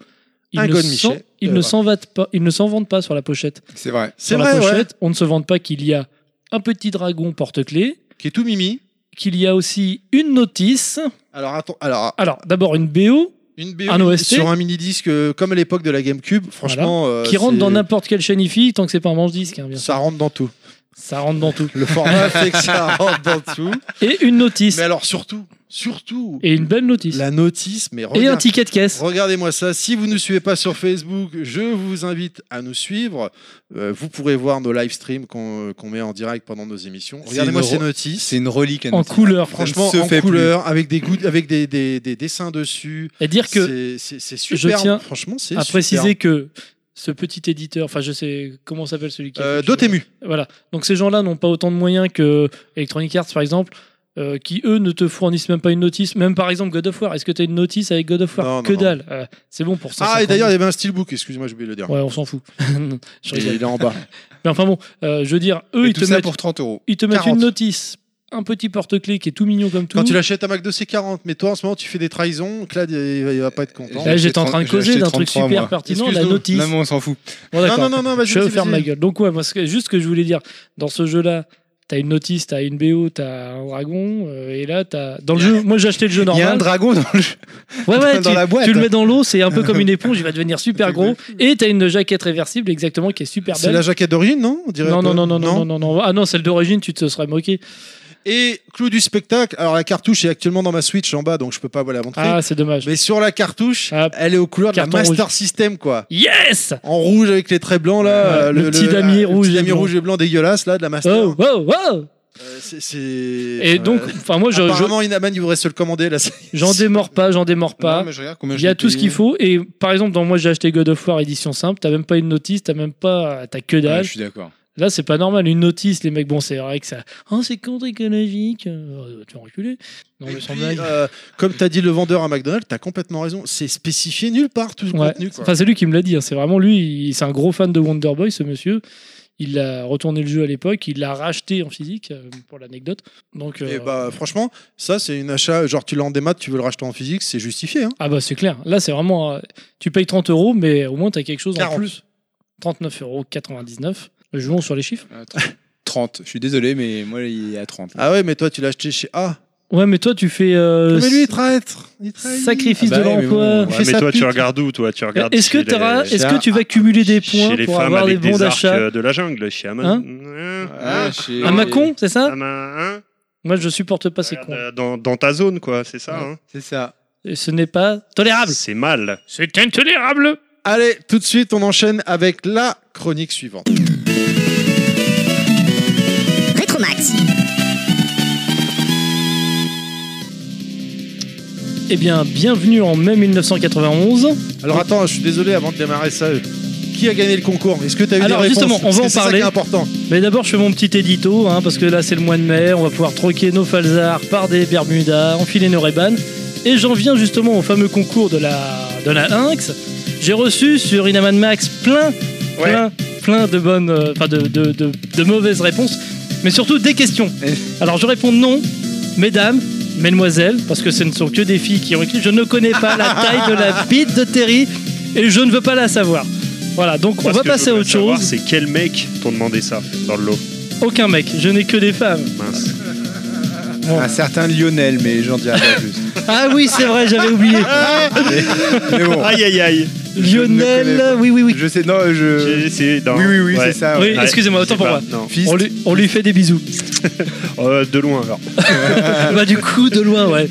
S4: il
S3: Un
S4: ne
S3: Gone
S4: s'en-
S3: Michel.
S4: il
S3: Euh,
S4: ne
S3: ouais.
S4: s'en vante pas- il ne s'en vante pas sur la pochette.
S5: C'est vrai.
S3: C'est
S4: Sur
S3: vrai,
S4: la
S3: ouais.
S4: pochette, on ne se vante pas qu'il y a un petit dragon porte-clés,
S3: Qui est tout mimi.
S4: qu'il y a aussi une notice.
S3: Alors attends, alors
S4: Alors, d'abord une BO
S3: une BO
S4: Un OST.
S3: sur un mini disque comme à l'époque de la GameCube. Franchement, euh,
S4: qui rentre
S3: c'est-
S4: dans n'importe quelle chaîne IFI tant que c'est pas un manche-disque, hein, bien sûr.
S3: Ça rentre dans tout.
S4: Ça rentre dans tout.
S3: Le format fait que ça [laughs] rentre dans tout.
S4: Et une notice.
S3: Mais alors surtout, surtout
S4: Et une belle notice.
S3: la notice. Mais
S4: Et un
S3: regarde,
S4: ticket de caisse.
S3: Regardez-moi ça. Si vous ne nous suivez pas sur Facebook, je vous invite à nous suivre. Euh, vous pourrez voir nos live streams qu'on euh, qu'on met en direct pendant nos émissions.
S5: C'est
S3: Regardez-moi
S5: une
S3: ces
S5: ro-
S3: notices.
S5: C'est une relique.
S4: En
S5: Annecy.
S4: couleur.
S3: Franchement,
S5: Ça ne se
S3: en
S5: fait plus.
S3: couleur, avec des goûts, avec des, des- des dessins dessus.
S4: Et dire que
S3: C'est- C'est c'est
S4: je
S3: super.
S4: tiens
S3: Franchement, c'est
S4: à
S3: super.
S4: préciser que ce petit éditeur, enfin je sais comment s'appelle celui qui. a
S3: Euh,
S4: fait le jeu.
S3: Dotemu.
S4: Voilà. Donc ces gens-là n'ont pas autant de moyens que Electronic Arts par exemple, euh, qui eux ne te fournissent même pas une notice. Même par exemple God of War. Est-ce que tu as une notice avec God of War
S3: Non, non,
S4: Que
S3: non.
S4: dalle. Euh, c'est bon pour ça.
S3: Ah, et d'ailleurs, il y avait un steelbook. Excusez-moi, j'ai oublié de le dire.
S4: Ouais, on s'en fout. [laughs] Je
S3: il
S4: rigole.
S3: est
S4: [laughs]
S3: en bas.
S4: Mais enfin bon, euh, je veux dire, eux,
S5: Et
S4: ils
S5: tout
S4: te,
S5: ça
S4: mettent,
S5: pour 30 euros.
S4: ils te mettent
S5: 40.
S4: une notice, un petit porte-clés qui est tout mignon comme tout.
S3: Quand tu l'achètes à McDo, c'est 40. Mais toi, en ce moment, tu fais des trahisons. Claude, il va, il va pas être content.
S4: Là, j'étais en train de
S5: J'ai acheté
S4: causer d'un truc
S5: 33,
S4: super
S5: moi.
S4: pertinent, la
S3: Excuse-nous.
S4: notice.
S5: Non, mais on s'en fout.
S4: Bon,
S3: Non,
S4: Oh, d'accord.
S3: non, non, non, vas-y.
S4: je vais
S3: vas-y,
S4: ferme
S3: vas-y.
S4: ma gueule. Donc, ouais, moi, ce que- juste ce que je voulais dire, dans ce jeu-là, t'as une notice, t'as une BO, t'as un dragon, euh, et là, t'as. Dans le jeu, moi, j'ai acheté le jeu
S5: Il y a un
S4: normal.
S5: dragon dans le jeu.
S4: ouais, ouais,
S5: dans
S4: tu,
S5: la boîte.
S4: tu le mets dans l'eau, c'est un peu comme
S5: [laughs]
S4: une éponge, il va devenir super gros. Et t'as une jaquette réversible, exactement, qui est super
S3: C'est
S4: belle.
S3: la jaquette d'origine, non On dirait
S4: Non,
S3: un
S4: non,
S3: peu.
S4: non, non, non, non, non, non. Ah non, celle d'origine, tu te serais moqué.
S3: Et clou du spectacle. Alors la cartouche est actuellement dans ma Switch en bas, donc je peux pas vous la montrer.
S4: Ah, c'est dommage.
S3: Mais sur la cartouche,
S4: Ah,
S3: elle est aux couleurs de la
S4: carton
S3: Master System, quoi.
S4: Yes!
S5: Ah,
S3: En rouge avec les traits blancs là,
S4: Ouais,
S3: euh,
S4: le petit damier
S3: ah, le
S4: rouge
S3: petit
S4: et
S3: damier
S4: blanc.
S3: rouge et blanc dégueulasse là de la Master.
S4: Oh, oh, oh!
S3: Euh, c'est- c'est-
S5: Euh,
S4: Et donc,
S3: Ouais.
S4: enfin, moi, je- je-
S3: apparemment Inaman, il voudrait se le commander là.
S4: j'en démords pas, j'en démords pas.
S5: Non, mais je regarde combien
S4: Il
S5: je
S4: y a
S5: l'ai
S4: tout ce
S5: payé.
S4: qu'il faut. Et par exemple, dans moi, j'ai acheté God of War édition simple. T'as même pas une notice, t'as même pas. T'as que
S5: Ouais, Ah, Je
S4: dalle.
S5: suis d'accord.
S4: Là, c'est pas normal. Une notice, les mecs, bon, c'est vrai que ça. Oh, c'est contre écologique. Euh, tu vas reculer. Non,
S3: Et
S4: mais sans
S3: puis,
S4: blague.
S3: euh, comme t'as dit le vendeur à McDonald's, t'as complètement raison. C'est spécifié nulle part tout le
S4: Ouais.
S3: contenu. quoi.
S4: Enfin, c'est lui qui me l'a dit. hein. C'est vraiment lui. il- C'est un gros fan de Wonder Boy, ce monsieur. Il a retourné le jeu à l'époque. Il l'a racheté en physique, euh, pour l'anecdote. Donc. euh,
S3: Et bah franchement, ça c'est une achat. Genre tu l'as en démat, tu veux le racheter en physique, c'est justifié. hein.
S4: Ah bah c'est clair. Là c'est vraiment, euh, tu payes 30 euros, mais au moins t'as quelque chose
S3: 40.
S4: en plus. 39,99 euros. Jouons sur les chiffres.
S5: 30. Ah, Je suis désolé, mais moi, il est à 30.
S3: Ah ouais, mais toi tu l'as acheté chez A.
S4: Ouais, mais toi tu fais euh,
S3: mais lui il est traître. Il trahit.
S4: sacrifice
S5: Ah bah
S4: de
S5: ouais, mais
S4: l'emploi.
S5: bon,
S3: Il
S6: Ouais,
S3: fait
S6: mais
S3: sa
S6: toi, tu
S3: pute.
S6: regardes où toi Tu regardes
S4: Est-ce que,
S6: chez les-
S4: t'auras-
S6: chez
S4: est-ce que tu vas cumuler des points
S6: les
S4: pour
S6: femmes
S4: avoir des
S6: avec
S4: bons
S6: arcs,
S4: d'achat
S6: euh, de la jungle chez Aman.
S4: Hein
S5: Ah, chez-
S4: Un macon, c'est ça
S6: Aman, hein
S4: Moi je supporte pas ces
S6: Regarde,
S4: cons.
S6: euh, dans, dans ta zone, quoi, c'est ça. hein.
S5: C'est ça.
S4: Et Ce n'est pas tolérable.
S6: Ah, C'est mal.
S4: C'est intolérable.
S3: Allez, tout de suite, on enchaîne avec la chronique suivante.
S1: Rétromax.
S4: Eh bien, bienvenue en mai 1991.
S3: Alors attends, je suis désolé avant de démarrer ça. euh, Qui a gagné le concours Est-ce que tu as eu
S4: Alors,
S3: des réponses
S4: justement, on
S3: Parce
S4: va
S3: que
S4: en
S3: c'est ça qui
S4: parler.
S3: est important.
S4: Mais d'abord, je fais mon petit édito, hein, parce que là, c'est le mois de mai, on va pouvoir troquer nos falzars par des Bermudas, enfiler nos Ray-Ban. Et j'en viens justement au fameux concours de la, de la Lynx. J'ai reçu sur Inaman Max plein, plein, plein de bonnes, euh, enfin de, de- de- de mauvaises réponses, mais surtout des questions.
S5: Eh.
S4: Alors, je réponds non, mesdames, mesdemoiselles, parce que ce ne sont que des filles qui ont écrit. Je ne connais pas
S6: [laughs]
S4: la taille de la bite de Terry et je ne veux pas la savoir. Voilà, donc on
S6: Moi, ce
S4: va
S6: que je
S4: passer à
S6: voudrais
S4: autre
S6: savoir,
S4: chose.
S6: C'est quel mec t'ont demandé ça dans le lot
S4: Aucun
S6: Ah,
S4: mec, je n'ai que des femmes.
S6: Mince.
S4: Bon.
S5: [laughs] Un certain Lionel, mais j'en dirai pas plus.
S7: Ah oui, c'est vrai, j'avais oublié.
S5: Mais bon,
S6: Aïe aïe aïe.
S5: connais pas.
S7: Lionel, oui, oui, oui.
S5: je sais, non, je.
S6: J'ai- c'est- non,
S5: Oui, oui, oui,
S6: ouais.
S5: c'est ça.
S4: Oui,
S5: ouais.
S6: Ouais,
S4: excusez-moi, autant
S6: c'est
S4: pour
S6: pas-
S4: moi.
S6: non.
S5: Fist.
S4: On lui, on lui fait des bisous.
S6: Euh, de loin alors.
S4: bah du coup, de loin, ouais.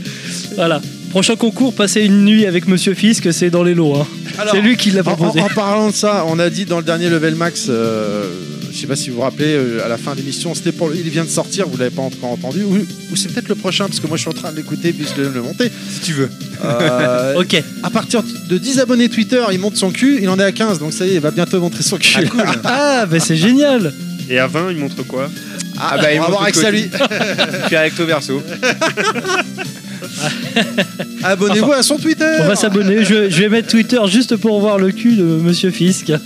S4: Voilà. Prochain concours, passer une nuit avec Monsieur Fisk, c'est dans les lots. hein. C'est lui qui l'a
S3: En,
S4: proposé.
S3: en- en parlant de ça, on a dit dans le dernier level max, euh, je sais pas si vous vous rappelez, euh, à la fin de l'émission, c'était pour le- il vient de sortir, vous l'avez pas encore entendu, ou, ou c'est peut-être le prochain parce que moi je suis en train de l'écouter puis je vais le monter.
S5: Si tu veux.
S4: [laughs]
S3: Euh,
S4: Ok.
S3: à partir de 10 abonnés Twitter, il monte son cul, il en est à 15, donc ça y est, il va bientôt montrer son cul.
S4: Ah, bah c'est génial.
S6: Et à 20, il montre quoi
S5: Ah, bah, il
S3: on va
S5: monte
S3: voir
S5: le
S3: avec
S5: côté.
S3: ça lui.
S5: [laughs] Puis avec ton verso.
S3: [laughs] Abonnez-vous à son Twitter.
S4: On va s'abonner. Je, je vais mettre Twitter juste pour voir le cul de Monsieur Fisk. [laughs]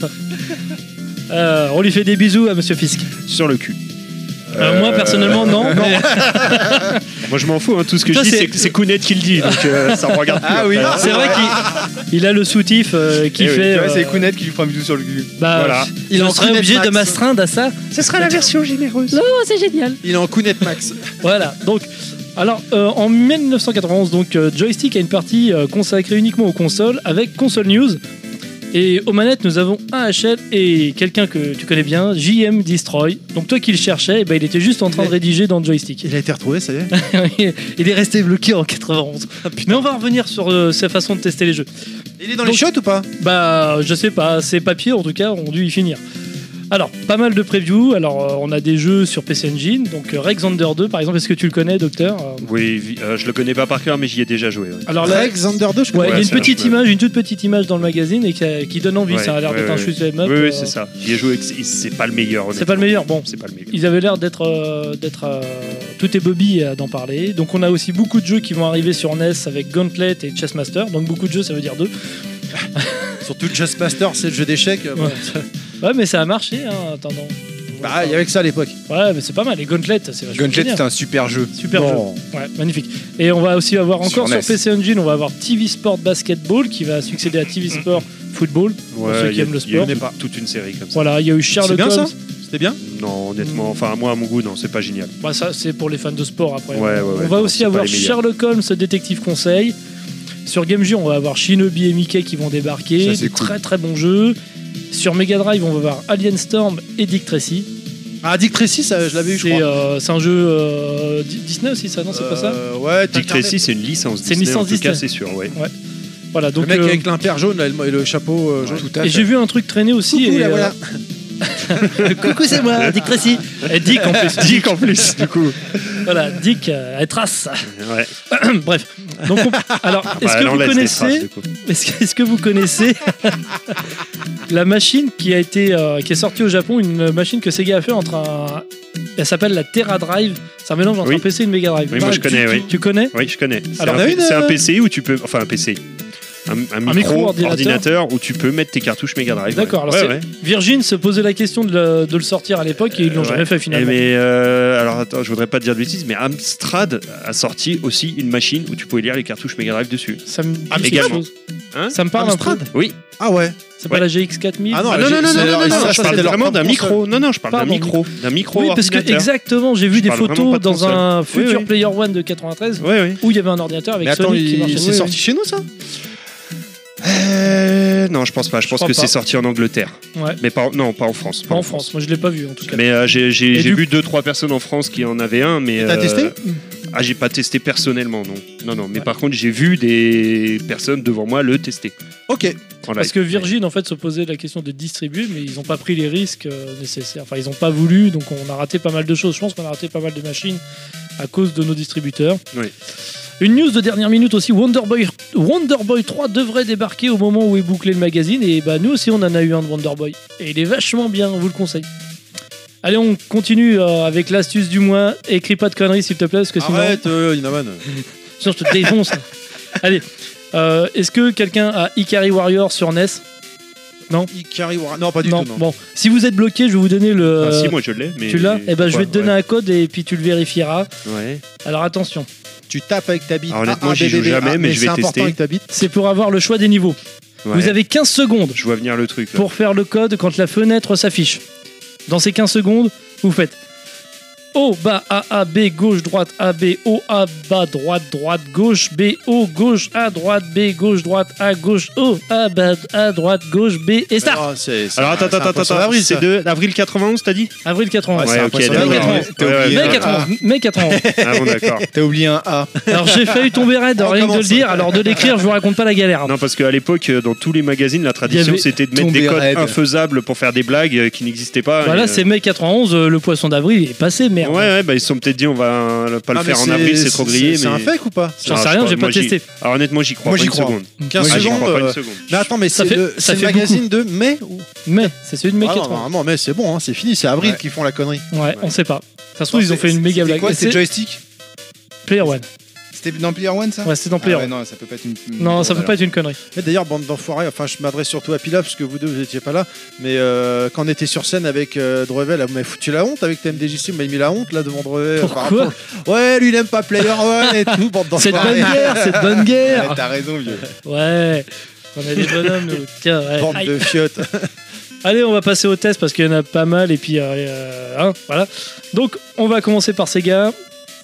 S4: Euh, on lui fait des bisous à Monsieur Fisk.
S6: Sur le cul.
S4: Euh, moi personnellement non. mais-
S6: Moi je m'en fous, hein, tout ce que
S4: Toi,
S6: je dis
S4: c'est-
S6: c'est c'est Kounet qui le dit, donc euh, ça me regarde plus.
S5: Ah oui.
S6: après.
S4: C'est vrai qu'il il a le soutif euh, qui
S6: Eh oui,
S4: fait.
S5: Tu vois,
S4: euh,
S5: c'est Kounet qui lui prend un bisou sur le cul.
S4: bah,
S6: Voilà.
S4: Il en serait
S3: Kounet
S4: obligé de
S3: Max.
S4: m'astreindre à ça.
S6: Ce sera la version généreuse.
S4: Oh, c'est génial.
S3: Il est en Kounet Max.
S4: Voilà. Donc, alors, euh, en 1991, donc, euh, Joystick a une partie euh, consacrée uniquement aux consoles avec Console News. Et aux manettes, nous avons AHL et quelqu'un que tu connais bien, JM Destroy. Donc, toi qui le cherchais, eh ben, il était juste en train de rédiger dans Joystick.
S3: Il a été retrouvé, ça y est.
S4: il est resté bloqué en 91. Mais on va revenir sur euh, sa façon de tester les jeux.
S3: Il est dans
S4: Donc-
S3: les chiottes ou pas
S4: Bah, je sais pas, ces papiers en tout cas ont dû y finir. Alors, pas mal de previews. Alors, euh, on a des jeux sur PC Engine, donc euh, Rex Under 2 par exemple. Est-ce que tu le connais, Docteur Euh,
S6: [laughs] Oui, vi- euh, je le connais pas par cœur, mais j'y ai déjà joué. ouais.
S4: Alors là,
S3: Rex Xander 2, je
S4: ouais,
S3: crois.
S4: il y a
S6: Ouais,
S4: une
S6: c'est un
S4: petite
S6: jeu.
S4: image, une toute petite image dans le magazine et qui, a- qui donne envie.
S6: Ouais,
S4: ça a l'air
S6: ouais,
S4: d'être un
S6: ouais.
S4: shoot'em up.
S6: Oui,
S4: euh,
S6: oui, c'est ça. J'y ai joué, avec- c'est- c'est pas le meilleur.
S4: C'est pas le meilleur. Bon,
S6: C'est pas le meilleur.
S4: ils avaient l'air d'être euh, d'être euh, tout est Bobby euh, d'en parler. Donc on a aussi beaucoup de jeux qui vont arriver sur NES avec Gauntlet et Chessmaster. Donc beaucoup de jeux, ça veut dire deux.
S3: Surtout Just Master, c'est le jeu d'échecs.
S6: Ah
S4: Ouais, Ouais, mais ça a marché. Hein, en attendant.
S3: Bah, il y avait que ça à l'époque.
S4: Ouais, mais c'est pas mal. Et Gauntlet, c'est vachement
S5: Gunjet,
S4: génial.
S5: c'est un super jeu.
S4: Super jeu.
S3: Bon.
S4: Ouais, magnifique. Et on va aussi avoir
S5: Sur
S4: encore sur,
S5: NES.
S4: PC Engine, on va avoir TV Sport Basketball qui va succéder à TV Sport Football.
S6: Ouais,
S4: ceux
S6: il
S4: qui
S6: y a-
S4: aiment le
S6: il y a
S4: sport.
S6: une- toute une série comme ça.
S4: Voilà, il y a eu Sherlock
S3: C'est bien ça
S4: Holmes.
S3: C'était bien
S6: Non, honnêtement, enfin, moi, à mon goût, non, c'est pas génial.
S4: Bah, ça, c'est pour les fans de sport après.
S6: Ouais, ouais, ouais.
S4: on va
S6: Non,
S4: aussi
S6: c'est pas
S4: avoir
S6: les meilleurs.
S4: Sherlock Holmes Détective Conseil. Sur Game Gear, on va avoir Shinobi et Mickey qui vont débarquer.
S5: Ça, c'est cool.
S4: Très très bon jeu. Sur Mega Drive, on va avoir Alien Storm et Dick Tracy.
S3: Ah, Dick Tracy, ça, je l'avais eu, je
S4: C'est
S3: crois.
S4: euh, c'est un jeu euh, Di- Disney aussi, ça Non, c'est pas ça
S3: Euh, Ouais,
S6: Dick
S3: t'incarnais-
S6: Tracy, c'est une licence.
S4: C'est une
S6: Disney,
S4: licence
S6: en tout cas,
S4: Disney.
S6: c'est sûr, ouais.
S4: Voilà, donc.
S3: le mec
S4: euh,
S3: avec l'imper jaune là, et le, et le chapeau euh, jaune.
S5: Tout à
S4: et j'ai
S5: fait.
S4: vu un truc traîner aussi.
S3: Coucou,
S4: et,
S3: là,
S4: euh,
S3: voilà.
S4: [laughs]
S7: Coucou, c'est moi, Dick Tracy.
S4: Et [laughs] Dick en plus.
S6: Dick
S4: [laughs]
S6: en plus, du coup.
S4: Voilà, Dick, euh, elle trace. [laughs]
S6: Ouais.
S4: Bref. Donc, on- alors, est-ce
S6: Bah,
S4: que,
S6: elle
S4: vous
S6: enlève les traces,
S4: connaissez,
S6: du coup.
S4: est-ce que, est-ce que vous connaissez [laughs] la machine qui a été, euh, qui est sortie au Japon, une machine que Sega a fait entre un, elle s'appelle la Terra Drive. C'est un mélange entre
S6: Oui.
S4: un PC et une Mega Drive.
S6: Oui, moi, je
S4: Tu-
S6: connais,
S4: tu-
S6: oui.
S4: Tu connais
S6: Oui, je connais. C'est
S4: Alors,
S6: un,
S3: t'as
S6: P-
S3: une,
S6: c'est un
S3: euh,
S6: PC où tu peux. Enfin, un PC. Un, un micro
S4: micro-ordinateur.
S6: ordinateur. où tu peux mettre tes cartouches Mega Drive.
S4: D'accord, alors
S6: Ouais,
S4: c'est-
S6: ouais.
S4: Virgin se posait la question de le, de le sortir à l'époque et ils l'ont
S6: Euh,
S4: jamais
S6: ouais.
S4: fait
S6: Eh,
S4: finalement.
S6: mais euh, alors attends, je voudrais pas te dire de bêtises, mais Amstrad a sorti aussi une machine où tu pouvais lire les cartouches Mega Drive dessus.
S4: Ça me dit
S6: Ah, mais
S4: quelque
S6: également.
S4: chose.
S6: Hein
S4: Ça me parle un peu.
S6: Oui.
S3: Ah ouais.
S4: C'est pas
S6: Ouais.
S4: la GX4000
S3: Ah non,
S6: Ah,
S3: la
S6: non, non,
S3: G-
S6: non,
S3: c'est
S6: non,
S3: leur-
S6: non, non,
S3: ça,
S6: je
S3: c'est
S6: parle
S3: leur
S6: vraiment
S3: propre
S6: d'un
S3: console.
S6: micro. Non, non, je parle d'un
S4: Pardon.
S6: micro, d'un micro
S4: Oui, parce que
S6: ordinateur.
S4: exactement, j'ai vu des
S6: parle vraiment pas
S4: photos
S6: de
S4: dans
S6: console.
S4: un futur
S6: oui.
S4: Player One de 93
S6: Ouais, ouais.
S4: où il y avait un ordinateur avec
S3: Mais attends,
S4: Sonic qui
S3: il-
S4: marchait.
S3: c'est
S4: Oui,
S3: sorti chez nous ça
S6: Euh, non, je pense pas. Je pense
S4: crois
S6: que
S4: pas.
S6: c'est sorti en Angleterre,
S4: oui. Ouais.
S6: mais pas non, pas en France. pas
S4: Pas en France, moi je l'ai pas vu en tout cas.
S6: Mais euh, j'ai j'ai-
S4: Et
S6: j'ai
S4: du-
S6: vu deux trois personnes en France qui en avaient un, mais
S3: T'as
S6: euh,
S3: testé
S6: Ah, j'ai pas testé personnellement, non. Non, non. Mais par contre, j'ai vu des personnes devant moi le tester.
S3: Ok.
S6: en
S4: Parce
S6: live.
S4: que Virgin en fait se posait la question de distribuer, mais ils n'ont pas pris les risques euh, nécessaires. Enfin, ils n'ont pas voulu, donc on a raté pas mal de choses. Je pense qu'on a raté pas mal de machines à cause de nos distributeurs.
S6: Oui.
S4: Une news de dernière minute aussi, Wonder Boy, Wonder Boy 3 devrait débarquer au moment où est bouclé le magazine, et bah nous aussi on en a eu un de Wonder Boy. Et il est vachement bien, on vous le conseille. Allez, on continue euh, avec l'astuce du mois. Écris pas de conneries s'il te plaît, parce que sinon...
S3: Arrête, euh, Inaman.
S4: Sinon, je te défonce. Allez, euh, est-ce que quelqu'un a Ikari Warrior sur E NES
S3: Ikari War- Non, pas du tout. Non.
S4: Bon, si vous êtes bloqué, je vais vous donner le.
S6: Ah, si, moi je l'ai, mais
S4: euh, tu l'as Eh ben, je vais te
S6: Ouais,
S4: donner un code et puis tu le vérifieras.
S6: ouais. Ouais.
S4: Alors attention,
S3: Tu tapes avec ta bite.
S6: Alors, honnêtement,
S3: Ah, ah,
S6: j'y joue
S3: bébé,
S6: jamais,
S3: ah,
S6: mais je vais
S3: C'est
S6: tester.
S3: important avec ta bite.
S4: c'est pour avoir le choix des niveaux.
S6: Ouais.
S4: Vous avez 15 secondes
S6: Je vois venir le truc. là.
S4: pour faire le code quand la fenêtre s'affiche. Dans ces 15 secondes, vous faites O, bas, A, A, B, gauche, droite, A, B, O, A, bas, droite, droite, gauche, B, O, gauche, A, droite, B, gauche, droite, A, gauche, O, A, bas, A, droite, gauche, B, et start
S3: Alors, Ah, c'est- c'est-
S6: Alors
S4: Ah,
S3: c'est
S6: attends,
S3: un
S6: attends,
S3: poisson
S6: attends,
S3: d'avril,
S6: attends, c'est
S3: ça.
S6: de avril 91, t'as dit
S4: Avril 91.
S3: Ouais, c'est un poisson
S6: d'accord,
S4: d'avril,
S6: ouais,
S4: ouais.
S6: ouais, ouais,
S5: T'as
S4: Mai
S5: oublié,
S4: 91, mai 91.
S6: Ah bon, d'accord.
S5: T'as oublié un A.
S4: Alors j'ai failli tomber raide,
S3: On
S4: rien que de le
S3: commence.
S4: dire, alors de l'écrire, je vous raconte pas la galère.
S6: [laughs] Non, parce qu'à l'époque, euh, dans tous les magazines, la
S4: Il y
S6: tradition,
S4: avait
S6: c'était de mettre
S5: tombé
S6: des codes
S5: raide.
S6: infaisables pour faire des blagues euh, qui n'existaient pas.
S4: Voilà,
S6: Et, euh,
S4: c'est mai 91, euh, le poisson d'avril est passé,
S6: Ouais,
S4: merde.
S6: ouais, bah, ils se sont peut-être dit, on va euh, pas le
S3: Ah, mais
S6: faire en avril, c'est trop grillé.
S3: C'est
S6: mais-
S3: un fake ou pas
S4: J'en
S6: Ah,
S4: sais
S6: je
S4: rien,
S6: crois-
S4: j'ai pas
S6: moi, j'y-
S4: testé.
S6: Alors honnêtement, j'y crois
S3: Moi,
S6: pas
S3: j'y
S6: une
S3: crois.
S6: seconde.
S3: 15
S6: Moi, j'y
S3: secondes.
S6: crois pas
S3: euh,
S6: une seconde.
S3: Mais attends, mais
S4: Ça
S3: c'est
S4: fait-
S3: le, c'est
S4: ça
S3: le
S4: fait
S3: magazine de mai ou
S4: Mai, c'est celui de mai
S3: Ah non,
S4: 91.
S3: Normalement, mai c'est bon, hein, c'est fini, c'est avril
S5: Ouais.
S3: qu'ils font la connerie.
S4: Ouais, on sait pas. Ça se trouve, ils ont
S5: C'est-
S4: fait une méga
S5: c'était
S4: blague.
S5: quoi,
S4: C'est
S5: C'était joystick
S4: Player One.
S5: C'était dans Player One ça
S4: Ouais, c'est dans
S5: Ah
S4: Player
S5: ouais,
S4: One.
S5: non, ça peut pas être une.
S4: Non, ça peut pas être une connerie.
S3: Et d'ailleurs, bande d'enfoirés, enfin, je m'adresse surtout à Pilaf parce que vous deux, vous étiez pas là. Mais euh, quand on était sur scène avec euh, Drevel, vous m'avez foutu la honte avec TMDJC, vous m'avez mis la honte là devant Drevel. par
S4: Pourquoi
S3: rapport- Ouais, lui il aime pas Player One et tout, bande
S4: Cette bonne
S3: d'enfoirés.
S4: guerre, cette bonne
S5: Ouais,
S4: guerre
S5: T'as raison, vieux.
S4: Ouais, on a des bonhommes, nous. Tiens, ouais.
S3: Bande
S4: Aïe.
S3: de fiottes.
S4: Allez, on va passer au test parce qu'il y en a pas mal et puis euh, euh, hein, voilà. Donc, on va commencer par Sega.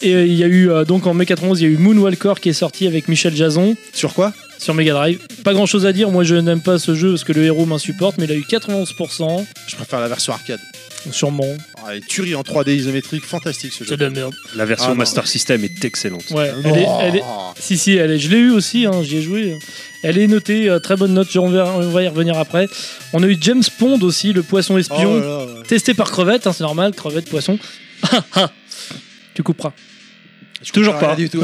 S4: Et euh, il y a eu, euh, donc en mai 91, il y a eu Moonwalker qui est sorti avec Michel Jason.
S3: Sur quoi
S4: sur Mega Drive. Pas grand chose à dire, moi je n'aime pas ce jeu parce que le héros m'insupporte, mais il a eu 91%,
S3: Je préfère la version arcade.
S4: sûrement.
S3: Ah, les tueries en 3D isométrique, fantastique ce
S4: C'est
S3: jeu.
S4: de la merde.
S6: La version
S3: Ah, non.
S6: Master System est excellente.
S4: Ouais,
S3: Oh.
S4: elle est, elle est- Si, si, elle est, je l'ai eu aussi, hein, j'y ai joué. Elle est notée, euh, très bonne note, j'en vais- on va y revenir après. On a eu James Pond aussi, le poisson
S3: Oh
S4: espion,
S3: là là, ouais.
S4: testé par crevette, hein, c'est normal, crevette, poisson. [laughs] tu couperas.
S3: Je
S4: Toujours
S3: comprends rien
S4: pas.
S3: du tout.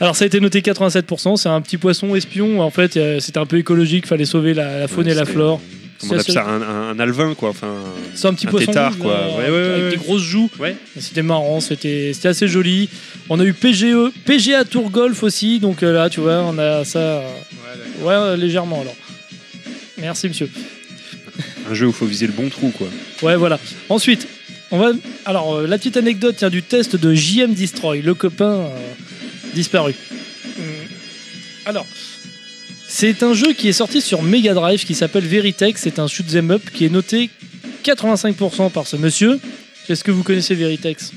S4: Alors ça a été noté 87%, c'est un petit poisson espion, en fait euh, c'était un peu écologique, fallait sauver la, la faune
S6: Ouais,
S4: et la
S6: c'était-
S4: flore.
S6: Comment on
S4: C'est
S6: appelle ça un, un- un alvin, quoi. Enfin,
S4: C'est un petit
S6: Un
S4: poisson
S6: tétard,
S4: rouge,
S6: quoi.
S4: là,
S6: Ouais, ouais, ouais,
S4: avec
S6: ouais.
S4: des grosses joues.
S6: Ouais.
S4: Et C'était marrant, c'était c'était assez joli. On a eu E, PGE, PGA Tour Golf aussi, donc euh, là, tu vois, on a ça. euh, ouais, euh, légèrement alors. Merci, monsieur.
S6: un jeu où il faut viser le bon trou, quoi.
S4: Ouais, voilà. Ensuite, on va. Alors, euh, la petite anecdote tient du test de JM Destroy, le copain euh, disparu. Hum. Alors. C'est un jeu qui est sorti sur Mega Drive qui s'appelle Veritech. C'est un shoot 'em up qui est noté 85% par ce monsieur. Est-ce que vous connaissez Veritex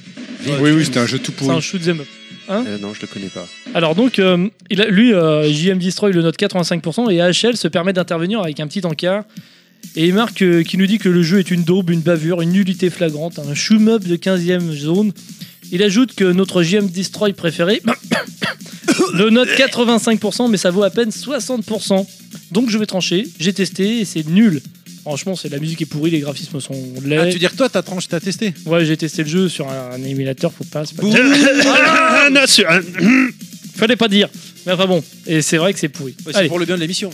S5: Oui, oui, c'était un jeu tout
S4: C'est un
S5: pourri.
S4: shoot 'em up.
S6: Euh, non, je le connais pas.
S4: Alors donc, euh, il a- lui, euh, JM Destroy le note 85% et AHL se permet d'intervenir avec un petit encart. Et il marque euh, qui nous dit que le jeu est une daube, une bavure, une nullité flagrante, un shoom-up de 15e zone. Il ajoute que notre JM Destroy préféré [coughs] le note 85%, mais ça vaut à peine 60%. Donc je vais trancher, j'ai testé et c'est nul. Franchement, c'est la musique est pourrie, les graphismes sont laids.
S3: Ah, tu veux dire, toi, t'as tranché, t'as testé
S4: Ouais, j'ai testé le jeu sur un, un émulateur, faut pas. c'est pas-
S6: Ah, non, sur- ah,
S4: Fallait pas dire. Mais enfin bon, et c'est vrai que c'est pourri.
S3: Ouais,
S4: Allez.
S3: C'est pour le bien de l'émission.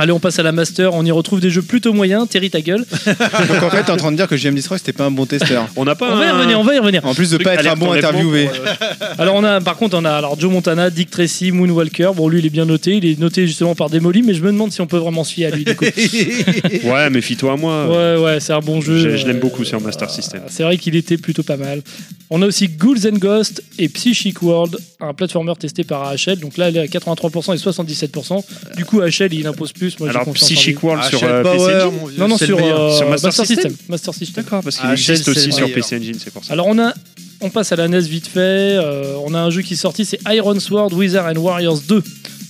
S4: Allez, on passe à la Master. On y retrouve des jeux plutôt moyens. Terry ta gueule.
S5: Donc en fait, t'es en train de dire que JM Destroy c'était pas un bon testeur.
S6: On n'a pas.
S4: On va y
S6: un-
S4: revenir, on va y revenir.
S5: En plus de
S6: Truc
S5: pas être un
S6: alerte
S5: bon
S6: enlèvement
S5: interviewé.
S6: pour, euh,
S3: Ah.
S4: Alors, on a, par contre, on a alors Joe Montana, Dick Tracy, Moonwalker. Bon, lui, il est bien noté. Il est noté justement par Demoli, mais je me demande si on peut vraiment se fier à
S3: [laughs]
S4: lui. Du coup.
S5: [laughs]
S6: Ouais, mais fie-toi à moi.
S4: Ouais, ouais, c'est un bon jeu.
S6: Je, je l'aime
S4: Euh,
S6: beaucoup sur Master System.
S4: C'est vrai qu'il était plutôt pas mal. On a aussi Ghouls and Ghosts et Psychic World, un platformer testé par AHL. Donc là, elle est à 83% et 77%. Du coup, AHL, il impose plus. Moi, j'ai
S6: Alors,
S4: confiance en
S6: Psychic
S4: lui.
S6: World
S3: Ah,
S6: sur euh, PC
S3: Power,
S6: Engine.
S3: mon vieux.
S4: Non, non,
S3: c'est le
S4: sur,
S3: meilleur.
S4: euh,
S6: Sur Master System
S4: Master System.
S6: D'accord, parce qu'il
S3: Ah,
S6: existe
S3: Shell, c'est
S6: aussi
S3: le
S6: sur
S3: meilleur.
S6: PC Engine, c'est pour ça.
S4: Alors on a on passe à la NES vite fait. Euh, on a un jeu qui est sorti, c'est Iron Sword Wizard and Warriors 2,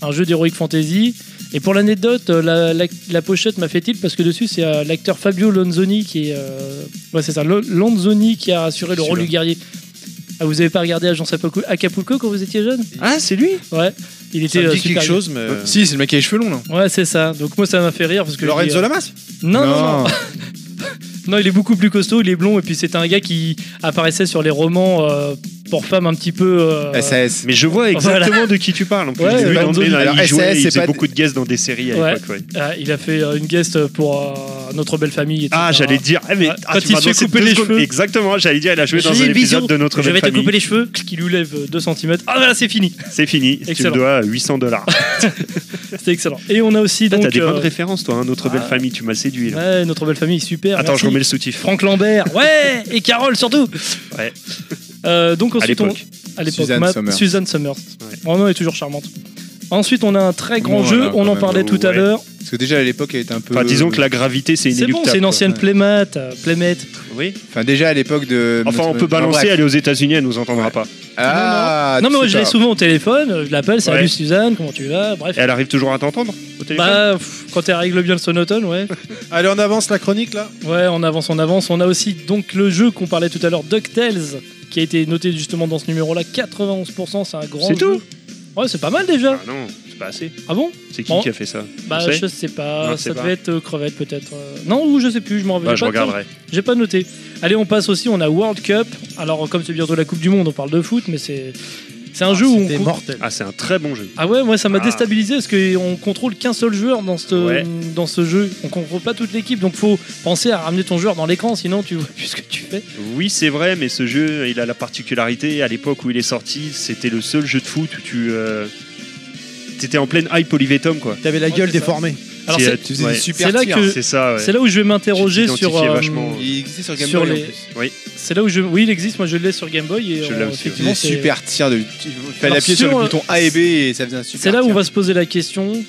S4: un jeu d'Heroic Fantasy. Et pour l'anecdote, euh, la, la- la pochette m'a fait tilt parce que dessus c'est euh, l'acteur Fabio Lonzoni qui est euh, ouais c'est ça Lo- Lonzoni qui a assuré le rôle
S6: Celui-là.
S4: du guerrier. Ah, vous avez pas regardé Agence Apocu- Acapulco quand vous étiez jeune
S6: Ah, c'est lui
S4: Ouais, il
S3: Ça
S4: était
S3: me
S4: euh,
S3: dit
S4: super
S3: quelque
S4: gay.
S3: chose, mais.
S5: Si, c'est le mec qui a les cheveux longs là.
S4: Ouais, c'est ça. Donc moi ça m'a fait rire parce que je dis,
S3: Lorenzo
S4: euh,
S3: Lamas
S4: non, non, non. Non, il est beaucoup plus costaud, il est blond et puis c'était un gars qui apparaissait sur les romans euh, pour femmes un petit peu euh,
S3: Eh,
S5: SAS.
S6: Mais je vois exactement
S4: Voilà.
S6: de qui tu parles. En plus,
S4: Ouais,
S6: J'ai vu
S5: Banzo-
S6: Landry, là,
S5: Alors,
S6: il jouait,
S5: SAS,
S6: il
S5: c'est
S6: faisait
S5: pas-
S6: beaucoup de guests dans des séries
S4: Ouais.
S6: à l'époque. ouais.
S4: Ah, il a fait euh, une guest pour euh, notre belle famille. etc.
S6: Ah, j'allais te dire. Ah, mais
S4: Ouais.
S6: ah,
S4: Quand
S6: tu
S4: il
S6: m'as
S4: se fait
S6: lancé
S4: couper
S6: deux
S4: les
S6: secondes.
S4: cheveux.
S6: Exactement, j'allais dire, elle a joué
S4: Je
S6: dans
S4: dis,
S6: un
S4: bisous,
S6: épisode de notre
S4: Je
S6: belle
S4: vais te couper
S6: famille.
S4: les cheveux, qui lui lève 2 cm. Ah voilà, c'est fini.
S6: C'est fini, tu me
S4: Excellent.
S6: dois 800 dollars.
S4: C'était excellent. Et on a aussi
S6: T'as
S4: donc
S6: des
S4: euh,
S6: bonnes références, toi, hein, notre belle
S4: ah.
S6: famille, tu m'as séduit. là.
S4: ouais, notre belle famille, super.
S6: Attends,
S4: merci.
S6: je remets le soutif.
S4: Franck Lambert, ouais, et Carole surtout.
S6: Ouais.
S4: Euh, donc
S6: À
S4: ensuite, on-
S6: l'époque.
S4: à l'époque,
S5: Suzanne
S4: ma-
S5: Somers.
S4: Suzanne Somers.
S6: Ouais.
S4: Oh non, elle est toujours charmante. Ensuite, on a un très grand
S5: Bon,
S4: jeu,
S5: voilà,
S4: on
S5: quand
S4: en
S5: même,
S4: parlait tout à
S5: ouais.
S4: l'heure.
S5: Parce que déjà à l'époque, elle était un peu.
S6: Enfin, disons que la gravité, c'est
S4: C'est
S6: inéluctable.
S4: bon, c'est une
S6: quoi.
S4: ancienne playmate, euh, playmate.
S6: Oui.
S5: Enfin, déjà à l'époque de.
S6: Enfin, on peut balancer, aller aux États-Unis, elle nous entendra pas.
S5: Ah,
S4: non, mais moi,
S5: tu
S4: je
S5: sais
S4: l'ai
S5: pas.
S4: souvent au téléphone, euh, je l'appelle, salut
S6: Ouais.
S4: Suzanne, comment tu vas Bref.
S6: Et elle arrive toujours à t'entendre au téléphone
S4: Bah, pff, quand elle règle bien le sonotone, ouais.
S8: Allez, on avance la chronique là
S4: Ouais, on avance, on avance. On a aussi donc le jeu qu'on parlait tout à l'heure, DuckTales, qui a été noté justement dans ce numéro-là, 91%, c'est un grand
S6: C'est
S4: jeu. Ouais, c'est pas mal déjà.
S6: Ah non, c'est pas assez.
S4: Ah bon
S6: C'est qui
S4: Bon.
S6: qui a fait ça
S4: Bah,
S6: Tu sais
S4: je sais pas,
S6: Non, je sais
S4: ça
S6: pas.
S4: devait être euh, crevette peut-être. euh, Non, ou je sais plus, je m'en rappelle
S6: Bah, je
S4: pas.
S6: regarderai.
S4: J'ai pas noté. Allez, on passe aussi, on a World Cup. Alors, comme c'est bientôt la Coupe du Monde, on parle de foot, mais c'est c'est un jeu où on
S3: C'était
S4: con-
S3: mortel.
S6: Ah, c'est un très bon jeu.
S4: Ah ouais, moi ça m'a
S6: Ah.
S4: déstabilisé parce qu'on contrôle qu'un seul joueur dans ce,
S6: Ouais.
S4: dans ce jeu. On contrôle pas toute l'équipe, donc faut penser à ramener ton joueur dans l'écran, sinon tu vois plus ce que tu fais.
S6: Oui, c'est vrai, mais ce jeu, il a la particularité, à l'époque où il est sorti, c'était le seul jeu de foot où tu. euh, T'étais en pleine hype Olivetum, quoi.
S3: T'avais la
S4: Ouais,
S3: gueule
S4: c'est ça.
S3: déformée.
S4: Alors
S6: C'est- euh,
S4: c'est
S5: Tu faisais
S6: Ouais.
S5: des super
S4: C'est là
S5: tirs.
S4: que-
S6: C'est ça, ouais.
S4: c'est là où je vais m'interroger
S6: Tu
S4: sur.
S6: t'identifiais vachement.
S5: Il existait sur Game
S4: sur
S5: Boy en
S4: les-
S5: plus.
S4: C'est là où je. Oui, il existe, moi je l'ai sur Game Boy. Et
S6: Je
S4: on-
S6: l'ai aussi,
S4: effectivement,
S5: Des
S4: c'est-
S5: super tirs de. tu- Fallait
S4: Alors,
S5: appuyer sur,
S4: sur,
S5: le
S4: euh,
S5: bouton A et B et ça faisait un super.
S4: C'est là où
S5: tir.
S4: on va se poser la question.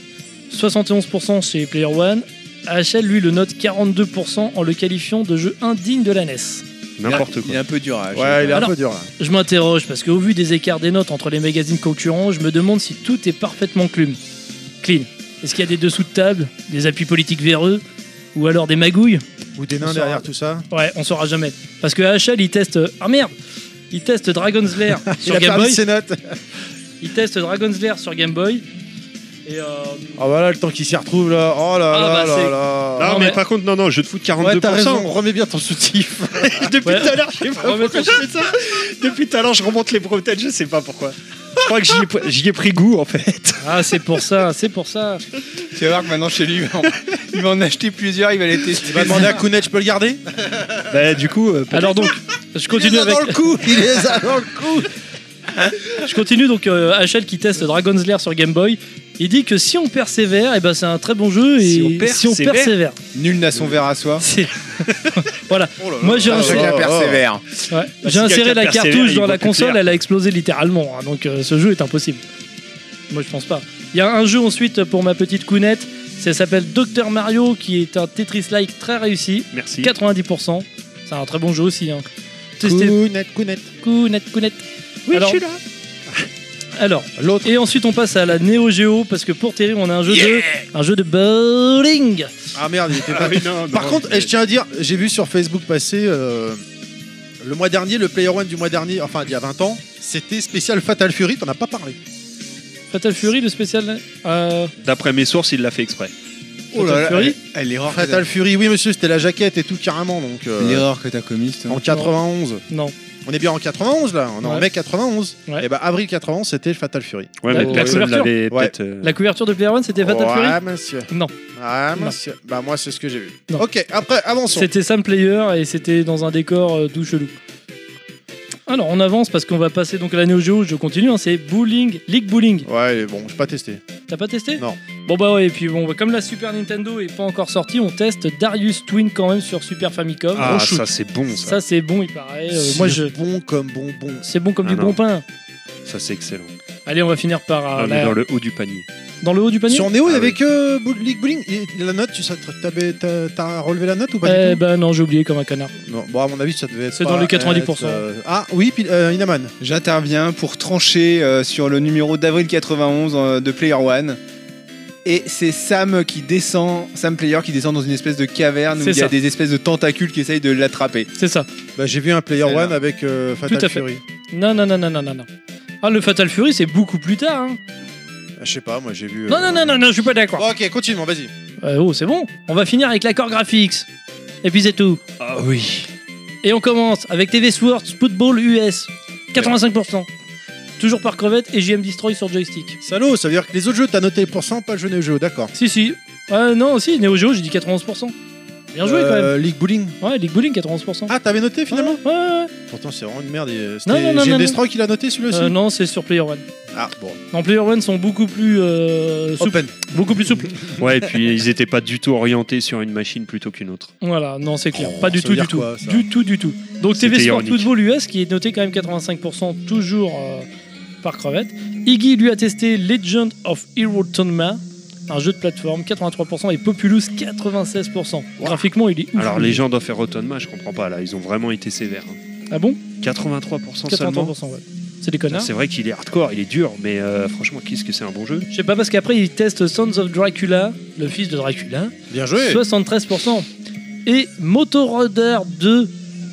S4: 71% chez Player One. HL, lui, le note 42% en le qualifiant de jeu indigne de la E NES.
S6: N'importe
S5: Il
S6: quoi.
S5: est un peu dur hein, à
S3: Ouais, il est un
S4: Alors-
S3: peu dur là.
S4: Je m'interroge parce qu'au vu des écarts des notes entre les magazines concurrents, je me demande si tout est parfaitement clume. Clean. Est-ce qu'il y a des dessous de table, des appuis politiques véreux ou alors des magouilles
S3: Ou des
S4: On
S3: nains
S4: saura.
S3: derrière tout ça.
S4: Ouais, on saura jamais. Parce que HL, il teste. Ah merde Il teste Dragon's
S6: [laughs]
S4: Lair
S3: Il
S4: sur
S3: a
S4: Game
S3: perdu
S4: Boy.
S3: ses notes.
S4: Il teste Dragon's Lair sur Game Boy. Et euh,
S3: Ah voilà, le temps qu'il s'y retrouve là. Oh là
S4: Ah, bah,
S3: là
S4: c'est-
S3: là là.
S6: Non,
S4: Non,
S6: mais,
S4: mais-
S6: par contre, non, non, jeu de foot 42%.
S8: Ouais, t'as raison, remets bien ton soutif.
S6: [laughs] Depuis
S4: Ouais.
S6: tout à l'heure, je sais pas
S4: Remets
S6: pourquoi
S4: ton
S6: je fais ça. [laughs] Depuis tout à l'heure, je remonte les bretelles, je sais pas pourquoi. Je crois que j'y ai pr- j'y ai, pris goût, en fait.
S4: Ah, c'est pour ça, c'est pour ça.
S5: Tu vas voir que maintenant chez lui, il va en- il va en acheter plusieurs, il va les tester.
S8: Tu vas demander à Kounet, je peux le garder
S6: Bah, du coup, euh,
S4: Alors donc, je continue avec.
S8: le coup Il les a dans le
S4: Je continue donc euh, HL qui teste Dragon's Lair sur Game Boy. Il dit que si on persévère, et ben c'est un très bon jeu et
S6: Si on persévère.
S4: persévère.
S5: Nul n'a son verre à soi.
S4: c'est- [laughs] voilà.
S6: Oh
S4: Moi j'ai
S5: Ah,
S4: inséré,
S3: Oh,
S5: Chacun persévère.
S4: ouais.
S6: Bah,
S4: J'ai
S6: si
S4: inséré
S6: quelqu'un
S4: la
S6: persévère,
S4: cartouche
S6: il
S4: dans
S6: voit
S4: la
S6: plus
S4: console,
S6: clair.
S4: elle a explosé littéralement. hein. donc euh, ce jeu est impossible. Moi je pense pas. Il y a un jeu ensuite pour ma petite counette. Ça s'appelle Dr Mario qui est un Tetris-like très réussi.
S6: merci.
S4: 90%. C'est un très bon jeu aussi. Hein. Testez
S3: Counette, Counette.
S4: counette, counette.
S6: Oui,
S4: Alors-
S6: je suis là.
S4: Alors,
S3: L'autre.
S4: Et ensuite on passe à la Neo Geo parce que pour Terry on a un jeu de un jeu de bowling.
S3: Ah merde, il était
S6: Ah
S3: pas.
S6: oui, non,
S3: Par
S6: non,
S3: contre,
S6: mais-
S3: eh, je tiens à dire, j'ai vu sur Facebook passer euh, le mois dernier, le Player One du mois dernier, enfin il y a 20 ans, c'était spécial Fatal Fury, t'en as pas parlé.
S4: Fatal Fury le spécial euh,
S6: D'après mes sources, il l'a fait exprès.
S5: Oh là là,
S4: Fury.
S5: elle- elle est rare. que
S3: Fatal Fury, oui monsieur, c'était la jaquette et tout carrément donc.
S5: t'as-
S3: euh,
S5: L'erreur que t'as commise, toi.
S3: en 91.
S4: Non.
S3: On est bien en 91 là, on est en
S4: Ouais.
S3: mai 91.
S4: Ouais.
S3: Et bah avril 91, c'était Fatal Fury.
S6: Ouais,
S4: La-
S6: mais
S4: la
S6: personne
S4: couverture.
S6: l'avait
S3: Ouais.
S6: peut-être. euh,
S4: La couverture de Player One c'était Fatal
S3: ouais,
S4: Fury.
S3: monsieur.
S4: Non.
S3: Ouais,
S4: Non.
S3: monsieur. Bah moi c'est ce que j'ai vu.
S4: Non.
S3: Ok, après avançons.
S4: C'était Sam Player et c'était dans un décor euh, doux chelou. Alors on avance parce qu'on va passer donc à la Neo Geo. Je continue. hein, c'est bowling, League Bowling.
S3: Ouais, il est bon, j'ai pas testé.
S4: T'as pas testé
S3: Non.
S4: Bon bah ouais. Et puis bon, bah, comme la Super Nintendo est pas encore sortie, on teste Darius Twin quand même sur Super Famicom.
S6: Ah,
S4: Gros shoot.
S6: ça, c'est bon, ça.
S4: Ça, c'est bon, il paraît. Euh, moi je.
S3: C'est bon comme bon bon.
S4: C'est bon comme
S6: Ah
S4: du
S6: non.
S4: bon pain.
S6: Ça, c'est excellent.
S4: Allez, on va finir par euh,
S6: On
S4: la-
S6: est Ah, dans le haut du panier.
S4: dans le haut du panier.
S3: Sur Neo, il y
S6: Ah
S3: avait
S6: oui.
S3: que euh, Bou- League Bowling. Et La note, tu sais, t'as- t'as t'as relevé la note ou pas
S4: Eh
S3: du tout
S4: ben non, j'ai oublié comme un connard.
S3: Non, bon, à mon avis, ça devait être.
S4: C'est
S3: pas-
S4: dans les 90%.
S3: être, euh, Ah oui, puis, euh, Inaman.
S5: J'interviens pour trancher euh, sur le numéro d'avril 91 euh, de Player One. Et c'est Sam qui descend, Sam Player qui descend dans une espèce de caverne où
S4: C'est
S5: il y a
S4: ça.
S5: des espèces de tentacules qui essayent de l'attraper.
S4: C'est ça.
S3: Bah, j'ai vu un Player
S5: Celle-là.
S3: One avec euh, Fatal
S4: Tout à fait.
S3: Fury.
S4: Non, non, non, non, non, non, non. Ah, le Fatal Fury, c'est beaucoup plus tard. Hein.
S3: Ah, Je sais pas, moi j'ai vu. euh,
S4: Non, non, non, non, non, je suis pas d'accord.
S3: Bon, ok, continue, bon, vas-y.
S4: Euh, oh, c'est bon. On va finir avec l'accord graphics. Et puis c'est tout.
S6: Ah oui.
S4: Et on commence avec TV Swords Football US. 85%. Toujours par crevette et JM Destroy sur joystick.
S3: Salaud, ça veut dire que les autres jeux, t'as noté les pourcents, pas le jeu Neo Geo, d'accord.
S4: Si, si. Ah non, si, Neo Geo, j'ai dit 91%. Bien joué quand même.
S3: Euh, League Bowling.
S4: Ouais, League Bowling, 91%.
S3: Ah, t'avais noté finalement
S4: Ouais, ouais, ouais.
S3: Pourtant, c'est vraiment une merde. et, euh,
S4: Non, non,
S3: c'était-
S4: non,
S3: J'ai
S4: non,
S3: Destroy qui l'a noté celui-là
S4: Euh,
S3: aussi
S4: non, c'est sur Player One.
S3: Ah, bon.
S4: Non, Player One sont beaucoup plus euh, souples.
S3: Open.
S4: Beaucoup plus souples.
S6: Ouais,
S4: [laughs]
S6: et puis ils étaient pas du tout orientés sur une machine plutôt qu'une autre.
S4: Voilà, non, c'est clair.
S3: Oh,
S4: pas du
S3: ça
S4: tout,
S3: veut
S4: du
S3: dire
S4: tout.
S3: quoi, ça
S4: du tout, du tout. Donc
S6: C'était
S4: TV Sport
S6: ironique.
S4: Football US qui est noté quand même 85%, toujours euh, par crevette. Iggy lui a testé Legend of Hero Tonma, un jeu de plateforme 83% et Populous 96%. Graphiquement, il est ouf.
S6: Alors, les gens doivent faire Rotonma, je comprends pas là, ils ont vraiment été sévères. hein.
S4: Ah bon
S6: 83% seulement.
S4: 83%, ouais. C'est des connards.
S6: C'est vrai qu'il est hardcore, il est dur, mais euh, franchement, qu'est-ce que c'est un bon jeu
S4: Je sais pas, parce qu'après, il teste Sons of Dracula, le fils de Dracula,
S3: Bien joué
S4: 73%. Et Motorrunner 2,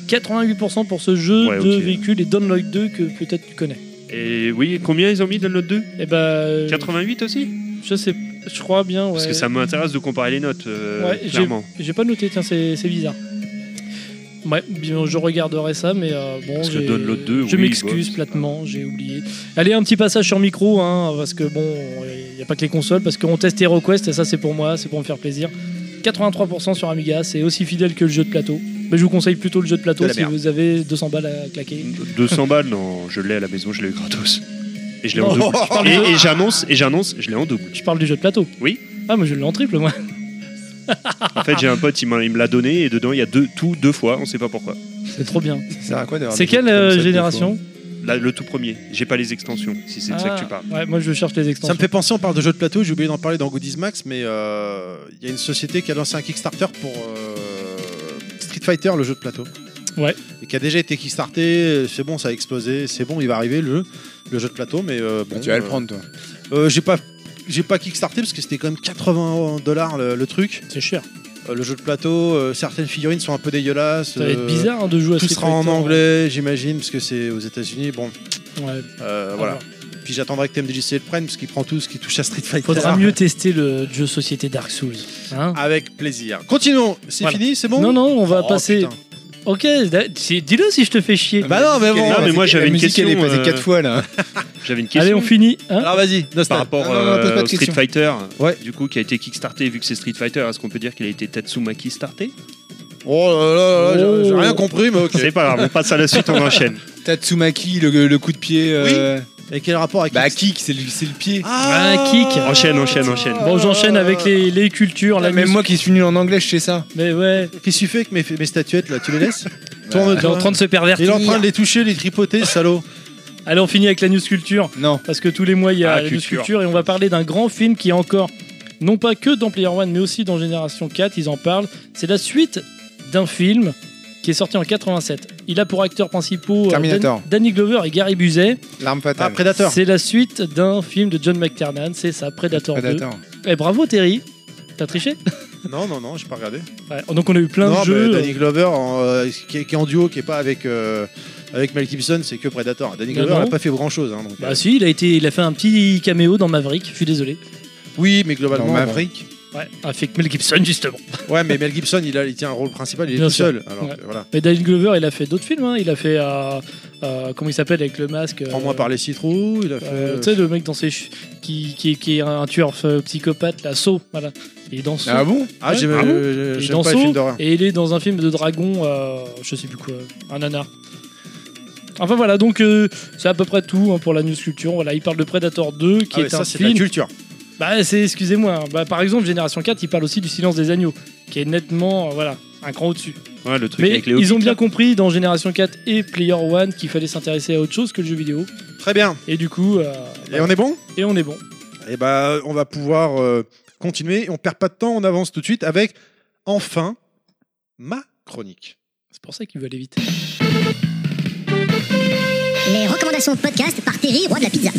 S4: 88% pour ce jeu
S6: Ouais,
S4: de
S6: ok.
S4: véhicules et Download 2 que peut-être tu connais.
S6: Et oui, combien ils ont mis dans le note 2
S4: Et ben,
S6: 88 aussi
S4: je sais, je crois bien. Ouais.
S6: Parce que ça m'intéresse de comparer les notes, euh,
S4: Ouais, j'ai-
S6: clairement.
S4: J'ai pas noté, tiens, c'est c'est bizarre. Ouais, bien, je regarderai ça, mais euh, bon.
S6: Parce que
S4: j'ai-
S6: Download 2,
S4: Je
S6: oui, bah.
S4: m'excuse
S6: bon.
S4: platement, j'ai oublié. Allez, un petit passage sur micro, hein, parce que bon, il n'y a pas que les consoles, parce qu'on teste HeroQuest, et ça c'est pour moi, c'est pour me faire plaisir. 83% sur Amiga, c'est aussi fidèle que le jeu de plateau. Mais je vous conseille plutôt le jeu de plateau
S5: De la
S4: si
S5: merde.
S4: vous avez 200 balles à claquer.
S6: 200 balles, non, je l'ai à la maison, je l'ai eu gratos. Et je l'ai en
S4: Non,
S6: double. Et, et j'annonce, et j'annonce, je l'ai en double.
S4: Je parle du jeu de plateau.
S6: Oui.
S4: Ah, moi je l'ai en triple, moi. [laughs]
S6: En fait, j'ai un pote, il m'a- il me l'a donné, et dedans, il y a deux, tout deux fois, on sait pas pourquoi.
S4: C'est trop bien.
S5: Ça à quoi d'avoir
S4: C'est
S5: des jeux
S4: quelle
S5: comme
S4: euh,
S5: ça, des
S4: génération
S6: Là, le tout premier, j'ai pas les extensions, si c'est de ça que tu
S4: Ah,
S6: parles.
S4: Ouais, moi je cherche les
S3: Ça
S4: extensions.
S3: me fait penser, on parle de jeux de plateau, j'ai oublié d'en parler dans Goodies Max, mais euh, il y a une société qui a lancé un Kickstarter pour euh, Street Fighter, le jeu de plateau.
S4: Ouais.
S3: Et qui a déjà été kickstarté, c'est bon, ça a explosé, c'est bon, il va arriver le jeu, le jeu de plateau, mais euh, bon.
S5: fois Tu vas le
S3: euh,
S5: prendre toi.
S3: euh, j'ai pas. J'ai pas kickstarté parce que c'était quand même 80 dollars le, le truc.
S4: C'est cher.
S3: Euh, le jeu de plateau, euh, certaines figurines sont un peu dégueulasses.
S4: Ça va être
S3: euh,
S4: bizarre hein, de jouer à
S3: Tout
S4: Street
S3: sera en
S4: Fighter. hein.
S3: anglais, j'imagine, parce que c'est aux États-Unis. Bon,
S4: Ouais,
S3: euh,
S4: à
S3: voilà.
S4: voir.
S3: Puis j'attendrai que TMDJC le prenne, parce qu'il prend tout ce qui touche à Street Fighter.
S4: Faudra mieux tester le jeu Société Dark Souls. hein.
S3: Avec plaisir. Continuons. C'est
S4: Voilà.
S3: fini, c'est Ah bon
S4: non, non, on va
S3: Oh,
S4: passer.
S3: putain.
S4: Ok, d'a- si- dis-le si je te fais chier.
S3: Bah non, mais bon.
S6: Non, mais moi, j'avais
S5: Ah, La
S6: une
S5: musique, Elle
S6: question,
S5: est passée
S6: euh,
S5: 4 fois là.
S6: J'avais une question.
S4: Allez, on finit. hein.
S3: Alors vas-y,
S6: par
S3: Nostal.
S6: rapport
S5: Non, non, non, pose pas
S6: euh,
S5: de
S6: au Street
S5: question.
S6: Fighter,
S3: Ouais.
S6: du coup, qui a été kickstarté, vu que c'est Street Fighter, est-ce qu'on peut dire qu'il a été Tatsumaki starté
S3: Oh là là, là, j'ai- j'ai
S4: Oh.
S3: rien compris, mais ok.
S6: C'est pas grave, on passe à la suite, on
S4: [laughs]
S6: enchaîne.
S5: Tatsumaki, le, le coup de pied. euh,
S3: Et quel rapport avec
S5: Bah,
S3: Kickstarter
S5: kick, c'est le, c'est le pied.
S4: Ah, kick.
S6: Enchaîne, enchaîne, enchaîne.
S4: Bon, j'enchaîne avec les, les cultures, la
S5: Même
S4: musique.
S5: moi qui suis nul en anglais, je sais ça.
S4: Mais ouais,
S3: Qu'est-ce que tu fais avec mes, mes statuettes là Tu les
S4: [laughs]
S3: laisses
S4: on
S3: Tourne
S4: est en train de se pervertir.
S3: Il est en train de les toucher, les tripoter, salaud.
S4: Allez, on finit avec la news culture.
S5: Non.
S4: Parce que tous les mois, il y a la
S6: Ah,
S4: news
S6: culture.
S4: culture et on va parler d'un grand film qui est encore, non pas que dans Player One, mais aussi dans Génération 4, ils en parlent. C'est la suite d'un film qui est sorti en 87. Il a pour acteurs principaux euh,
S5: Terminator.
S4: Dan- Danny Glover et Gary Buzet.
S5: L'arme
S3: Ah,
S5: fatale.
S3: Predator.
S4: C'est la suite d'un film de John McTiernan, c'est ça, Predator, 2.
S5: Predator.
S4: Et bravo Terry, t'as triché
S3: [laughs] Non, non, non, j'ai pas regardé.
S4: Ouais, Donc on a eu plein
S3: non,
S4: de
S3: mais
S4: jeux.
S3: Danny Glover en, euh, qui, est, qui est en duo, qui est pas avec euh, avec Mel Gibson, c'est que Predator. Danny
S4: Non,
S3: Glover
S4: non.
S3: n'a pas fait grand chose. Hein, donc, euh,
S4: Bah si, il a, été, il a fait un petit caméo dans Maverick, je suis désolé.
S3: oui, mais
S5: Dans
S3: globalement.
S5: Maverick.
S4: Ouais, avec Mel Gibson justement.
S3: bon. Ouais, mais Mel Gibson, il, a, il tient un rôle principal, il est
S4: Bien
S3: tout
S4: sûr.
S3: seul. Alors,
S4: Ouais.
S3: que, voilà.
S4: Mais Danny Glover, il a fait d'autres films, hein. il a fait... euh, euh, comment il s'appelle avec le masque euh,
S3: Prends-moi par les citrons. Il a fait.
S4: euh, tu sais, le mec dans ses ch- qui, qui, qui est un tueur euh, psychopathe, la Saw, voilà. Il est dans Saw.
S5: Ah bon
S3: ah, j'aime
S4: Ah bon
S3: euh,
S4: Il est
S3: j'aime
S4: dans
S3: pas les
S4: Saw,
S3: films d'horreur.
S4: et il est dans un film de dragon, euh, je sais plus quoi, un nanar. Enfin voilà, donc euh, c'est à peu près tout hein, pour la news culture. Voilà, il parle de Predator 2, qui
S3: Ah,
S4: est
S3: mais ça,
S4: un
S3: c'est de la
S4: film.
S3: culture.
S4: bah c'est, excusez-moi, hein, bah, par exemple Génération 4, il parle aussi du Silence des agneaux, qui est nettement, euh, voilà, un cran au-dessus.
S6: Ouais, le truc
S4: Mais
S6: avec les
S4: ils ont
S6: hobbits,
S4: bien
S6: là.
S4: compris dans Génération 4 et Player One qu'il fallait s'intéresser à autre chose que le jeu vidéo.
S3: Très bien.
S4: Et du coup, euh,
S3: Et on est bon
S4: et on est bon.
S3: Et bah, on va pouvoir euh, continuer. On perd pas de temps, on avance tout de suite avec enfin ma chronique.
S4: C'est pour ça qu'il veut aller vite.
S1: Les recommandations podcast par Terry, roi de la pizza.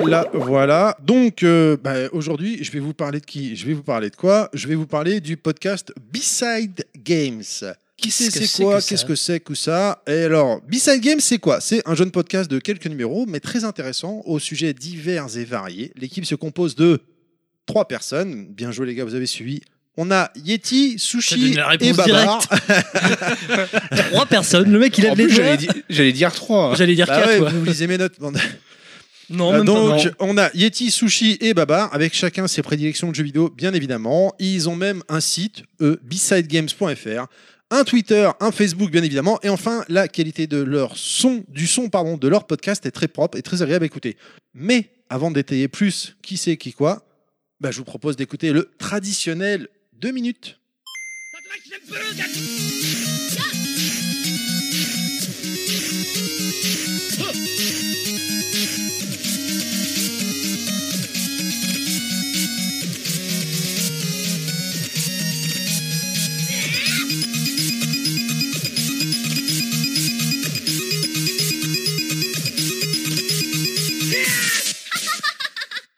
S3: Voilà, voilà. Donc, euh, bah, aujourd'hui, je vais vous parler de qui Je vais vous parler de quoi Je vais vous parler du podcast Beside Games. Qui c'est,
S4: Qu'est-ce que
S3: c'est
S4: c'est
S3: quoi
S4: que ça
S3: Qu'est-ce que c'est que ça Et alors, Beside Games, c'est quoi C'est un jeune podcast de quelques numéros, mais très intéressant, aux sujets divers et variés. L'équipe se compose de trois personnes. Bien joué, les gars, vous avez suivi. On a Yeti,
S4: Ça donne
S3: Sushi
S4: la
S3: et
S4: réponse
S3: Babar.
S4: [laughs]
S3: Bah
S4: [laughs] Trois personnes, le mec il a
S5: En
S4: de
S5: plus,
S4: les
S5: j'allais di- j'allais dire 3.
S4: J'allais dire
S3: Bah
S4: quatre,
S3: ouais,
S4: quoi.
S3: vous lisez mes notes. bande.
S4: Non,
S3: Euh,
S4: même pas, non.
S3: donc, on a Yeti, Sushi et Babar, avec chacun ses prédilections de jeux vidéo, bien évidemment. Ils ont même un site, euh, eux, besidegames.fr, un Twitter, un Facebook, bien évidemment. Et enfin, la qualité de leur son, du son, pardon, de leur podcast est très propre et très agréable à écouter. Mais avant de détailler plus qui c'est qui quoi, bah, je vous propose d'écouter le traditionnel 2 minutes.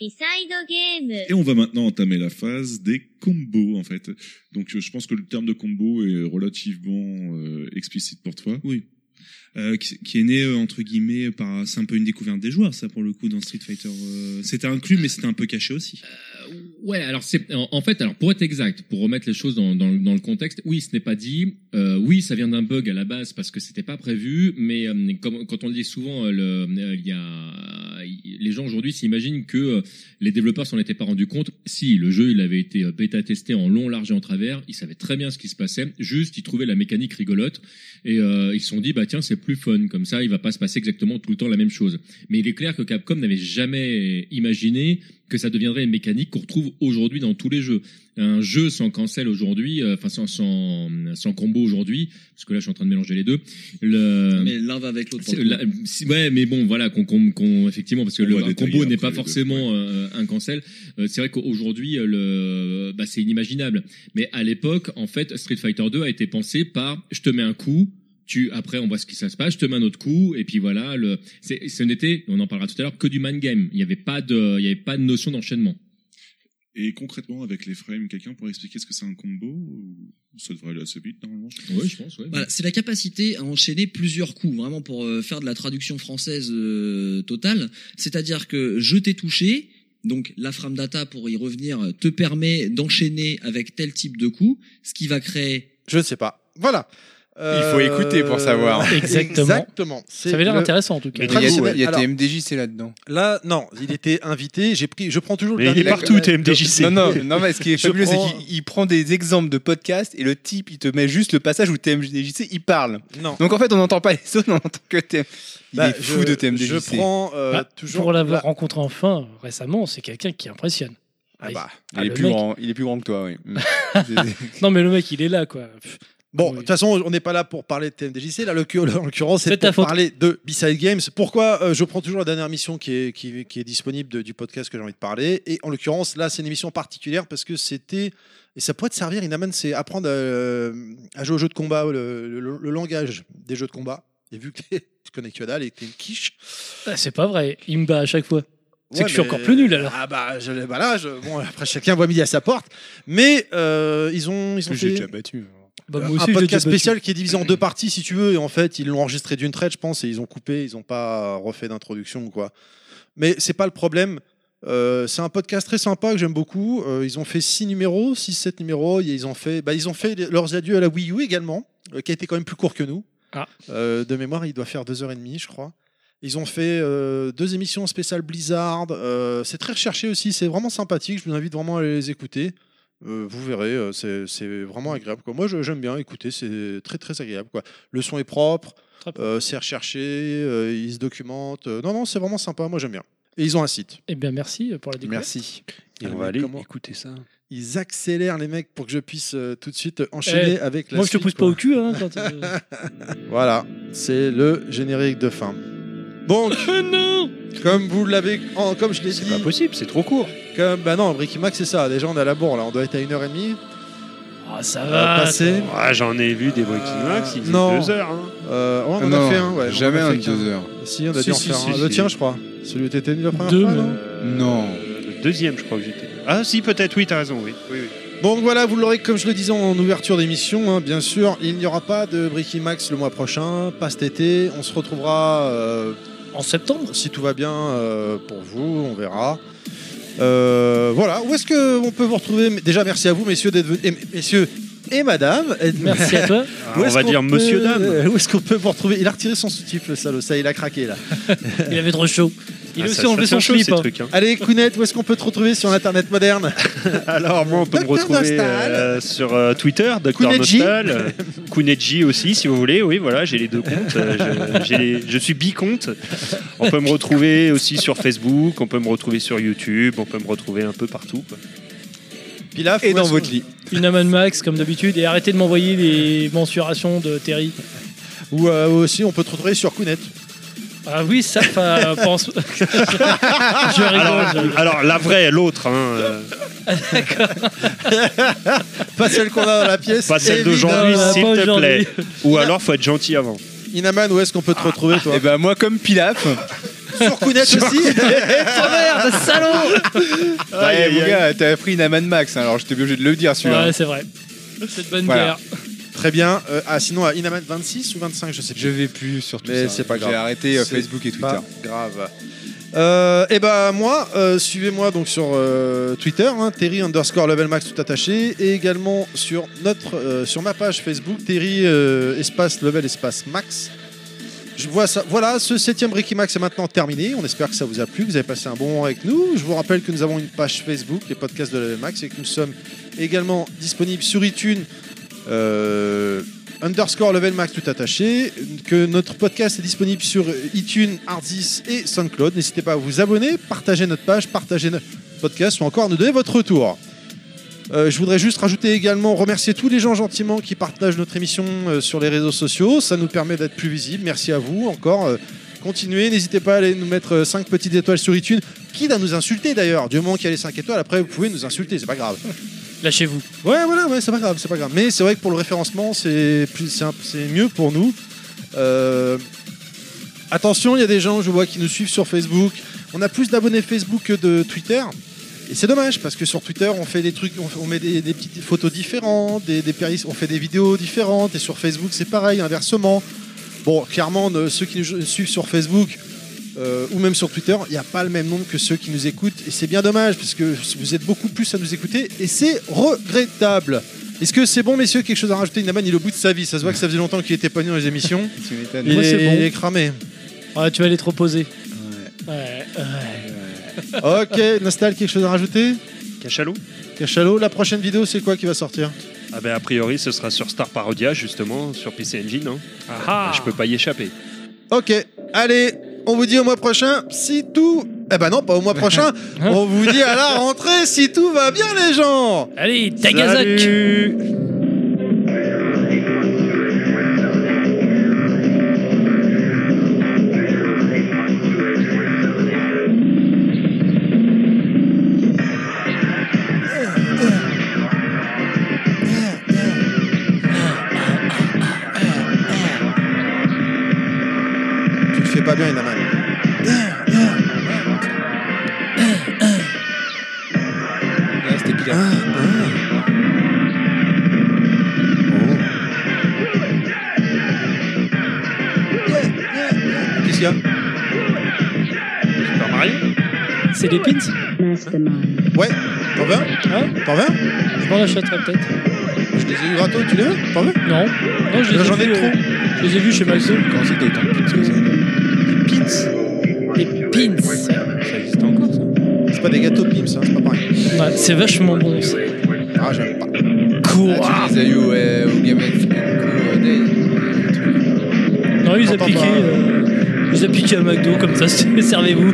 S2: ビサイドゲーム
S9: Et on va maintenant entamer la phase des combos, en fait. Donc, euh, je pense que le terme de combo est relativement euh, explicite pour toi.
S10: Oui. Euh, qui qui est né euh, entre guillemets par c'est un peu une découverte des joueurs ça pour le coup dans Street Fighter euh, c'était inclus mais c'était un peu caché aussi
S11: Ouais, alors c'est en, en fait, alors pour être exact, pour remettre les choses dans, dans, le- dans le contexte, oui, ce n'est pas dit. Euh, oui, ça vient d'un bug à la base parce que c'était pas prévu, mais euh, comme, quand on le dit souvent, euh, le, euh, il y a les gens aujourd'hui s'imaginent que euh, les développeurs s'en étaient pas rendus compte. Si le jeu il avait été euh, bêta testé en long, large et en travers, ils savaient très bien ce qui se passait. Juste, ils trouvaient la mécanique rigolote et euh, ils se sont dit bah tiens c'est plus fun comme ça, il va pas se passer exactement tout le temps la même chose. Mais il est clair que Capcom n'avait jamais imaginé que ça deviendrait une mécanique qu'on retrouve aujourd'hui dans tous les jeux. Un jeu sans cancel aujourd'hui, euh, enfin sans, sans sans combo aujourd'hui, parce que là je suis en train de mélanger les deux.
S9: Euh,
S11: Le...
S10: mais l'un va avec l'autre
S11: C'est- la- si- ouais, mais bon, voilà, qu'on, qu'on, qu'on- effectivement, parce que
S9: On
S11: le
S9: va
S11: un
S9: détailler
S11: combo
S9: après
S11: n'est pas
S9: les deux,
S11: forcément euh, un cancel. Euh, c'est vrai qu'aujourd'hui, euh, le, bah, c'est inimaginable. Mais à l'époque, en fait, Street Fighter 2 a été pensé par, je te mets un coup. Tu, après, on voit ce qui ça se passe, je te mets un autre coup, et puis voilà, le, c'est, ce n'était, on en parlera tout à l'heure, que du man game. Il n'y avait pas de, il n'y avait pas de notion d'enchaînement.
S9: Et concrètement, avec les frames, quelqu'un pourrait expliquer ce que c'est un combo ou Ça devrait aller assez vite, normalement. je pense.
S11: Ouais, je pense, ouais.
S6: Bah,
S10: Voilà, c'est la capacité à enchaîner plusieurs coups, vraiment pour euh, faire de la traduction française euh, totale. C'est-à-dire que je t'ai touché, donc la frame data pour y revenir te permet d'enchaîner avec tel type de coup, ce qui va créer.
S3: Je ne sais pas. Voilà. Euh,
S5: faut écouter pour savoir.
S4: Exactement.
S3: Exactement.
S4: Ça avait l'air
S3: le-
S4: intéressant en tout cas.
S5: Il y a,
S3: Traditionnel.
S5: il y a
S3: Alors-
S5: TMDJC là-dedans.
S3: Là, non, il était invité. J'ai pris, je prends toujours le
S6: Mais il est
S3: dernier-
S6: partout,
S3: Ouais.
S6: TMDJC.
S5: Non, non, non, mais ce qui est
S3: Je
S5: fabuleux,
S3: prends-
S5: c'est qu'il il prend des exemples de podcasts et le type, il te met juste le passage où TMDJC, il parle.
S3: Euh, Non.
S5: Donc en fait, on n'entend pas les autres, [laughs] on n'entend que TM. Il
S3: Bah,
S5: est fou
S3: je-
S5: de TMDJC.
S3: Je prends euh,
S4: Bah,
S3: toujours.
S4: Pour l'avoir
S3: là-
S4: rencontré enfin récemment, c'est quelqu'un qui impressionne.
S3: Ah bah.
S5: Il,
S4: Ah,
S5: est
S4: le
S5: plus
S4: mec.
S5: grand, il est plus grand
S3: [laughs]
S5: que toi, oui. Mm.
S4: Non mais le mec, il est là quoi. Pff,
S3: Bon,
S4: Oui.
S3: de toute façon, on n'est pas là pour parler de TMDJC. Là, le cu- [laughs] en l'occurrence,
S4: C'est
S3: c'est
S4: ta
S3: pour
S4: faute.
S3: parler de B-Side Games. Pourquoi euh, je prends toujours la dernière mission qui est, qui, qui est disponible de- du podcast que j'ai envie de parler. Et en l'occurrence, là, c'est une émission particulière parce que c'était. Et ça pourrait te servir, Inaman, c'est apprendre euh, à jouer aux jeux de combat, le, le- le langage des jeux de combat. Et vu que [laughs] t'es- tu connais que dalle et que t'es une quiche.
S4: ah, c'est pas vrai, il me bat à chaque fois. C'est
S3: Ouais,
S4: que je suis
S3: mais-
S4: encore plus nul alors.
S3: Ah bah, je, bah là, je- bon, après, chacun voit midi à sa porte. Mais euh, ils ont. Ils ont
S5: J'ai
S3: fait-
S5: déjà battu. hein.
S4: Bah, moi
S3: un
S4: aussi, je l'ai déjà
S3: podcast
S4: battu.
S3: spécial qui est divisé en deux parties si tu veux et en fait ils l'ont enregistré d'une traite je pense et ils ont coupé ils n'ont pas refait d'introduction ou quoi mais c'est pas le problème Euh, c'est un podcast très sympa que j'aime beaucoup Euh, ils ont fait 6 numéros 6 7 numéros et ils ont fait bah, ils ont fait leurs adieux à la Wii U également euh, qui a été quand même plus court que nous
S4: Ah.
S3: Euh, de mémoire il doit faire 2h30 je crois ils ont fait euh, deux émissions spéciales Blizzard. Euh, c'est très recherché aussi, c'est vraiment sympathique. Je vous invite vraiment à aller les écouter. Euh, vous verrez, euh, c'est c'est vraiment agréable. Quoi. Moi, je- j'aime bien écouter, c'est très très agréable. Quoi. Le son est propre,
S4: Très propre.
S3: euh, c'est recherché, euh, ils se documentent. Euh, non, non, c'est vraiment sympa, moi j'aime bien. Et ils ont un site.
S4: Eh bien merci pour la découverte.
S5: Merci.
S6: Et
S3: Ah,
S6: on
S3: mais
S6: va aller
S3: comment-
S6: écouter ça.
S3: Ils accélèrent les mecs pour que je puisse euh, tout de suite enchaîner avec la
S4: Eh, Moi je te
S3: suite,
S4: pousse pas
S3: quoi.
S4: au cul hein, quand, euh,
S3: [laughs] Voilà, c'est le générique de fin. Donc, [laughs] comme vous l'avez, en- comme je l'ai dit,
S6: C'est pas possible, c'est trop court.
S3: Comme, bah non, Bricky Mac, c'est ça. Déjà, on est à la bourre, là. On doit être à 1h30.
S4: Ah, ça
S3: On
S4: va.
S3: va passer.
S6: Ah, j'en ai vu des Breaking Max, ils faisaient
S3: Non.
S6: deux heures. hein.
S3: Euh, ouais, on en a fait un, ouais.
S5: jamais
S3: on en a
S5: un
S3: fait
S5: de
S3: qu'un.
S5: deux heures.
S3: Si, on a
S6: Si,
S3: dû en
S6: si,
S3: faire
S6: si,
S3: un. Le
S6: si.
S3: tien, je crois. Celui où t'étais venu la première
S4: Deux,
S3: fois,
S4: moi.
S3: non
S5: Non.
S6: Le deuxième, je crois que j'étais. Ah, si, peut-être, oui, t'as raison, oui. oui, oui.
S3: Bon, voilà, vous l'aurez, comme je le disais en ouverture d'émission, hein, bien sûr, il n'y aura pas de Bricky Max le mois prochain, pas cet été. On se retrouvera, euh,
S4: En septembre
S3: si tout va bien euh, pour vous, on verra. Euh, voilà, où est-ce qu'on peut vous retrouver Déjà, merci à vous, messieurs, d'être venus. et- Messieurs et madame. Et-
S4: Merci à toi.
S6: Ah,
S3: Où
S6: on
S3: est-ce
S6: va
S3: qu'on
S6: dire
S3: peut-
S6: monsieur, dame.
S3: euh, Où est-ce qu'on peut vous retrouver Il a retiré son soutif, le salaud, ça, il a craqué là.
S4: Il avait trop chaud. Il a
S6: Ah,
S4: aussi
S6: ça-
S4: enlevé
S6: ça
S4: son
S6: tient chaud,
S4: slip.
S6: ces
S4: hein.
S6: trucs, hein.
S3: Allez, Kounet, où est-ce qu'on peut te retrouver sur l'internet moderne
S6: Alors moi on peut me
S3: Dr.
S6: retrouver
S3: Nostal.
S6: euh, sur euh, Twitter, Dr
S3: Kuneji.
S4: [laughs]
S6: Nostal, euh, Kuneji aussi si vous voulez, oui voilà j'ai les deux comptes, euh, je, j'ai les- je suis bicompte, on peut me retrouver aussi sur Facebook, on peut me retrouver sur YouTube, on peut me retrouver un peu partout. quoi.
S3: Pilaf,
S5: Et
S3: où
S5: dans
S3: est-ce
S5: votre
S3: qu'on-
S5: lit.
S4: Une Aman Max comme d'habitude et arrêtez de m'envoyer des mensurations de Terry.
S3: Ou euh, aussi, on peut te retrouver sur Kounet.
S4: Ah oui, ça
S6: [laughs]
S4: enfin, pense. je Ah,
S6: Alors, ah,
S4: rigole.
S6: alors, la vraie, l'autre, hein, euh,
S3: Pas celle qu'on a dans la pièce.
S6: pas celle d'aujourd'hui
S4: Évidemment,
S6: s'il
S4: pas
S6: te
S4: aujourd'hui.
S6: plaît. Ou alors faut être gentil avant.
S3: Inaman, où est-ce qu'on peut te retrouver, toi
S5: Et ben moi, comme Pilaf,
S3: Sur Kounet aussi.
S12: merde, salaud
S6: Ah, Bah,
S5: Ouais,
S6: Eh,
S5: mon gars, t'as pris une Aman Max, hein, alors j'étais obligé de le dire celui-là.
S4: Ouais, c'est vrai. C'est de bonne
S5: Voilà.
S4: guerre.
S3: Très bien. Euh, ah, sinon, à Inaman 26 ou 25, je sais plus.
S5: Je vais plus sur tout
S3: Mais
S5: ça.
S3: c'est pas grave.
S5: J'ai arrêté euh,
S3: C'est
S5: Facebook et Twitter.
S3: Pas grave. Euh, et bah moi, euh, suivez-moi donc sur euh, Twitter, hein, Terry underscore level max tout attaché, et également sur notre euh, sur ma page Facebook, Terry euh, espace level espace max. Je vois ça. Voilà, ce septième Ricky Max est maintenant terminé. On espère que ça vous a plu, que vous avez passé un bon moment avec nous. Je vous rappelle que nous avons une page Facebook, les podcasts de Level Max, et que nous sommes également disponibles sur iTunes. euh, underscore level max tout attaché, que notre podcast est disponible sur iTunes, Artis et SoundCloud. N'hésitez pas à vous abonner, partager notre page, partager notre podcast ou encore nous donner votre retour. Euh, je voudrais juste rajouter également, remercier tous les gens gentiment qui partagent notre émission euh, sur les réseaux sociaux. Ça nous permet d'être plus visibles. Merci à vous encore. euh, continuez. N'hésitez pas à aller nous mettre 5 petites étoiles sur iTunes. Quitte à nous insulter d'ailleurs. Du moment qu'il y a les 5 étoiles, après vous pouvez nous insulter. C'est pas grave.
S4: Lâchez-vous.
S3: Ouais, voilà, ouais, c'est pas grave, c'est pas grave. Mais c'est vrai que pour le référencement, c'est plus, c'est un- c'est mieux pour nous. Euh, attention, il y a des gens, je vois, qui nous suivent sur Facebook. On a plus d'abonnés Facebook que de Twitter. Et c'est dommage parce que sur Twitter, on fait des trucs, on, on met des, des petites photos différentes, des, des péris- on fait des vidéos différentes. Et sur Facebook, c'est pareil, inversement. Bon, clairement, ne- ceux qui nous suivent sur Facebook euh, ou même sur Twitter, il n'y a pas le même nombre que ceux qui nous écoutent. Et c'est bien dommage, parce que vous êtes beaucoup plus à nous écouter, et c'est regrettable. Est-ce que c'est bon, messieurs, quelque chose à rajouter Inaman, il est au bout de sa vie. Ça se voit que ça faisait longtemps qu'il était pas venu dans les émissions.
S4: [laughs]
S5: Tu m'étonnes.
S3: Il,
S4: Moi,
S3: est,
S4: c'est bon.
S3: il est cramé.
S4: Ouais, Ah, tu vas aller te reposer. Ouais. ouais.
S3: ok, Nostal, quelque chose à rajouter
S6: Cachalot
S3: Cachalot, la prochaine vidéo, c'est quoi qui va sortir
S6: Ah ben a priori ce sera sur Star Parodia justement, sur PC Engine. hein.
S4: Ah ah.
S6: Je peux pas y échapper.
S3: Ok, allez, on vous dit au mois prochain, si tout... Eh ben non, pas au mois
S4: [laughs]
S3: prochain,
S4: Hein
S3: on vous dit à la rentrée, si tout va bien, les gens
S4: Allez, Tagazak
S6: Salut
S3: Tu le fais pas bien, Inaman.
S5: Ouais, c'était pire.
S3: Ah, Qu'est-ce qu'il y a
S6: Super Mario
S4: C'est des pins
S13: Mastermind.
S3: Ouais, t'en veux un
S4: Hein
S3: T'en veux un
S4: Je m'en achèterai peut-être.
S3: Je les ai eu gratos, tu les veux T'en veux
S4: Non. Non, je les
S3: J'en ai
S4: vus,
S3: trop.
S4: euh, Je les ai vus chez Maxo.
S5: Quand c'est que t'as autant de pins que ça
S4: Des pins.
S6: Ça existe encore ça
S3: C'est pas des gâteaux de Pims, hein, c'est pas pareil.
S4: Ouais, c'est vachement bon. ça.
S3: Ah, j'aime pas.
S5: Ah, Tu les as eu ouais, au Game of Co- Day.
S4: Non, ils ont
S3: J'entends
S4: piqué.
S3: pas.
S4: euh, Ils ont piqué à McDo comme ça. [laughs] Servez-vous.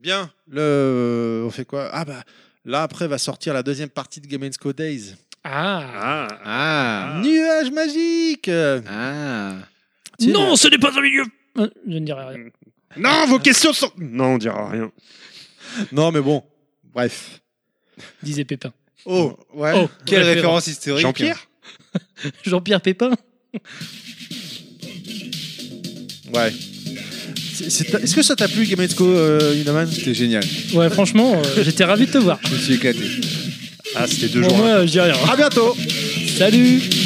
S3: Bien, le. On fait quoi Ah, bah. Là, après, va sortir la deuxième partie de Game Co Days.
S4: Ah.
S6: Ah
S5: Ah.
S3: Nuage magique
S5: Ah.
S3: Tu sais,
S4: Non, ce n'est pas un milieu. Euh, Je ne dirai rien.
S6: Non, vos questions sont. Non, on dira rien.
S3: là- Non, mais bon. Bref.
S4: Disait Pépin.
S3: Oh, ouais.
S4: Oh,
S5: Quelle
S4: référence.
S5: référence historique
S6: Jean-Pierre
S4: Jean-Pierre Pépin.
S3: Ouais. C'est- c'est ta- Est-ce que ça t'a plu, Game Co, euh, Inaman
S5: C'était génial.
S4: Ouais, franchement, euh, j'étais ravi de te voir.
S5: Je me suis éclaté.
S6: Ah, c'était deux
S4: Pour
S6: jours.
S4: moi, je dis rien.
S3: À bientôt
S4: Salut